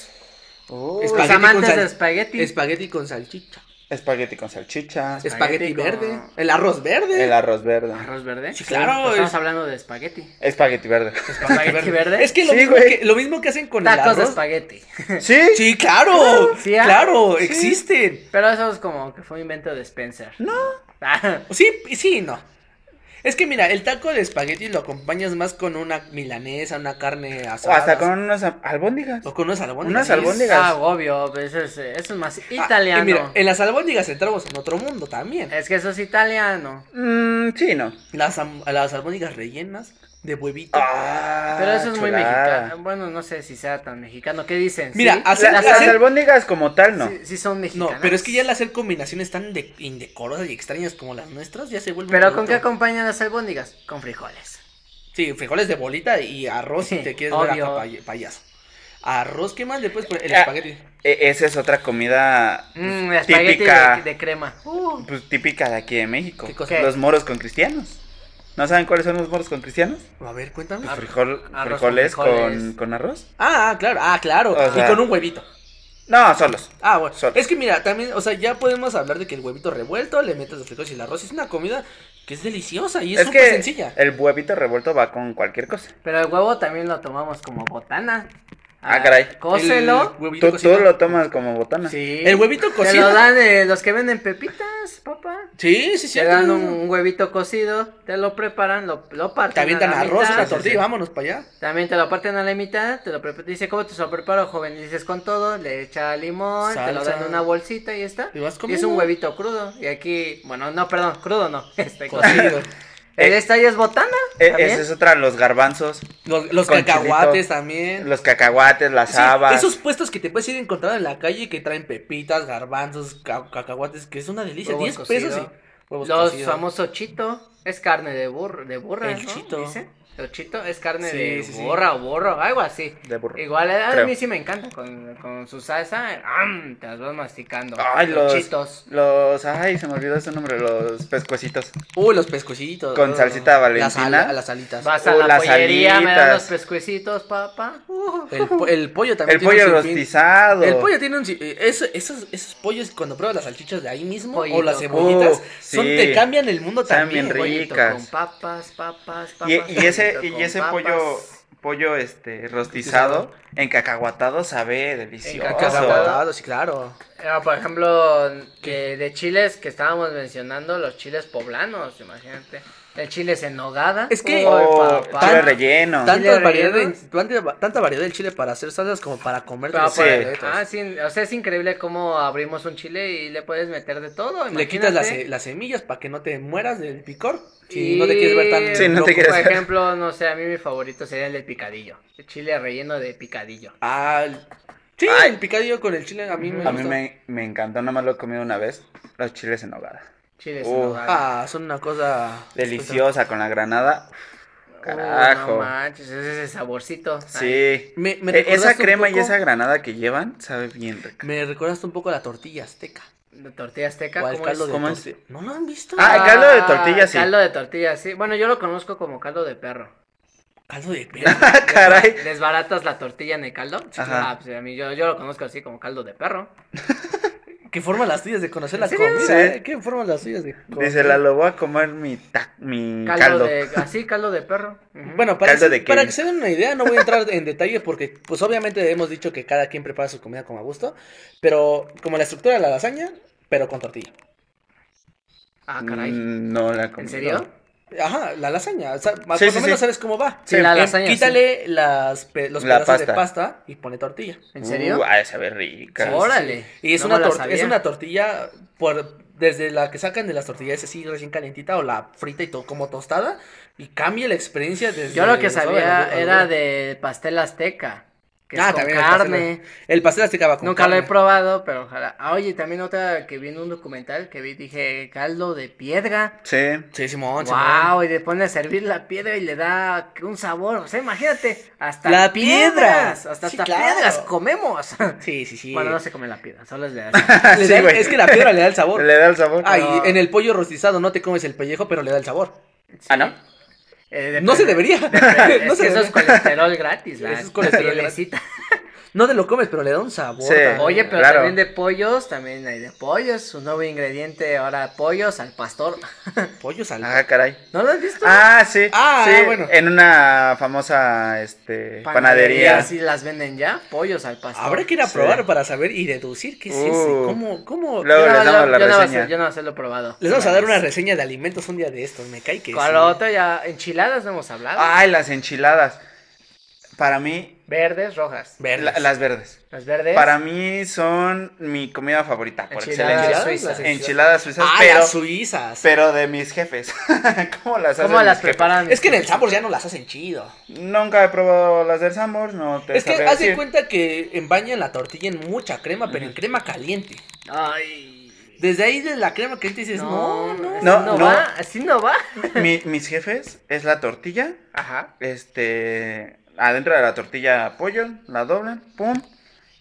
[SPEAKER 3] Espagueti
[SPEAKER 4] Oh.
[SPEAKER 5] Los
[SPEAKER 3] con
[SPEAKER 5] amantes
[SPEAKER 3] sal-
[SPEAKER 5] de espagueti.
[SPEAKER 3] Espagueti con salchicha.
[SPEAKER 4] Espagueti con salchicha.
[SPEAKER 3] Espagueti
[SPEAKER 5] Espagueti con-
[SPEAKER 3] verde. El arroz verde.
[SPEAKER 4] El arroz verde.
[SPEAKER 5] Arroz verde.
[SPEAKER 3] Sí, claro,
[SPEAKER 5] pues estamos
[SPEAKER 3] es-
[SPEAKER 5] hablando de espagueti.
[SPEAKER 4] Espagueti verde.
[SPEAKER 5] Espagueti verde.
[SPEAKER 3] Es que lo,
[SPEAKER 4] Sí,
[SPEAKER 3] mismo
[SPEAKER 4] güey.
[SPEAKER 3] que lo mismo que hacen con el
[SPEAKER 5] Tacos de
[SPEAKER 3] arroz.
[SPEAKER 5] espagueti.
[SPEAKER 4] ¿Sí?
[SPEAKER 3] sí, claro.
[SPEAKER 5] Sí, ah.
[SPEAKER 3] claro,
[SPEAKER 5] Sí.
[SPEAKER 3] existen.
[SPEAKER 5] Pero eso es como que fue un invento de Spencer. Ah, No.
[SPEAKER 3] Sí, y sí, y no. Es que mira, el taco de espagueti lo acompañas más con una milanesa, una carne
[SPEAKER 4] O
[SPEAKER 3] asada.
[SPEAKER 4] hasta con unas a- albóndigas.
[SPEAKER 3] o con unas albóndigas.
[SPEAKER 4] Unas
[SPEAKER 3] sí.
[SPEAKER 4] albóndigas.
[SPEAKER 5] ah, obvio, pues eso es, eso es más
[SPEAKER 3] Ah,
[SPEAKER 5] italiano. Eh.
[SPEAKER 3] y mira, en las albóndigas entramos en otro mundo también.
[SPEAKER 5] Es que eso es italiano.
[SPEAKER 4] Mm, sí, no.
[SPEAKER 3] Las, am- las albóndigas rellenas de huevito.
[SPEAKER 4] Ah,
[SPEAKER 5] Pero eso es muy
[SPEAKER 4] chulada.
[SPEAKER 5] mexicano. Bueno, no sé si sea tan mexicano. ¿Qué dicen?
[SPEAKER 3] Mira,
[SPEAKER 5] ¿Sí?
[SPEAKER 3] hacer-
[SPEAKER 4] Las,
[SPEAKER 5] Las-
[SPEAKER 4] las
[SPEAKER 3] hacer-
[SPEAKER 4] albóndigas como tal, no.
[SPEAKER 5] sí, sí son
[SPEAKER 3] No,
[SPEAKER 5] mexicanas.
[SPEAKER 3] pero es que ya al hacer combinaciones tan de- indecorosas y extrañas como las nuestras, ya se vuelve. un
[SPEAKER 5] ¿Pero con qué
[SPEAKER 3] producto.
[SPEAKER 5] acompañan las albóndigas? Con frijoles.
[SPEAKER 3] Sí, frijoles de bolita y arroz si
[SPEAKER 5] Sí,
[SPEAKER 3] te quieres ver
[SPEAKER 5] obvio.
[SPEAKER 3] hasta pay- payaso. Arroz, ¿qué más le puedes poner? El
[SPEAKER 4] Ah.
[SPEAKER 3] espagueti.
[SPEAKER 4] E- esa es otra comida
[SPEAKER 3] Mm,
[SPEAKER 5] Mmm, espagueti
[SPEAKER 4] típica,
[SPEAKER 5] de, de crema. Uh,
[SPEAKER 4] pues, típica de aquí de México.
[SPEAKER 3] ¿Qué cosa?
[SPEAKER 4] Los moros con cristianos. ¿No saben cuáles son los moros con cristianos?
[SPEAKER 3] A ver, cuéntame.
[SPEAKER 4] Pues frijol-
[SPEAKER 5] arroz con
[SPEAKER 4] frijoles con,
[SPEAKER 5] frijoles.
[SPEAKER 4] con arroz.
[SPEAKER 3] Ah, ah, claro, ah, claro.
[SPEAKER 4] O sea-
[SPEAKER 3] y con un huevito.
[SPEAKER 4] No, solos.
[SPEAKER 3] Ah, bueno.
[SPEAKER 4] Solo.
[SPEAKER 3] Es que mira, también, o sea, ya podemos hablar de que el huevito revuelto, le metes los frijoles y el arroz. Es una comida que es deliciosa y es súper
[SPEAKER 4] que
[SPEAKER 3] sencilla.
[SPEAKER 4] el huevito revuelto va con cualquier cosa.
[SPEAKER 5] Pero el huevo también lo tomamos como botana.
[SPEAKER 4] Ah, caray.
[SPEAKER 5] Cócelo.
[SPEAKER 3] El huevito
[SPEAKER 4] Tú, tú
[SPEAKER 3] cocido.
[SPEAKER 4] lo tomas como botana.
[SPEAKER 5] Sí.
[SPEAKER 3] El huevito
[SPEAKER 5] Te lo
[SPEAKER 3] cocido.
[SPEAKER 5] dan eh, los que venden pepitas, papá.
[SPEAKER 3] Sí, sí, sí.
[SPEAKER 5] Te dan un, un huevito cocido, te lo preparan, lo, lo parten.
[SPEAKER 3] Te avientan
[SPEAKER 5] a la
[SPEAKER 3] arroz,
[SPEAKER 5] mitad.
[SPEAKER 3] la tortilla, vámonos para allá.
[SPEAKER 5] También te lo parten a la mitad, te lo preparan. Dice, ¿cómo te lo preparo, joven? Y dices, con todo, le echa limón, te lo
[SPEAKER 3] Salsa.
[SPEAKER 5] dan en una bolsita y ya está.
[SPEAKER 3] Y vas
[SPEAKER 5] Y es un
[SPEAKER 3] comiendo.
[SPEAKER 5] huevito crudo. Y aquí, bueno, no, perdón, crudo no. Este, cocido.
[SPEAKER 3] Cocido.
[SPEAKER 5] El esta ya es botana.
[SPEAKER 4] E-
[SPEAKER 5] también.
[SPEAKER 4] esa es otra, los garbanzos,
[SPEAKER 3] Los, los
[SPEAKER 4] Con
[SPEAKER 3] cacahuates
[SPEAKER 4] chilito.
[SPEAKER 3] también.
[SPEAKER 4] los cacahuates, las
[SPEAKER 3] Sí,
[SPEAKER 4] habas.
[SPEAKER 3] esos puestos que te puedes ir encontrando en la calle que traen pepitas, garbanzos, ca- cacahuates, que es una delicia. 10
[SPEAKER 5] Huevos
[SPEAKER 3] pesos
[SPEAKER 5] cocido.
[SPEAKER 3] y huevos
[SPEAKER 5] Los
[SPEAKER 3] cocidos.
[SPEAKER 5] famosos chito, es carne de burro, de burra,
[SPEAKER 3] El
[SPEAKER 5] ¿no?
[SPEAKER 3] chito.
[SPEAKER 5] Dice. El chito es carne
[SPEAKER 3] Sí,
[SPEAKER 5] de
[SPEAKER 3] sí, sí.
[SPEAKER 5] burra o burro, algo así.
[SPEAKER 4] De burro,
[SPEAKER 5] Igual a a
[SPEAKER 4] creo.
[SPEAKER 5] mí sí me encanta con, con su salsa, ¡am! te las vas masticando.
[SPEAKER 4] Ay, los,
[SPEAKER 5] chitos.
[SPEAKER 4] los, ay, se me olvidó su nombre, los pescuecitos.
[SPEAKER 3] Uy, los pescocitos.
[SPEAKER 4] Con
[SPEAKER 3] no,
[SPEAKER 4] salsita
[SPEAKER 3] no, no.
[SPEAKER 4] valentina.
[SPEAKER 3] Las, ala- las alitas.
[SPEAKER 5] Vas
[SPEAKER 4] o
[SPEAKER 5] a la
[SPEAKER 4] las
[SPEAKER 5] pollería, me dan
[SPEAKER 4] alitas.
[SPEAKER 5] los pescuecitos, papá. Uh,
[SPEAKER 3] El, po- el pollo también.
[SPEAKER 4] El pollo
[SPEAKER 3] un sinfín.
[SPEAKER 4] rostizado.
[SPEAKER 3] El pollo tiene un. si- eh, eso- esos, esos pollos, cuando pruebas las salchichas de ahí mismo o
[SPEAKER 5] Pollito.
[SPEAKER 3] las cebollitas,
[SPEAKER 4] Uh,
[SPEAKER 3] son,
[SPEAKER 4] sí.
[SPEAKER 3] te cambian el mundo
[SPEAKER 4] Saben
[SPEAKER 3] también.
[SPEAKER 4] bien
[SPEAKER 3] güey.
[SPEAKER 5] pollito
[SPEAKER 4] ricas.
[SPEAKER 5] con papas, papas, papas.
[SPEAKER 4] Y, y ese,
[SPEAKER 5] pollito
[SPEAKER 4] y
[SPEAKER 5] con
[SPEAKER 4] ese
[SPEAKER 5] papas.
[SPEAKER 4] pollo, pollo este, rostizado, en cacahuatado sabe delicioso.
[SPEAKER 3] Cacahuatados, sí, claro.
[SPEAKER 5] Ah, por ejemplo, que de chiles que estábamos mencionando, los chiles poblanos, imagínate. El chile en nogada.
[SPEAKER 3] Es que-
[SPEAKER 5] Uy,
[SPEAKER 4] O
[SPEAKER 5] papá.
[SPEAKER 4] Oh, chile relleno.
[SPEAKER 5] Tan-
[SPEAKER 3] Tanta
[SPEAKER 5] ¿Chile
[SPEAKER 3] variedad, de-
[SPEAKER 5] rellenos?
[SPEAKER 3] tanta- tanta variedad del chile para hacer salsas como para comer.
[SPEAKER 5] Pero
[SPEAKER 4] Sí.
[SPEAKER 5] pues, ah, sí, o sea, es increíble cómo abrimos un chile y le puedes meter de todo.
[SPEAKER 3] Le quitas las,
[SPEAKER 5] imagínate.
[SPEAKER 3] las semillas para que no te mueras del picor. Si no te quieres ver tan.
[SPEAKER 5] Y,
[SPEAKER 4] Sí, no te
[SPEAKER 3] loco.
[SPEAKER 4] quieres
[SPEAKER 5] Por
[SPEAKER 4] ver.
[SPEAKER 5] ejemplo, no sé, a mí mi favorito sería el de picadillo. El chile relleno de picadillo.
[SPEAKER 3] Ah, el- sí, el picadillo con el chile a mí me
[SPEAKER 4] A mí
[SPEAKER 3] gusta.
[SPEAKER 4] me, me encantó, nada más lo he comido una vez, los chiles en nogada.
[SPEAKER 5] Chiles
[SPEAKER 4] Uh,
[SPEAKER 5] en nogada.
[SPEAKER 3] Ah, son una Ah, cosa.
[SPEAKER 4] Deliciosa con la granada. Carajo.
[SPEAKER 5] no manches, es ese saborcito. Ay,
[SPEAKER 4] Sí.
[SPEAKER 3] Me- me
[SPEAKER 4] E- esa
[SPEAKER 3] recordaste un
[SPEAKER 4] crema y
[SPEAKER 3] poco-
[SPEAKER 4] esa granada que llevan sabe bien rica.
[SPEAKER 3] Me recordaste un poco a la tortilla azteca.
[SPEAKER 5] la tortilla azteca,
[SPEAKER 3] O al
[SPEAKER 5] ¿cómo
[SPEAKER 3] caldo
[SPEAKER 5] es?
[SPEAKER 3] de
[SPEAKER 4] ¿Cómo es?
[SPEAKER 3] tortilla. ¿No lo han visto?
[SPEAKER 4] Ah, el caldo de tortilla, sí.
[SPEAKER 5] Caldo de tortilla, sí. Bueno, yo lo conozco como caldo de perro.
[SPEAKER 3] Caldo de perro.
[SPEAKER 4] Ah, caray.
[SPEAKER 5] ¿Desbaratas la tortilla en el caldo?
[SPEAKER 4] Ajá.
[SPEAKER 5] Ah, pues a mí yo, yo lo conozco así como caldo de perro.
[SPEAKER 3] Qué forma las tuyas de conocer
[SPEAKER 5] ¿En
[SPEAKER 3] la
[SPEAKER 5] serio?
[SPEAKER 3] comida.
[SPEAKER 4] Sí.
[SPEAKER 3] ¿eh? Qué forma las tuyas de
[SPEAKER 4] Dice la lo voy a comer mi, ta- mi
[SPEAKER 5] Caldo,
[SPEAKER 4] caldo.
[SPEAKER 5] de. Así, caldo de perro. Ujú.
[SPEAKER 3] Bueno, para,
[SPEAKER 4] Caldo
[SPEAKER 3] que,
[SPEAKER 4] de
[SPEAKER 3] para
[SPEAKER 4] Kevin.
[SPEAKER 3] que se den una idea, no voy a entrar en detalle porque, pues obviamente hemos dicho que cada quien prepara su comida como a gusto, pero como la estructura de la lasaña, pero con tortilla.
[SPEAKER 5] Ah, caray.
[SPEAKER 4] Mm, No la comí.
[SPEAKER 5] ¿En serio?
[SPEAKER 3] Ajá, la lasaña, o sea, más
[SPEAKER 4] Sí,
[SPEAKER 3] por
[SPEAKER 4] sí,
[SPEAKER 3] lo menos
[SPEAKER 4] sí.
[SPEAKER 3] sabes cómo va.
[SPEAKER 5] Sí, la
[SPEAKER 3] Em,
[SPEAKER 5] lasaña, sí.
[SPEAKER 3] Quítale las, pe- los
[SPEAKER 4] La
[SPEAKER 3] pedazos de
[SPEAKER 4] pasta.
[SPEAKER 3] pasta y pone tortilla.
[SPEAKER 5] ¿En serio?
[SPEAKER 4] Uh, ah, sabe rica.
[SPEAKER 5] Órale.
[SPEAKER 3] Y es,
[SPEAKER 5] No
[SPEAKER 3] una,
[SPEAKER 5] me la
[SPEAKER 3] tor-
[SPEAKER 5] sabía.
[SPEAKER 3] es una tortilla, por, desde la que sacan de las tortillas así recién calentita o la frita y todo como tostada, y cambia la experiencia desde...
[SPEAKER 5] Yo lo que
[SPEAKER 3] el sabor
[SPEAKER 5] sabía
[SPEAKER 3] a la- a la-
[SPEAKER 5] era de pastel azteca. Que
[SPEAKER 3] Ah,
[SPEAKER 5] es con
[SPEAKER 3] también el pastel-
[SPEAKER 5] carne.
[SPEAKER 3] El pastel azteca va con
[SPEAKER 5] Nunca lo he
[SPEAKER 3] carne.
[SPEAKER 5] probado, pero ojalá. Ah, oye, también otra que vi en un documental que vi, dije caldo de piedra.
[SPEAKER 4] Sí.
[SPEAKER 3] Sí, Simón, Simón.
[SPEAKER 5] Wow, y le pone a servir la piedra y le da un sabor. O sea, imagínate, hasta
[SPEAKER 3] La
[SPEAKER 5] piedras,
[SPEAKER 3] piedra.
[SPEAKER 5] hasta,
[SPEAKER 3] Sí,
[SPEAKER 5] hasta
[SPEAKER 3] claro.
[SPEAKER 5] piedras comemos.
[SPEAKER 3] Sí, sí, sí.
[SPEAKER 5] Bueno, no se come la piedra, solo es de
[SPEAKER 3] Le
[SPEAKER 4] Sí,
[SPEAKER 3] da-
[SPEAKER 4] güey.
[SPEAKER 3] es que la piedra le da el sabor.
[SPEAKER 4] Le da el sabor.
[SPEAKER 3] Ay,
[SPEAKER 5] No.
[SPEAKER 3] en el pollo rostizado no te comes el pellejo, pero le da el sabor.
[SPEAKER 4] Ah, ¿no?
[SPEAKER 5] Eh, de-
[SPEAKER 3] No se debería.
[SPEAKER 5] Es
[SPEAKER 3] no se
[SPEAKER 5] que eso
[SPEAKER 3] debería.
[SPEAKER 5] es colesterol gratis, la,
[SPEAKER 3] Eso es colesterol
[SPEAKER 5] la pielecita.
[SPEAKER 3] No te lo comes, pero le da un sabor.
[SPEAKER 4] Sí.
[SPEAKER 3] también.
[SPEAKER 5] Oye, pero
[SPEAKER 4] Claro.
[SPEAKER 5] también de pollos, también hay de pollos, un nuevo ingrediente ahora pollos al pastor.
[SPEAKER 3] pollo salado.
[SPEAKER 4] Ah, caray.
[SPEAKER 5] ¿No lo has visto?
[SPEAKER 4] Ah, sí.
[SPEAKER 3] Ah,
[SPEAKER 4] sí,
[SPEAKER 3] bueno.
[SPEAKER 4] En una famosa este, panadería.
[SPEAKER 5] Si las venden ya, pollos al pastor.
[SPEAKER 3] Habrá que ir a
[SPEAKER 4] Sí.
[SPEAKER 3] probar para saber y deducir qué es eso.
[SPEAKER 4] Uh.
[SPEAKER 3] ¿Cómo, cómo?
[SPEAKER 4] Luego
[SPEAKER 5] Yo
[SPEAKER 4] les
[SPEAKER 5] no-
[SPEAKER 4] damos la
[SPEAKER 5] yo no-
[SPEAKER 4] reseña.
[SPEAKER 5] Yo no se lo he probado.
[SPEAKER 3] Les vamos a dar una reseña de alimentos un día de estos. Me cae que
[SPEAKER 5] Con
[SPEAKER 3] sí. Ah.
[SPEAKER 5] lo otro ya, enchiladas no hemos hablado.
[SPEAKER 4] Ay, las enchiladas. Para mí,
[SPEAKER 5] Verdes, rojas.
[SPEAKER 3] Verdes.
[SPEAKER 4] la- las verdes.
[SPEAKER 5] Las verdes.
[SPEAKER 4] Para mí son mi comida favorita, por
[SPEAKER 5] Enchiladas
[SPEAKER 4] excelencia.
[SPEAKER 5] suizas.
[SPEAKER 3] Enchiladas.
[SPEAKER 4] Enchiladas suizas,
[SPEAKER 3] Ah,
[SPEAKER 4] pero,
[SPEAKER 3] las suizas.
[SPEAKER 4] pero de mis jefes. ¿Cómo las hacen?
[SPEAKER 5] ¿Cómo
[SPEAKER 4] mis
[SPEAKER 5] las
[SPEAKER 4] jefes?
[SPEAKER 5] preparan?
[SPEAKER 3] Es que en el sabor ya no las hacen chido.
[SPEAKER 4] Nunca he probado las del Sambor, no te
[SPEAKER 3] Es que
[SPEAKER 4] sabré
[SPEAKER 3] haz de
[SPEAKER 4] decir.
[SPEAKER 3] cuenta que embañan la tortilla en mucha crema, pero en crema caliente.
[SPEAKER 5] Ay.
[SPEAKER 3] Desde ahí de la crema caliente dices, no, no.
[SPEAKER 5] así
[SPEAKER 4] no,
[SPEAKER 5] no,
[SPEAKER 4] no.
[SPEAKER 5] va, así no va.
[SPEAKER 4] Mi- mis jefes es la tortilla,
[SPEAKER 5] Ajá.
[SPEAKER 4] este, adentro de la tortilla pollo, la doblan, pum,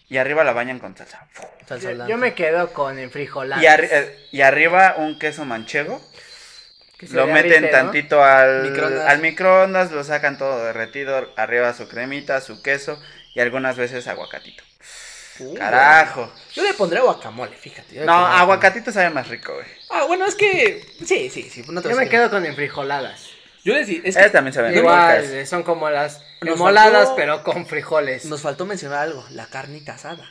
[SPEAKER 4] y arriba la bañan con salsa. Fu.
[SPEAKER 3] Salsa
[SPEAKER 5] Yo,
[SPEAKER 3] blanca.
[SPEAKER 5] yo me quedo con enfrijoladas.
[SPEAKER 4] Y, arri- eh, y arriba un queso manchego,
[SPEAKER 5] que se
[SPEAKER 4] lo
[SPEAKER 5] derrite,
[SPEAKER 4] meten
[SPEAKER 5] ¿no?
[SPEAKER 4] tantito al
[SPEAKER 3] Microondas.
[SPEAKER 4] al microondas, lo sacan todo derretido, arriba su cremita, su queso y algunas veces aguacatito.
[SPEAKER 3] Uh,
[SPEAKER 4] Carajo.
[SPEAKER 3] Yo le pondré guacamole, fíjate. yo le
[SPEAKER 4] No,
[SPEAKER 3] pondré
[SPEAKER 4] aguacatito sabe más rico, güey.
[SPEAKER 3] Ah, bueno, es que. Sí, sí, sí. No te
[SPEAKER 5] Yo
[SPEAKER 3] voy a
[SPEAKER 5] me
[SPEAKER 3] decir
[SPEAKER 5] quedo con enfrijoladas.
[SPEAKER 3] que- Yo les di- es que
[SPEAKER 4] Esas Este también saben
[SPEAKER 5] Igual,
[SPEAKER 4] ricas.
[SPEAKER 5] eh, son como las
[SPEAKER 3] Nos
[SPEAKER 5] moladas,
[SPEAKER 3] faltó-
[SPEAKER 5] pero con frijoles.
[SPEAKER 3] nos faltó mencionar algo: la carnita asada.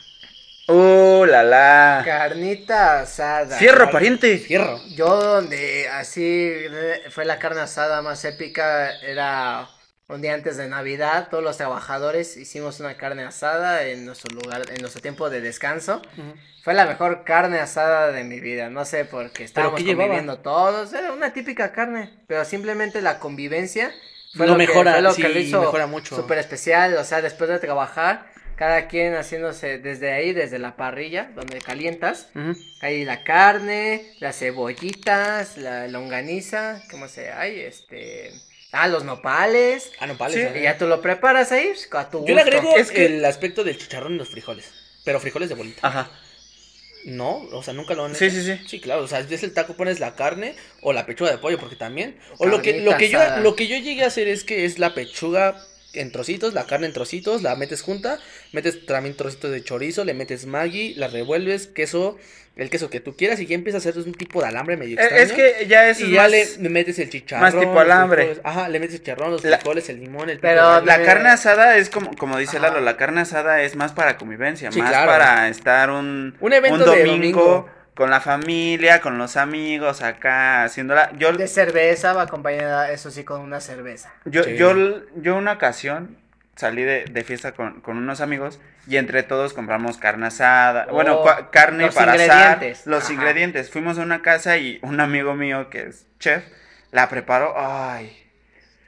[SPEAKER 4] Uh, la la.
[SPEAKER 5] Carnita asada.
[SPEAKER 4] Fierro, pariente.
[SPEAKER 3] Fierro.
[SPEAKER 5] Yo donde así eh, fue la carne asada más épica era un día antes de Navidad, todos los trabajadores hicimos una carne asada en nuestro lugar, en nuestro tiempo de descanso. Fue la mejor carne asada de mi vida, no sé por qué estábamos
[SPEAKER 3] qué llevaba?
[SPEAKER 5] conviviendo todos, era una típica carne, pero simplemente la convivencia fue
[SPEAKER 3] Lo
[SPEAKER 5] que-
[SPEAKER 3] mejora,
[SPEAKER 5] fue lo
[SPEAKER 3] sí,
[SPEAKER 5] que lo hizo
[SPEAKER 3] mejora mucho.
[SPEAKER 5] súper especial, o sea, después de trabajar, cada quien haciéndose desde ahí, desde la parrilla, donde calientas. Hay la carne, las cebollitas, la longaniza, ¿cómo se hay? Este. Ah, los nopales.
[SPEAKER 3] Ah, no, pales.
[SPEAKER 4] Sí,
[SPEAKER 3] ¿eh?
[SPEAKER 5] Y ya tú lo preparas ahí, pues, a tu gusto.
[SPEAKER 3] Yo le agrego
[SPEAKER 4] Es que-
[SPEAKER 3] el aspecto del chicharrón y los frijoles. Pero frijoles de bolita.
[SPEAKER 4] Ajá.
[SPEAKER 3] No, o sea, nunca lo han
[SPEAKER 4] Sí,
[SPEAKER 3] hecho.
[SPEAKER 4] sí, sí.
[SPEAKER 3] Sí, claro, o sea, es el taco, pones la carne o la pechuga de pollo, porque también. O lo que,
[SPEAKER 5] Carnita
[SPEAKER 3] lo, que yo,
[SPEAKER 5] asada.
[SPEAKER 3] lo que yo llegué a hacer es que es la pechuga en trocitos, la carne en trocitos, la metes junta, metes también trocitos de chorizo, le metes Maggi, la revuelves, queso, el queso que tú quieras, y ya empieza a hacer un tipo de alambre medio
[SPEAKER 4] Eh,
[SPEAKER 3] extraño.
[SPEAKER 4] Es que ya es
[SPEAKER 3] y ya
[SPEAKER 4] más-
[SPEAKER 3] le metes el chicharrón.
[SPEAKER 4] más tipo
[SPEAKER 3] los
[SPEAKER 4] alambre.
[SPEAKER 3] frijoles, Ajá, le metes el chicharrón, los
[SPEAKER 4] La-
[SPEAKER 3] frijoles, el limón, el
[SPEAKER 5] Pero
[SPEAKER 3] pico de gallo.
[SPEAKER 4] La
[SPEAKER 5] Eh,
[SPEAKER 4] carne asada es como, como dice
[SPEAKER 5] ajá.
[SPEAKER 4] Lalo, la carne asada es más para convivencia,
[SPEAKER 3] Sí,
[SPEAKER 4] más
[SPEAKER 3] claro.
[SPEAKER 4] para estar un,
[SPEAKER 3] Un evento de domingo.
[SPEAKER 4] con la familia, con los amigos, acá haciéndola. Yo,
[SPEAKER 5] De cerveza va acompañada, eso sí, con una cerveza.
[SPEAKER 4] yo,
[SPEAKER 3] Sí.
[SPEAKER 4] yo, yo una ocasión salí de, de fiesta con, con unos amigos y entre todos compramos carne asada,
[SPEAKER 5] Oh,
[SPEAKER 4] bueno, cua- carne
[SPEAKER 5] los
[SPEAKER 4] para asar,
[SPEAKER 5] ingredientes.
[SPEAKER 4] los
[SPEAKER 5] Ajá.
[SPEAKER 4] ingredientes. Fuimos a una casa y un amigo mío que es chef la preparó, ay,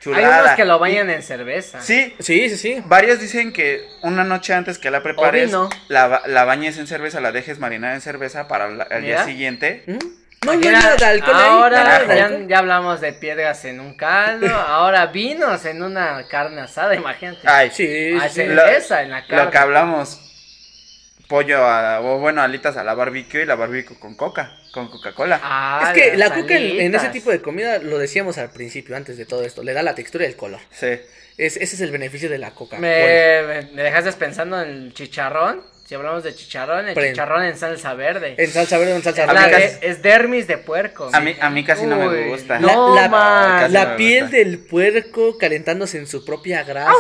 [SPEAKER 4] chulada.
[SPEAKER 5] Hay unos que lo bañan en cerveza.
[SPEAKER 4] Sí,
[SPEAKER 3] Sí, sí, sí.
[SPEAKER 4] Varios dicen que una noche antes que la prepares,
[SPEAKER 5] vino.
[SPEAKER 4] la, ba- la bañes en cerveza, la dejes marinar en cerveza para la- al
[SPEAKER 5] Mira.
[SPEAKER 4] día siguiente
[SPEAKER 3] ¿Mm? No, no hay
[SPEAKER 5] Mira,
[SPEAKER 3] nada de alcohol ahí, nada
[SPEAKER 5] Ahora
[SPEAKER 3] de
[SPEAKER 5] ya,
[SPEAKER 3] alcohol.
[SPEAKER 5] ya hablamos de piedras en un caldo, ahora vinos en una carne asada, imagínate.
[SPEAKER 4] Ay,
[SPEAKER 3] Sí,
[SPEAKER 5] Ah,
[SPEAKER 3] sí.
[SPEAKER 5] sí.
[SPEAKER 4] lo,
[SPEAKER 5] cerveza en la carne.
[SPEAKER 4] lo que hablamos. Pollo a, o bueno, alitas a la barbecue y la barbecue con coca, con Coca-Cola.
[SPEAKER 5] Ah,
[SPEAKER 3] Es que la
[SPEAKER 5] las
[SPEAKER 3] coca en, en ese
[SPEAKER 5] alitas.
[SPEAKER 3] tipo de comida, lo decíamos al principio, antes de todo esto, le da la textura y el color.
[SPEAKER 4] Sí.
[SPEAKER 3] Es- ese es el beneficio de la coca.
[SPEAKER 5] Me, me- me dejaste pensando en el chicharrón. Si hablamos de chicharrón, el
[SPEAKER 3] Prende.
[SPEAKER 5] chicharrón en salsa verde.
[SPEAKER 3] En salsa verde o en salsa
[SPEAKER 5] Es, la
[SPEAKER 3] blanca.
[SPEAKER 5] de- es dermis de puerco.
[SPEAKER 4] A mí, a mí casi no
[SPEAKER 5] Uy,
[SPEAKER 4] me gusta.
[SPEAKER 3] La,
[SPEAKER 5] No,
[SPEAKER 3] la-
[SPEAKER 5] man.
[SPEAKER 4] Casi
[SPEAKER 3] la
[SPEAKER 4] no me
[SPEAKER 3] piel
[SPEAKER 4] gusta.
[SPEAKER 3] del puerco calentándose en su propia grasa,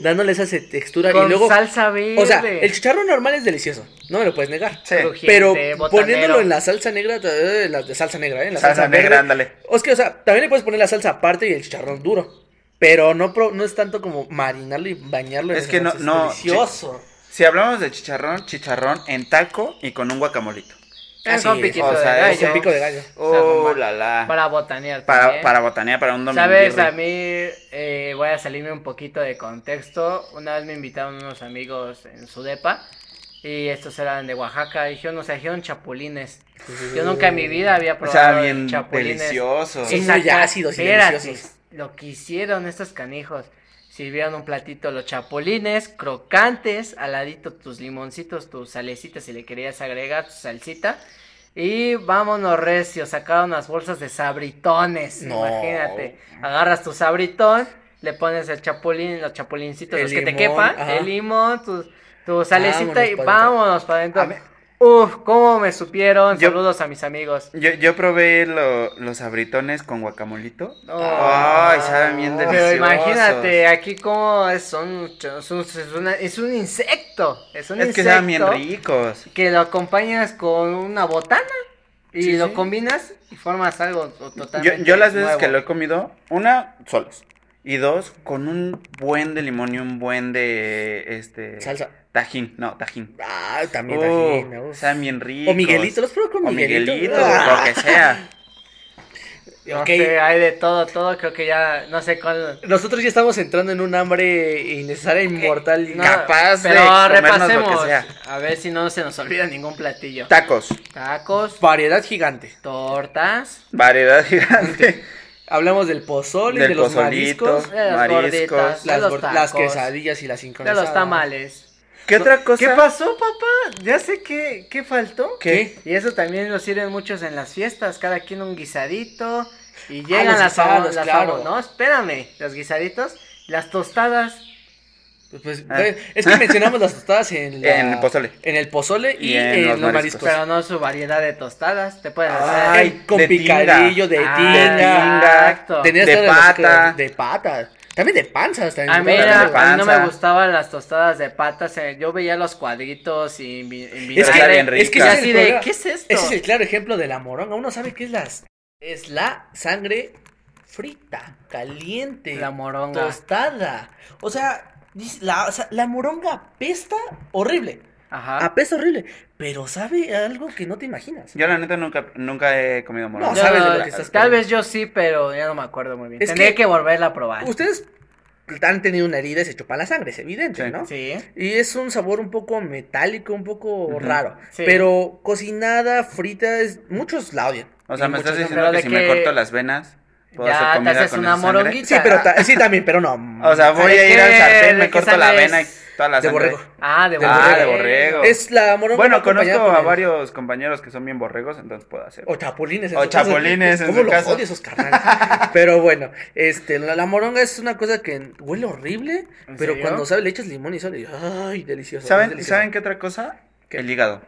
[SPEAKER 3] dándole esa se- textura
[SPEAKER 5] Con
[SPEAKER 3] y luego...
[SPEAKER 5] salsa verde.
[SPEAKER 3] O sea, el chicharrón normal es delicioso, no me lo puedes negar.
[SPEAKER 4] Sí.
[SPEAKER 5] crujiente,
[SPEAKER 3] Pero
[SPEAKER 5] botanero.
[SPEAKER 3] poniéndolo en la salsa negra, eh, la de salsa negra, ¿eh? En la
[SPEAKER 4] Salsa
[SPEAKER 3] salsa,
[SPEAKER 4] negra,
[SPEAKER 3] verde.
[SPEAKER 4] ándale.
[SPEAKER 3] O es que, o sea, también le puedes poner la salsa aparte y el chicharrón duro. Pero no, pro- no es tanto como marinarlo y bañarlo en
[SPEAKER 4] Es
[SPEAKER 3] esa
[SPEAKER 4] que no-
[SPEAKER 3] salsa,
[SPEAKER 4] no,
[SPEAKER 3] Es delicioso.
[SPEAKER 4] Si hablamos de chicharrón, chicharrón en taco y con un guacamolito.
[SPEAKER 5] Es
[SPEAKER 3] Así
[SPEAKER 5] un
[SPEAKER 3] es,
[SPEAKER 5] piquito
[SPEAKER 4] o sea,
[SPEAKER 5] de
[SPEAKER 3] Es
[SPEAKER 5] gallo.
[SPEAKER 3] un pico de gallo.
[SPEAKER 4] Oh, la la. Para,
[SPEAKER 5] Para botanear.
[SPEAKER 4] para,
[SPEAKER 5] también.
[SPEAKER 4] botanear, para un domingo.
[SPEAKER 5] Sabes, a mí eh, voy a salirme un poquito de contexto. Una vez me invitaron unos amigos en su depa y estos eran de Oaxaca. Y dijeron, nos trajeron chapulines. Yo nunca en mi vida había
[SPEAKER 4] O
[SPEAKER 5] probado
[SPEAKER 4] sea, bien
[SPEAKER 5] chapulines.
[SPEAKER 4] delicioso.
[SPEAKER 3] Sí.
[SPEAKER 5] Exacto.
[SPEAKER 3] muy ácidos y
[SPEAKER 5] Espérate,
[SPEAKER 3] deliciosos.
[SPEAKER 5] Lo que hicieron estos canijos. Sirvieron un platito los chapulines, crocantes, al ladito tus limoncitos, tus salecitas, si le querías agregar tu salsita. Y vámonos recio, sacaron las bolsas de sabritones.
[SPEAKER 3] No.
[SPEAKER 5] Imagínate. Agarras tu sabritón, le pones el chapulín, los chapulincitos,
[SPEAKER 3] El
[SPEAKER 5] los que te
[SPEAKER 3] limón,
[SPEAKER 5] quepan,
[SPEAKER 3] ajá.
[SPEAKER 5] el limón, tu, tu
[SPEAKER 3] Vámonos
[SPEAKER 5] salecita y
[SPEAKER 3] pa' dentro.
[SPEAKER 5] vámonos para
[SPEAKER 4] A
[SPEAKER 5] adentro.
[SPEAKER 4] ver.
[SPEAKER 5] Uf, cómo me supieron.
[SPEAKER 4] Yo-
[SPEAKER 5] Saludos a mis amigos.
[SPEAKER 4] Yo, yo probé lo- los abritones con guacamolito.
[SPEAKER 5] No.
[SPEAKER 3] Ah.
[SPEAKER 4] Ay, saben bien
[SPEAKER 5] Pero
[SPEAKER 4] deliciosos.
[SPEAKER 5] imagínate, aquí como es, son, son- es, una- es un insecto. Es un
[SPEAKER 4] Es que
[SPEAKER 5] insecto
[SPEAKER 4] saben bien ricos.
[SPEAKER 5] que lo acompañas con una botana y
[SPEAKER 4] Sí,
[SPEAKER 5] lo
[SPEAKER 4] sí.
[SPEAKER 5] combinas y formas algo to-
[SPEAKER 4] Yo,
[SPEAKER 5] totalmente.
[SPEAKER 4] yo las veces
[SPEAKER 5] nuevo.
[SPEAKER 4] que lo he comido, una, solos. Y dos, con un buen de limón y un buen de este
[SPEAKER 3] Salsa.
[SPEAKER 4] tajín, no, tajín.
[SPEAKER 3] Ah, también
[SPEAKER 4] Oh,
[SPEAKER 3] tajín, me gusta.
[SPEAKER 4] saben bien ricos.
[SPEAKER 3] O Miguelito, los pruebo con
[SPEAKER 4] O
[SPEAKER 3] Miguelito.
[SPEAKER 4] Miguelito,
[SPEAKER 3] Ah,
[SPEAKER 4] lo que sea.
[SPEAKER 5] No
[SPEAKER 3] ok.
[SPEAKER 5] sé, hay de todo, todo. Creo que ya no sé cuál.
[SPEAKER 3] Nosotros ya estamos entrando en un hambre innecesaria, inmortal.
[SPEAKER 5] no,
[SPEAKER 4] capaz de
[SPEAKER 5] pero
[SPEAKER 4] comernos lo que
[SPEAKER 5] repasemos.
[SPEAKER 4] sea.
[SPEAKER 5] A ver si no se nos olvida ningún platillo.
[SPEAKER 4] Tacos,
[SPEAKER 5] Tacos,
[SPEAKER 3] Variedad gigante.
[SPEAKER 5] tortas.
[SPEAKER 4] variedad gigante.
[SPEAKER 3] Hablamos del pozole,
[SPEAKER 4] Del
[SPEAKER 3] de los
[SPEAKER 4] pozolito,
[SPEAKER 3] mariscos,
[SPEAKER 5] de las
[SPEAKER 4] mariscos,
[SPEAKER 5] gorditas, de
[SPEAKER 3] las,
[SPEAKER 5] los
[SPEAKER 3] gor- las
[SPEAKER 5] tacos,
[SPEAKER 3] quesadillas y las
[SPEAKER 5] de
[SPEAKER 3] sincronizadas.
[SPEAKER 5] los tamales.
[SPEAKER 4] ¿Qué otra cosa?
[SPEAKER 5] ¿Qué pasó, papá? Ya sé que, ¿qué faltó?
[SPEAKER 4] ¿Qué?
[SPEAKER 5] Y eso también lo sirven muchos en las fiestas, cada quien un guisadito. Y
[SPEAKER 3] Ah,
[SPEAKER 5] llegan
[SPEAKER 3] los
[SPEAKER 5] las
[SPEAKER 3] guisados,
[SPEAKER 5] famo- las
[SPEAKER 3] claro.
[SPEAKER 5] famo- No, espérame, los guisaditos, las tostadas.
[SPEAKER 3] Pues, pues,
[SPEAKER 4] Ah.
[SPEAKER 3] Es que mencionamos las tostadas en, la-
[SPEAKER 4] En el pozole.
[SPEAKER 3] En el pozole y, en, los, mariscos.
[SPEAKER 5] Pero no su variedad de tostadas, te pueden hacer.
[SPEAKER 4] Ay,
[SPEAKER 3] Ay, con
[SPEAKER 4] de
[SPEAKER 3] picadillo, de
[SPEAKER 5] tinga. Ah,
[SPEAKER 3] tinga.
[SPEAKER 5] exacto.
[SPEAKER 3] Tenías
[SPEAKER 4] De
[SPEAKER 3] todas las-
[SPEAKER 4] pata.
[SPEAKER 3] De pata. También de panzas. También
[SPEAKER 5] A mí,
[SPEAKER 4] tostadas
[SPEAKER 5] era-
[SPEAKER 4] de
[SPEAKER 5] a mí no me
[SPEAKER 4] panza.
[SPEAKER 5] gustaban las tostadas de patas, eh, yo veía los cuadritos y mi- y
[SPEAKER 3] Es que,
[SPEAKER 4] Está bien
[SPEAKER 3] es que ese
[SPEAKER 4] rica.
[SPEAKER 5] Y
[SPEAKER 3] es
[SPEAKER 5] así
[SPEAKER 3] el
[SPEAKER 5] de,
[SPEAKER 3] problema.
[SPEAKER 5] ¿qué es esto?
[SPEAKER 3] Ese es el claro ejemplo de la moronga. Uno sabe que es las es la sangre frita, caliente,
[SPEAKER 5] La moronga.
[SPEAKER 3] tostada. O sea, dice- la, o sea, la moronga apesta horrible.
[SPEAKER 5] Ajá.
[SPEAKER 3] Apesta Ah, pues, horrible. Pero sabe algo que no te imaginas.
[SPEAKER 4] Yo la neta nunca, nunca he comido morón.
[SPEAKER 3] No, Ah, sabes de lo
[SPEAKER 5] Yo-
[SPEAKER 3] que estás
[SPEAKER 5] Tal
[SPEAKER 3] pidiendo.
[SPEAKER 5] vez yo sí, pero ya no me acuerdo muy bien.
[SPEAKER 3] Es
[SPEAKER 5] Tendría que,
[SPEAKER 3] que-
[SPEAKER 5] volverla a probar.
[SPEAKER 3] Ustedes han tenido una herida y se chupan la sangre, es evidente,
[SPEAKER 4] Sí.
[SPEAKER 3] ¿no?
[SPEAKER 5] Sí.
[SPEAKER 3] Y es un sabor un poco metálico, un poco
[SPEAKER 4] Ujú.
[SPEAKER 3] raro.
[SPEAKER 5] Sí.
[SPEAKER 3] Pero cocinada, frita, es- muchos la odian.
[SPEAKER 4] O sea,
[SPEAKER 3] Y
[SPEAKER 4] me estás
[SPEAKER 3] muchos-
[SPEAKER 4] diciendo
[SPEAKER 5] de
[SPEAKER 4] que si me
[SPEAKER 5] que-
[SPEAKER 4] corto las venas, puedo
[SPEAKER 5] Ya,
[SPEAKER 4] hacer
[SPEAKER 5] te
[SPEAKER 4] comida
[SPEAKER 5] haces
[SPEAKER 4] con
[SPEAKER 5] una
[SPEAKER 4] esa sangre?
[SPEAKER 5] moronguita.
[SPEAKER 3] Sí, pero ta- sí también, pero no.
[SPEAKER 4] O sea, voy
[SPEAKER 5] Es
[SPEAKER 4] a ir al
[SPEAKER 5] que-
[SPEAKER 4] sartén,
[SPEAKER 5] ¿de
[SPEAKER 4] me
[SPEAKER 5] qué
[SPEAKER 4] corto la
[SPEAKER 5] sangre
[SPEAKER 4] vena y
[SPEAKER 5] es?
[SPEAKER 4] toda la
[SPEAKER 3] de
[SPEAKER 4] sangre.
[SPEAKER 3] borrego.
[SPEAKER 5] Ah, de
[SPEAKER 4] De
[SPEAKER 5] borrego.
[SPEAKER 4] borrego. borrego.
[SPEAKER 3] Ah, Es la moronga.
[SPEAKER 4] Bueno,
[SPEAKER 3] acompañada
[SPEAKER 4] conozco
[SPEAKER 3] con
[SPEAKER 4] a
[SPEAKER 3] el-
[SPEAKER 4] varios compañeros que son bien borregos, entonces puedo hacer.
[SPEAKER 3] O chapulines. en
[SPEAKER 4] O
[SPEAKER 3] su caso.
[SPEAKER 4] chapulines, en
[SPEAKER 3] ¿Cómo
[SPEAKER 4] su
[SPEAKER 3] los
[SPEAKER 4] caso.
[SPEAKER 3] odio esos carnales? pero bueno, este, la, la moronga es una cosa que huele horrible,
[SPEAKER 5] ¿En
[SPEAKER 3] pero
[SPEAKER 5] serio?
[SPEAKER 3] cuando sabe le echas limón y sal y ay, delicioso.
[SPEAKER 4] ¿Saben,
[SPEAKER 3] delicioso.
[SPEAKER 4] ¿Saben qué otra cosa?
[SPEAKER 3] ¿Qué?
[SPEAKER 4] El hígado.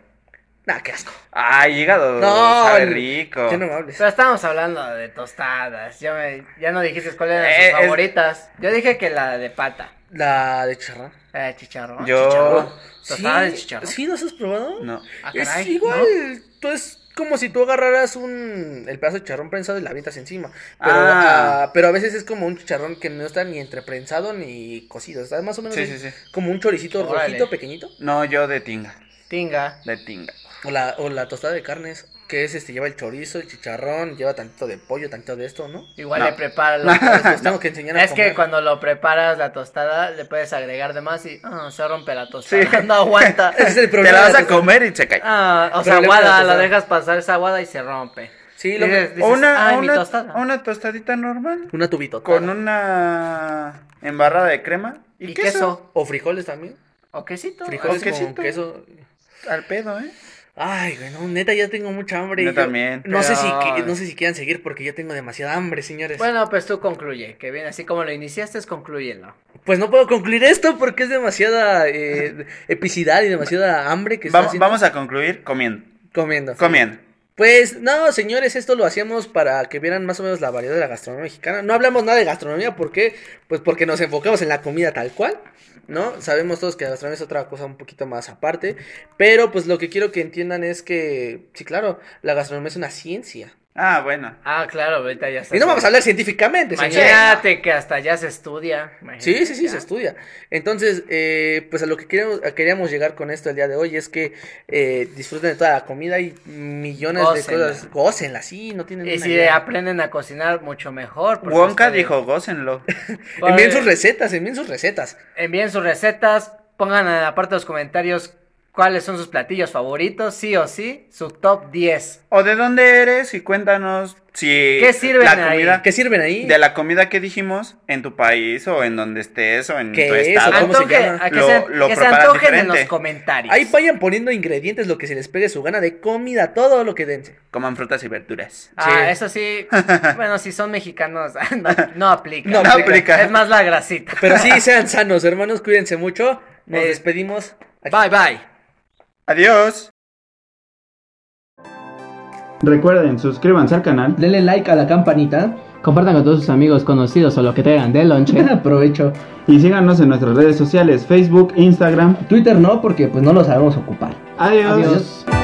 [SPEAKER 3] Nah, qué asco.
[SPEAKER 4] Ay, hígado.
[SPEAKER 3] No,
[SPEAKER 4] sabe
[SPEAKER 3] el-
[SPEAKER 4] rico.
[SPEAKER 3] Ya no me hables.
[SPEAKER 5] Pero estábamos hablando de tostadas. Ya, me- ya no dijiste cuáles eran
[SPEAKER 4] Eh,
[SPEAKER 5] sus
[SPEAKER 4] es-
[SPEAKER 5] favoritas. Yo dije que la de pata.
[SPEAKER 3] La de chicharrón.
[SPEAKER 5] La de chicharrón.
[SPEAKER 4] Yo-
[SPEAKER 5] chicharrón.
[SPEAKER 3] Sí,
[SPEAKER 5] Tostada de chicharrón.
[SPEAKER 3] ¿Sí nos has probado?
[SPEAKER 4] No.
[SPEAKER 5] Ah,
[SPEAKER 3] es
[SPEAKER 5] caray,
[SPEAKER 3] igual.
[SPEAKER 5] ¿no?
[SPEAKER 3] Tú es como si tú agarraras un el pedazo de chicharrón prensado y la avientas encima. Pero,
[SPEAKER 4] Ah.
[SPEAKER 3] ah, pero a veces es como un chicharrón que no está ni entre prensado ni cocido. Está más o menos
[SPEAKER 4] Sí,
[SPEAKER 3] es
[SPEAKER 4] sí, sí.
[SPEAKER 3] como un choricito
[SPEAKER 5] Órale.
[SPEAKER 3] rojito pequeñito.
[SPEAKER 4] No, yo de tinga.
[SPEAKER 5] Tinga.
[SPEAKER 4] De tinga.
[SPEAKER 3] O la, o la tostada de carnes, que es este, lleva el chorizo, el chicharrón, lleva tantito de pollo, tantito de esto, ¿no?
[SPEAKER 5] Igual
[SPEAKER 4] No.
[SPEAKER 5] le preparas.
[SPEAKER 3] Los tengo que enseñar a
[SPEAKER 5] Es que
[SPEAKER 3] comer.
[SPEAKER 5] cuando lo preparas la tostada, le puedes agregar de más y ah, se rompe la tostada. No aguanta.
[SPEAKER 3] Ese es el
[SPEAKER 4] Te
[SPEAKER 3] problema.
[SPEAKER 4] la vas
[SPEAKER 3] de
[SPEAKER 4] a
[SPEAKER 3] tostada.
[SPEAKER 4] comer y se cae.
[SPEAKER 5] Ah, o sea,
[SPEAKER 3] Problema de
[SPEAKER 5] aguada, la
[SPEAKER 3] tostada.
[SPEAKER 5] dejas pasar esa aguada y se rompe.
[SPEAKER 3] Sí, lo
[SPEAKER 5] Dices-
[SPEAKER 3] que-
[SPEAKER 4] O una,
[SPEAKER 5] "Ay,
[SPEAKER 4] o
[SPEAKER 5] mi
[SPEAKER 4] una-
[SPEAKER 5] tostada".
[SPEAKER 4] o una tostadita normal
[SPEAKER 3] Una tubito.
[SPEAKER 4] con una embarrada de crema y,
[SPEAKER 5] Y
[SPEAKER 4] queso.
[SPEAKER 5] queso.
[SPEAKER 3] O frijoles también.
[SPEAKER 5] O quesito.
[SPEAKER 3] Frijoles
[SPEAKER 4] o
[SPEAKER 3] con
[SPEAKER 4] quesito.
[SPEAKER 3] queso.
[SPEAKER 4] Al pedo, ¿eh?
[SPEAKER 3] Ay, güey, no, neta, ya tengo mucha hambre.
[SPEAKER 4] Yo
[SPEAKER 3] y
[SPEAKER 4] también,
[SPEAKER 3] No, sé si
[SPEAKER 5] pero-
[SPEAKER 3] que- no sé si quieran seguir porque ya tengo demasiada hambre, señores.
[SPEAKER 5] Bueno, pues tú concluye, que bien, así como lo iniciaste, es concluyelo.
[SPEAKER 3] Pues no puedo concluir esto porque es demasiada eh, epicidad y demasiada hambre que está
[SPEAKER 4] Vamos,
[SPEAKER 3] haciendo-
[SPEAKER 4] vamos a concluir comiendo.
[SPEAKER 3] comiendo.
[SPEAKER 4] Comiendo.
[SPEAKER 3] Pues no, señores, esto lo hacíamos para que vieran más o menos la variedad de la gastronomía mexicana. No hablamos nada de gastronomía, ¿por qué? Pues porque nos enfocamos en la comida tal cual, ¿no? Sabemos todos que la gastronomía es otra cosa un poquito más aparte, pero pues lo que quiero que entiendan es que, sí, claro, la gastronomía es una ciencia.
[SPEAKER 4] Ah, bueno.
[SPEAKER 5] Ah, claro, ahorita ya está.
[SPEAKER 3] Y no vamos a hablar científicamente, señores.
[SPEAKER 5] Imagínate que hasta ya se estudia.
[SPEAKER 3] Sí,
[SPEAKER 5] imagínate
[SPEAKER 3] sí, sí,
[SPEAKER 5] ya.
[SPEAKER 3] se estudia. Entonces, eh, pues a lo que queríamos, a- queríamos llegar con esto el día de hoy es que eh, disfruten de toda la comida y millones
[SPEAKER 5] Gócenla.
[SPEAKER 3] de cosas. Gócenla, sí, no tienen
[SPEAKER 5] Y
[SPEAKER 3] una
[SPEAKER 5] si
[SPEAKER 3] idea.
[SPEAKER 5] aprenden a cocinar, mucho mejor. porque
[SPEAKER 4] Wonka
[SPEAKER 5] ustedes-
[SPEAKER 4] dijo, gócenlo.
[SPEAKER 5] Por-
[SPEAKER 3] Envíen sus recetas, envíen sus recetas.
[SPEAKER 5] envíen sus recetas, pongan en la parte de los comentarios cuáles son sus platillos favoritos, sí o sí, su top 10.
[SPEAKER 4] O de dónde eres y cuéntanos si
[SPEAKER 5] ¿Qué sirven
[SPEAKER 4] la
[SPEAKER 5] ahí?
[SPEAKER 4] comida
[SPEAKER 3] ¿Qué sirven ahí?
[SPEAKER 4] de la comida que dijimos en tu país o en donde estés o en
[SPEAKER 3] ¿Qué
[SPEAKER 4] tu
[SPEAKER 3] es? ¿O
[SPEAKER 4] estado.
[SPEAKER 3] cómo se
[SPEAKER 5] Antoje-
[SPEAKER 3] llama?
[SPEAKER 5] a que
[SPEAKER 4] Lo-
[SPEAKER 5] se,
[SPEAKER 4] lo
[SPEAKER 5] que se
[SPEAKER 4] preparan
[SPEAKER 5] antojen en
[SPEAKER 4] diferente.
[SPEAKER 5] los comentarios.
[SPEAKER 3] Ahí vayan poniendo ingredientes, lo que se les pegue su gana de comida, todo lo que dense.
[SPEAKER 4] Coman frutas y verduras.
[SPEAKER 5] Ah,
[SPEAKER 3] Sí.
[SPEAKER 5] eso sí. Bueno, si son mexicanos, no, no aplica.
[SPEAKER 3] No
[SPEAKER 4] No aplica.
[SPEAKER 5] Es más la grasita.
[SPEAKER 3] Pero sí, sean sanos, hermanos, cuídense mucho. Nos
[SPEAKER 5] Eh,
[SPEAKER 3] despedimos. Aquí.
[SPEAKER 5] Bye, bye.
[SPEAKER 4] Adiós.
[SPEAKER 6] Recuerden, suscríbanse al canal.
[SPEAKER 7] Denle like a la campanita.
[SPEAKER 8] Compartan con todos sus amigos, conocidos o lo que tengan de lonche. Aprovecho.
[SPEAKER 6] Y síganos en nuestras redes sociales, Facebook, Instagram.
[SPEAKER 8] Twitter no, porque pues no lo sabemos ocupar.
[SPEAKER 6] Adiós.
[SPEAKER 8] Adiós.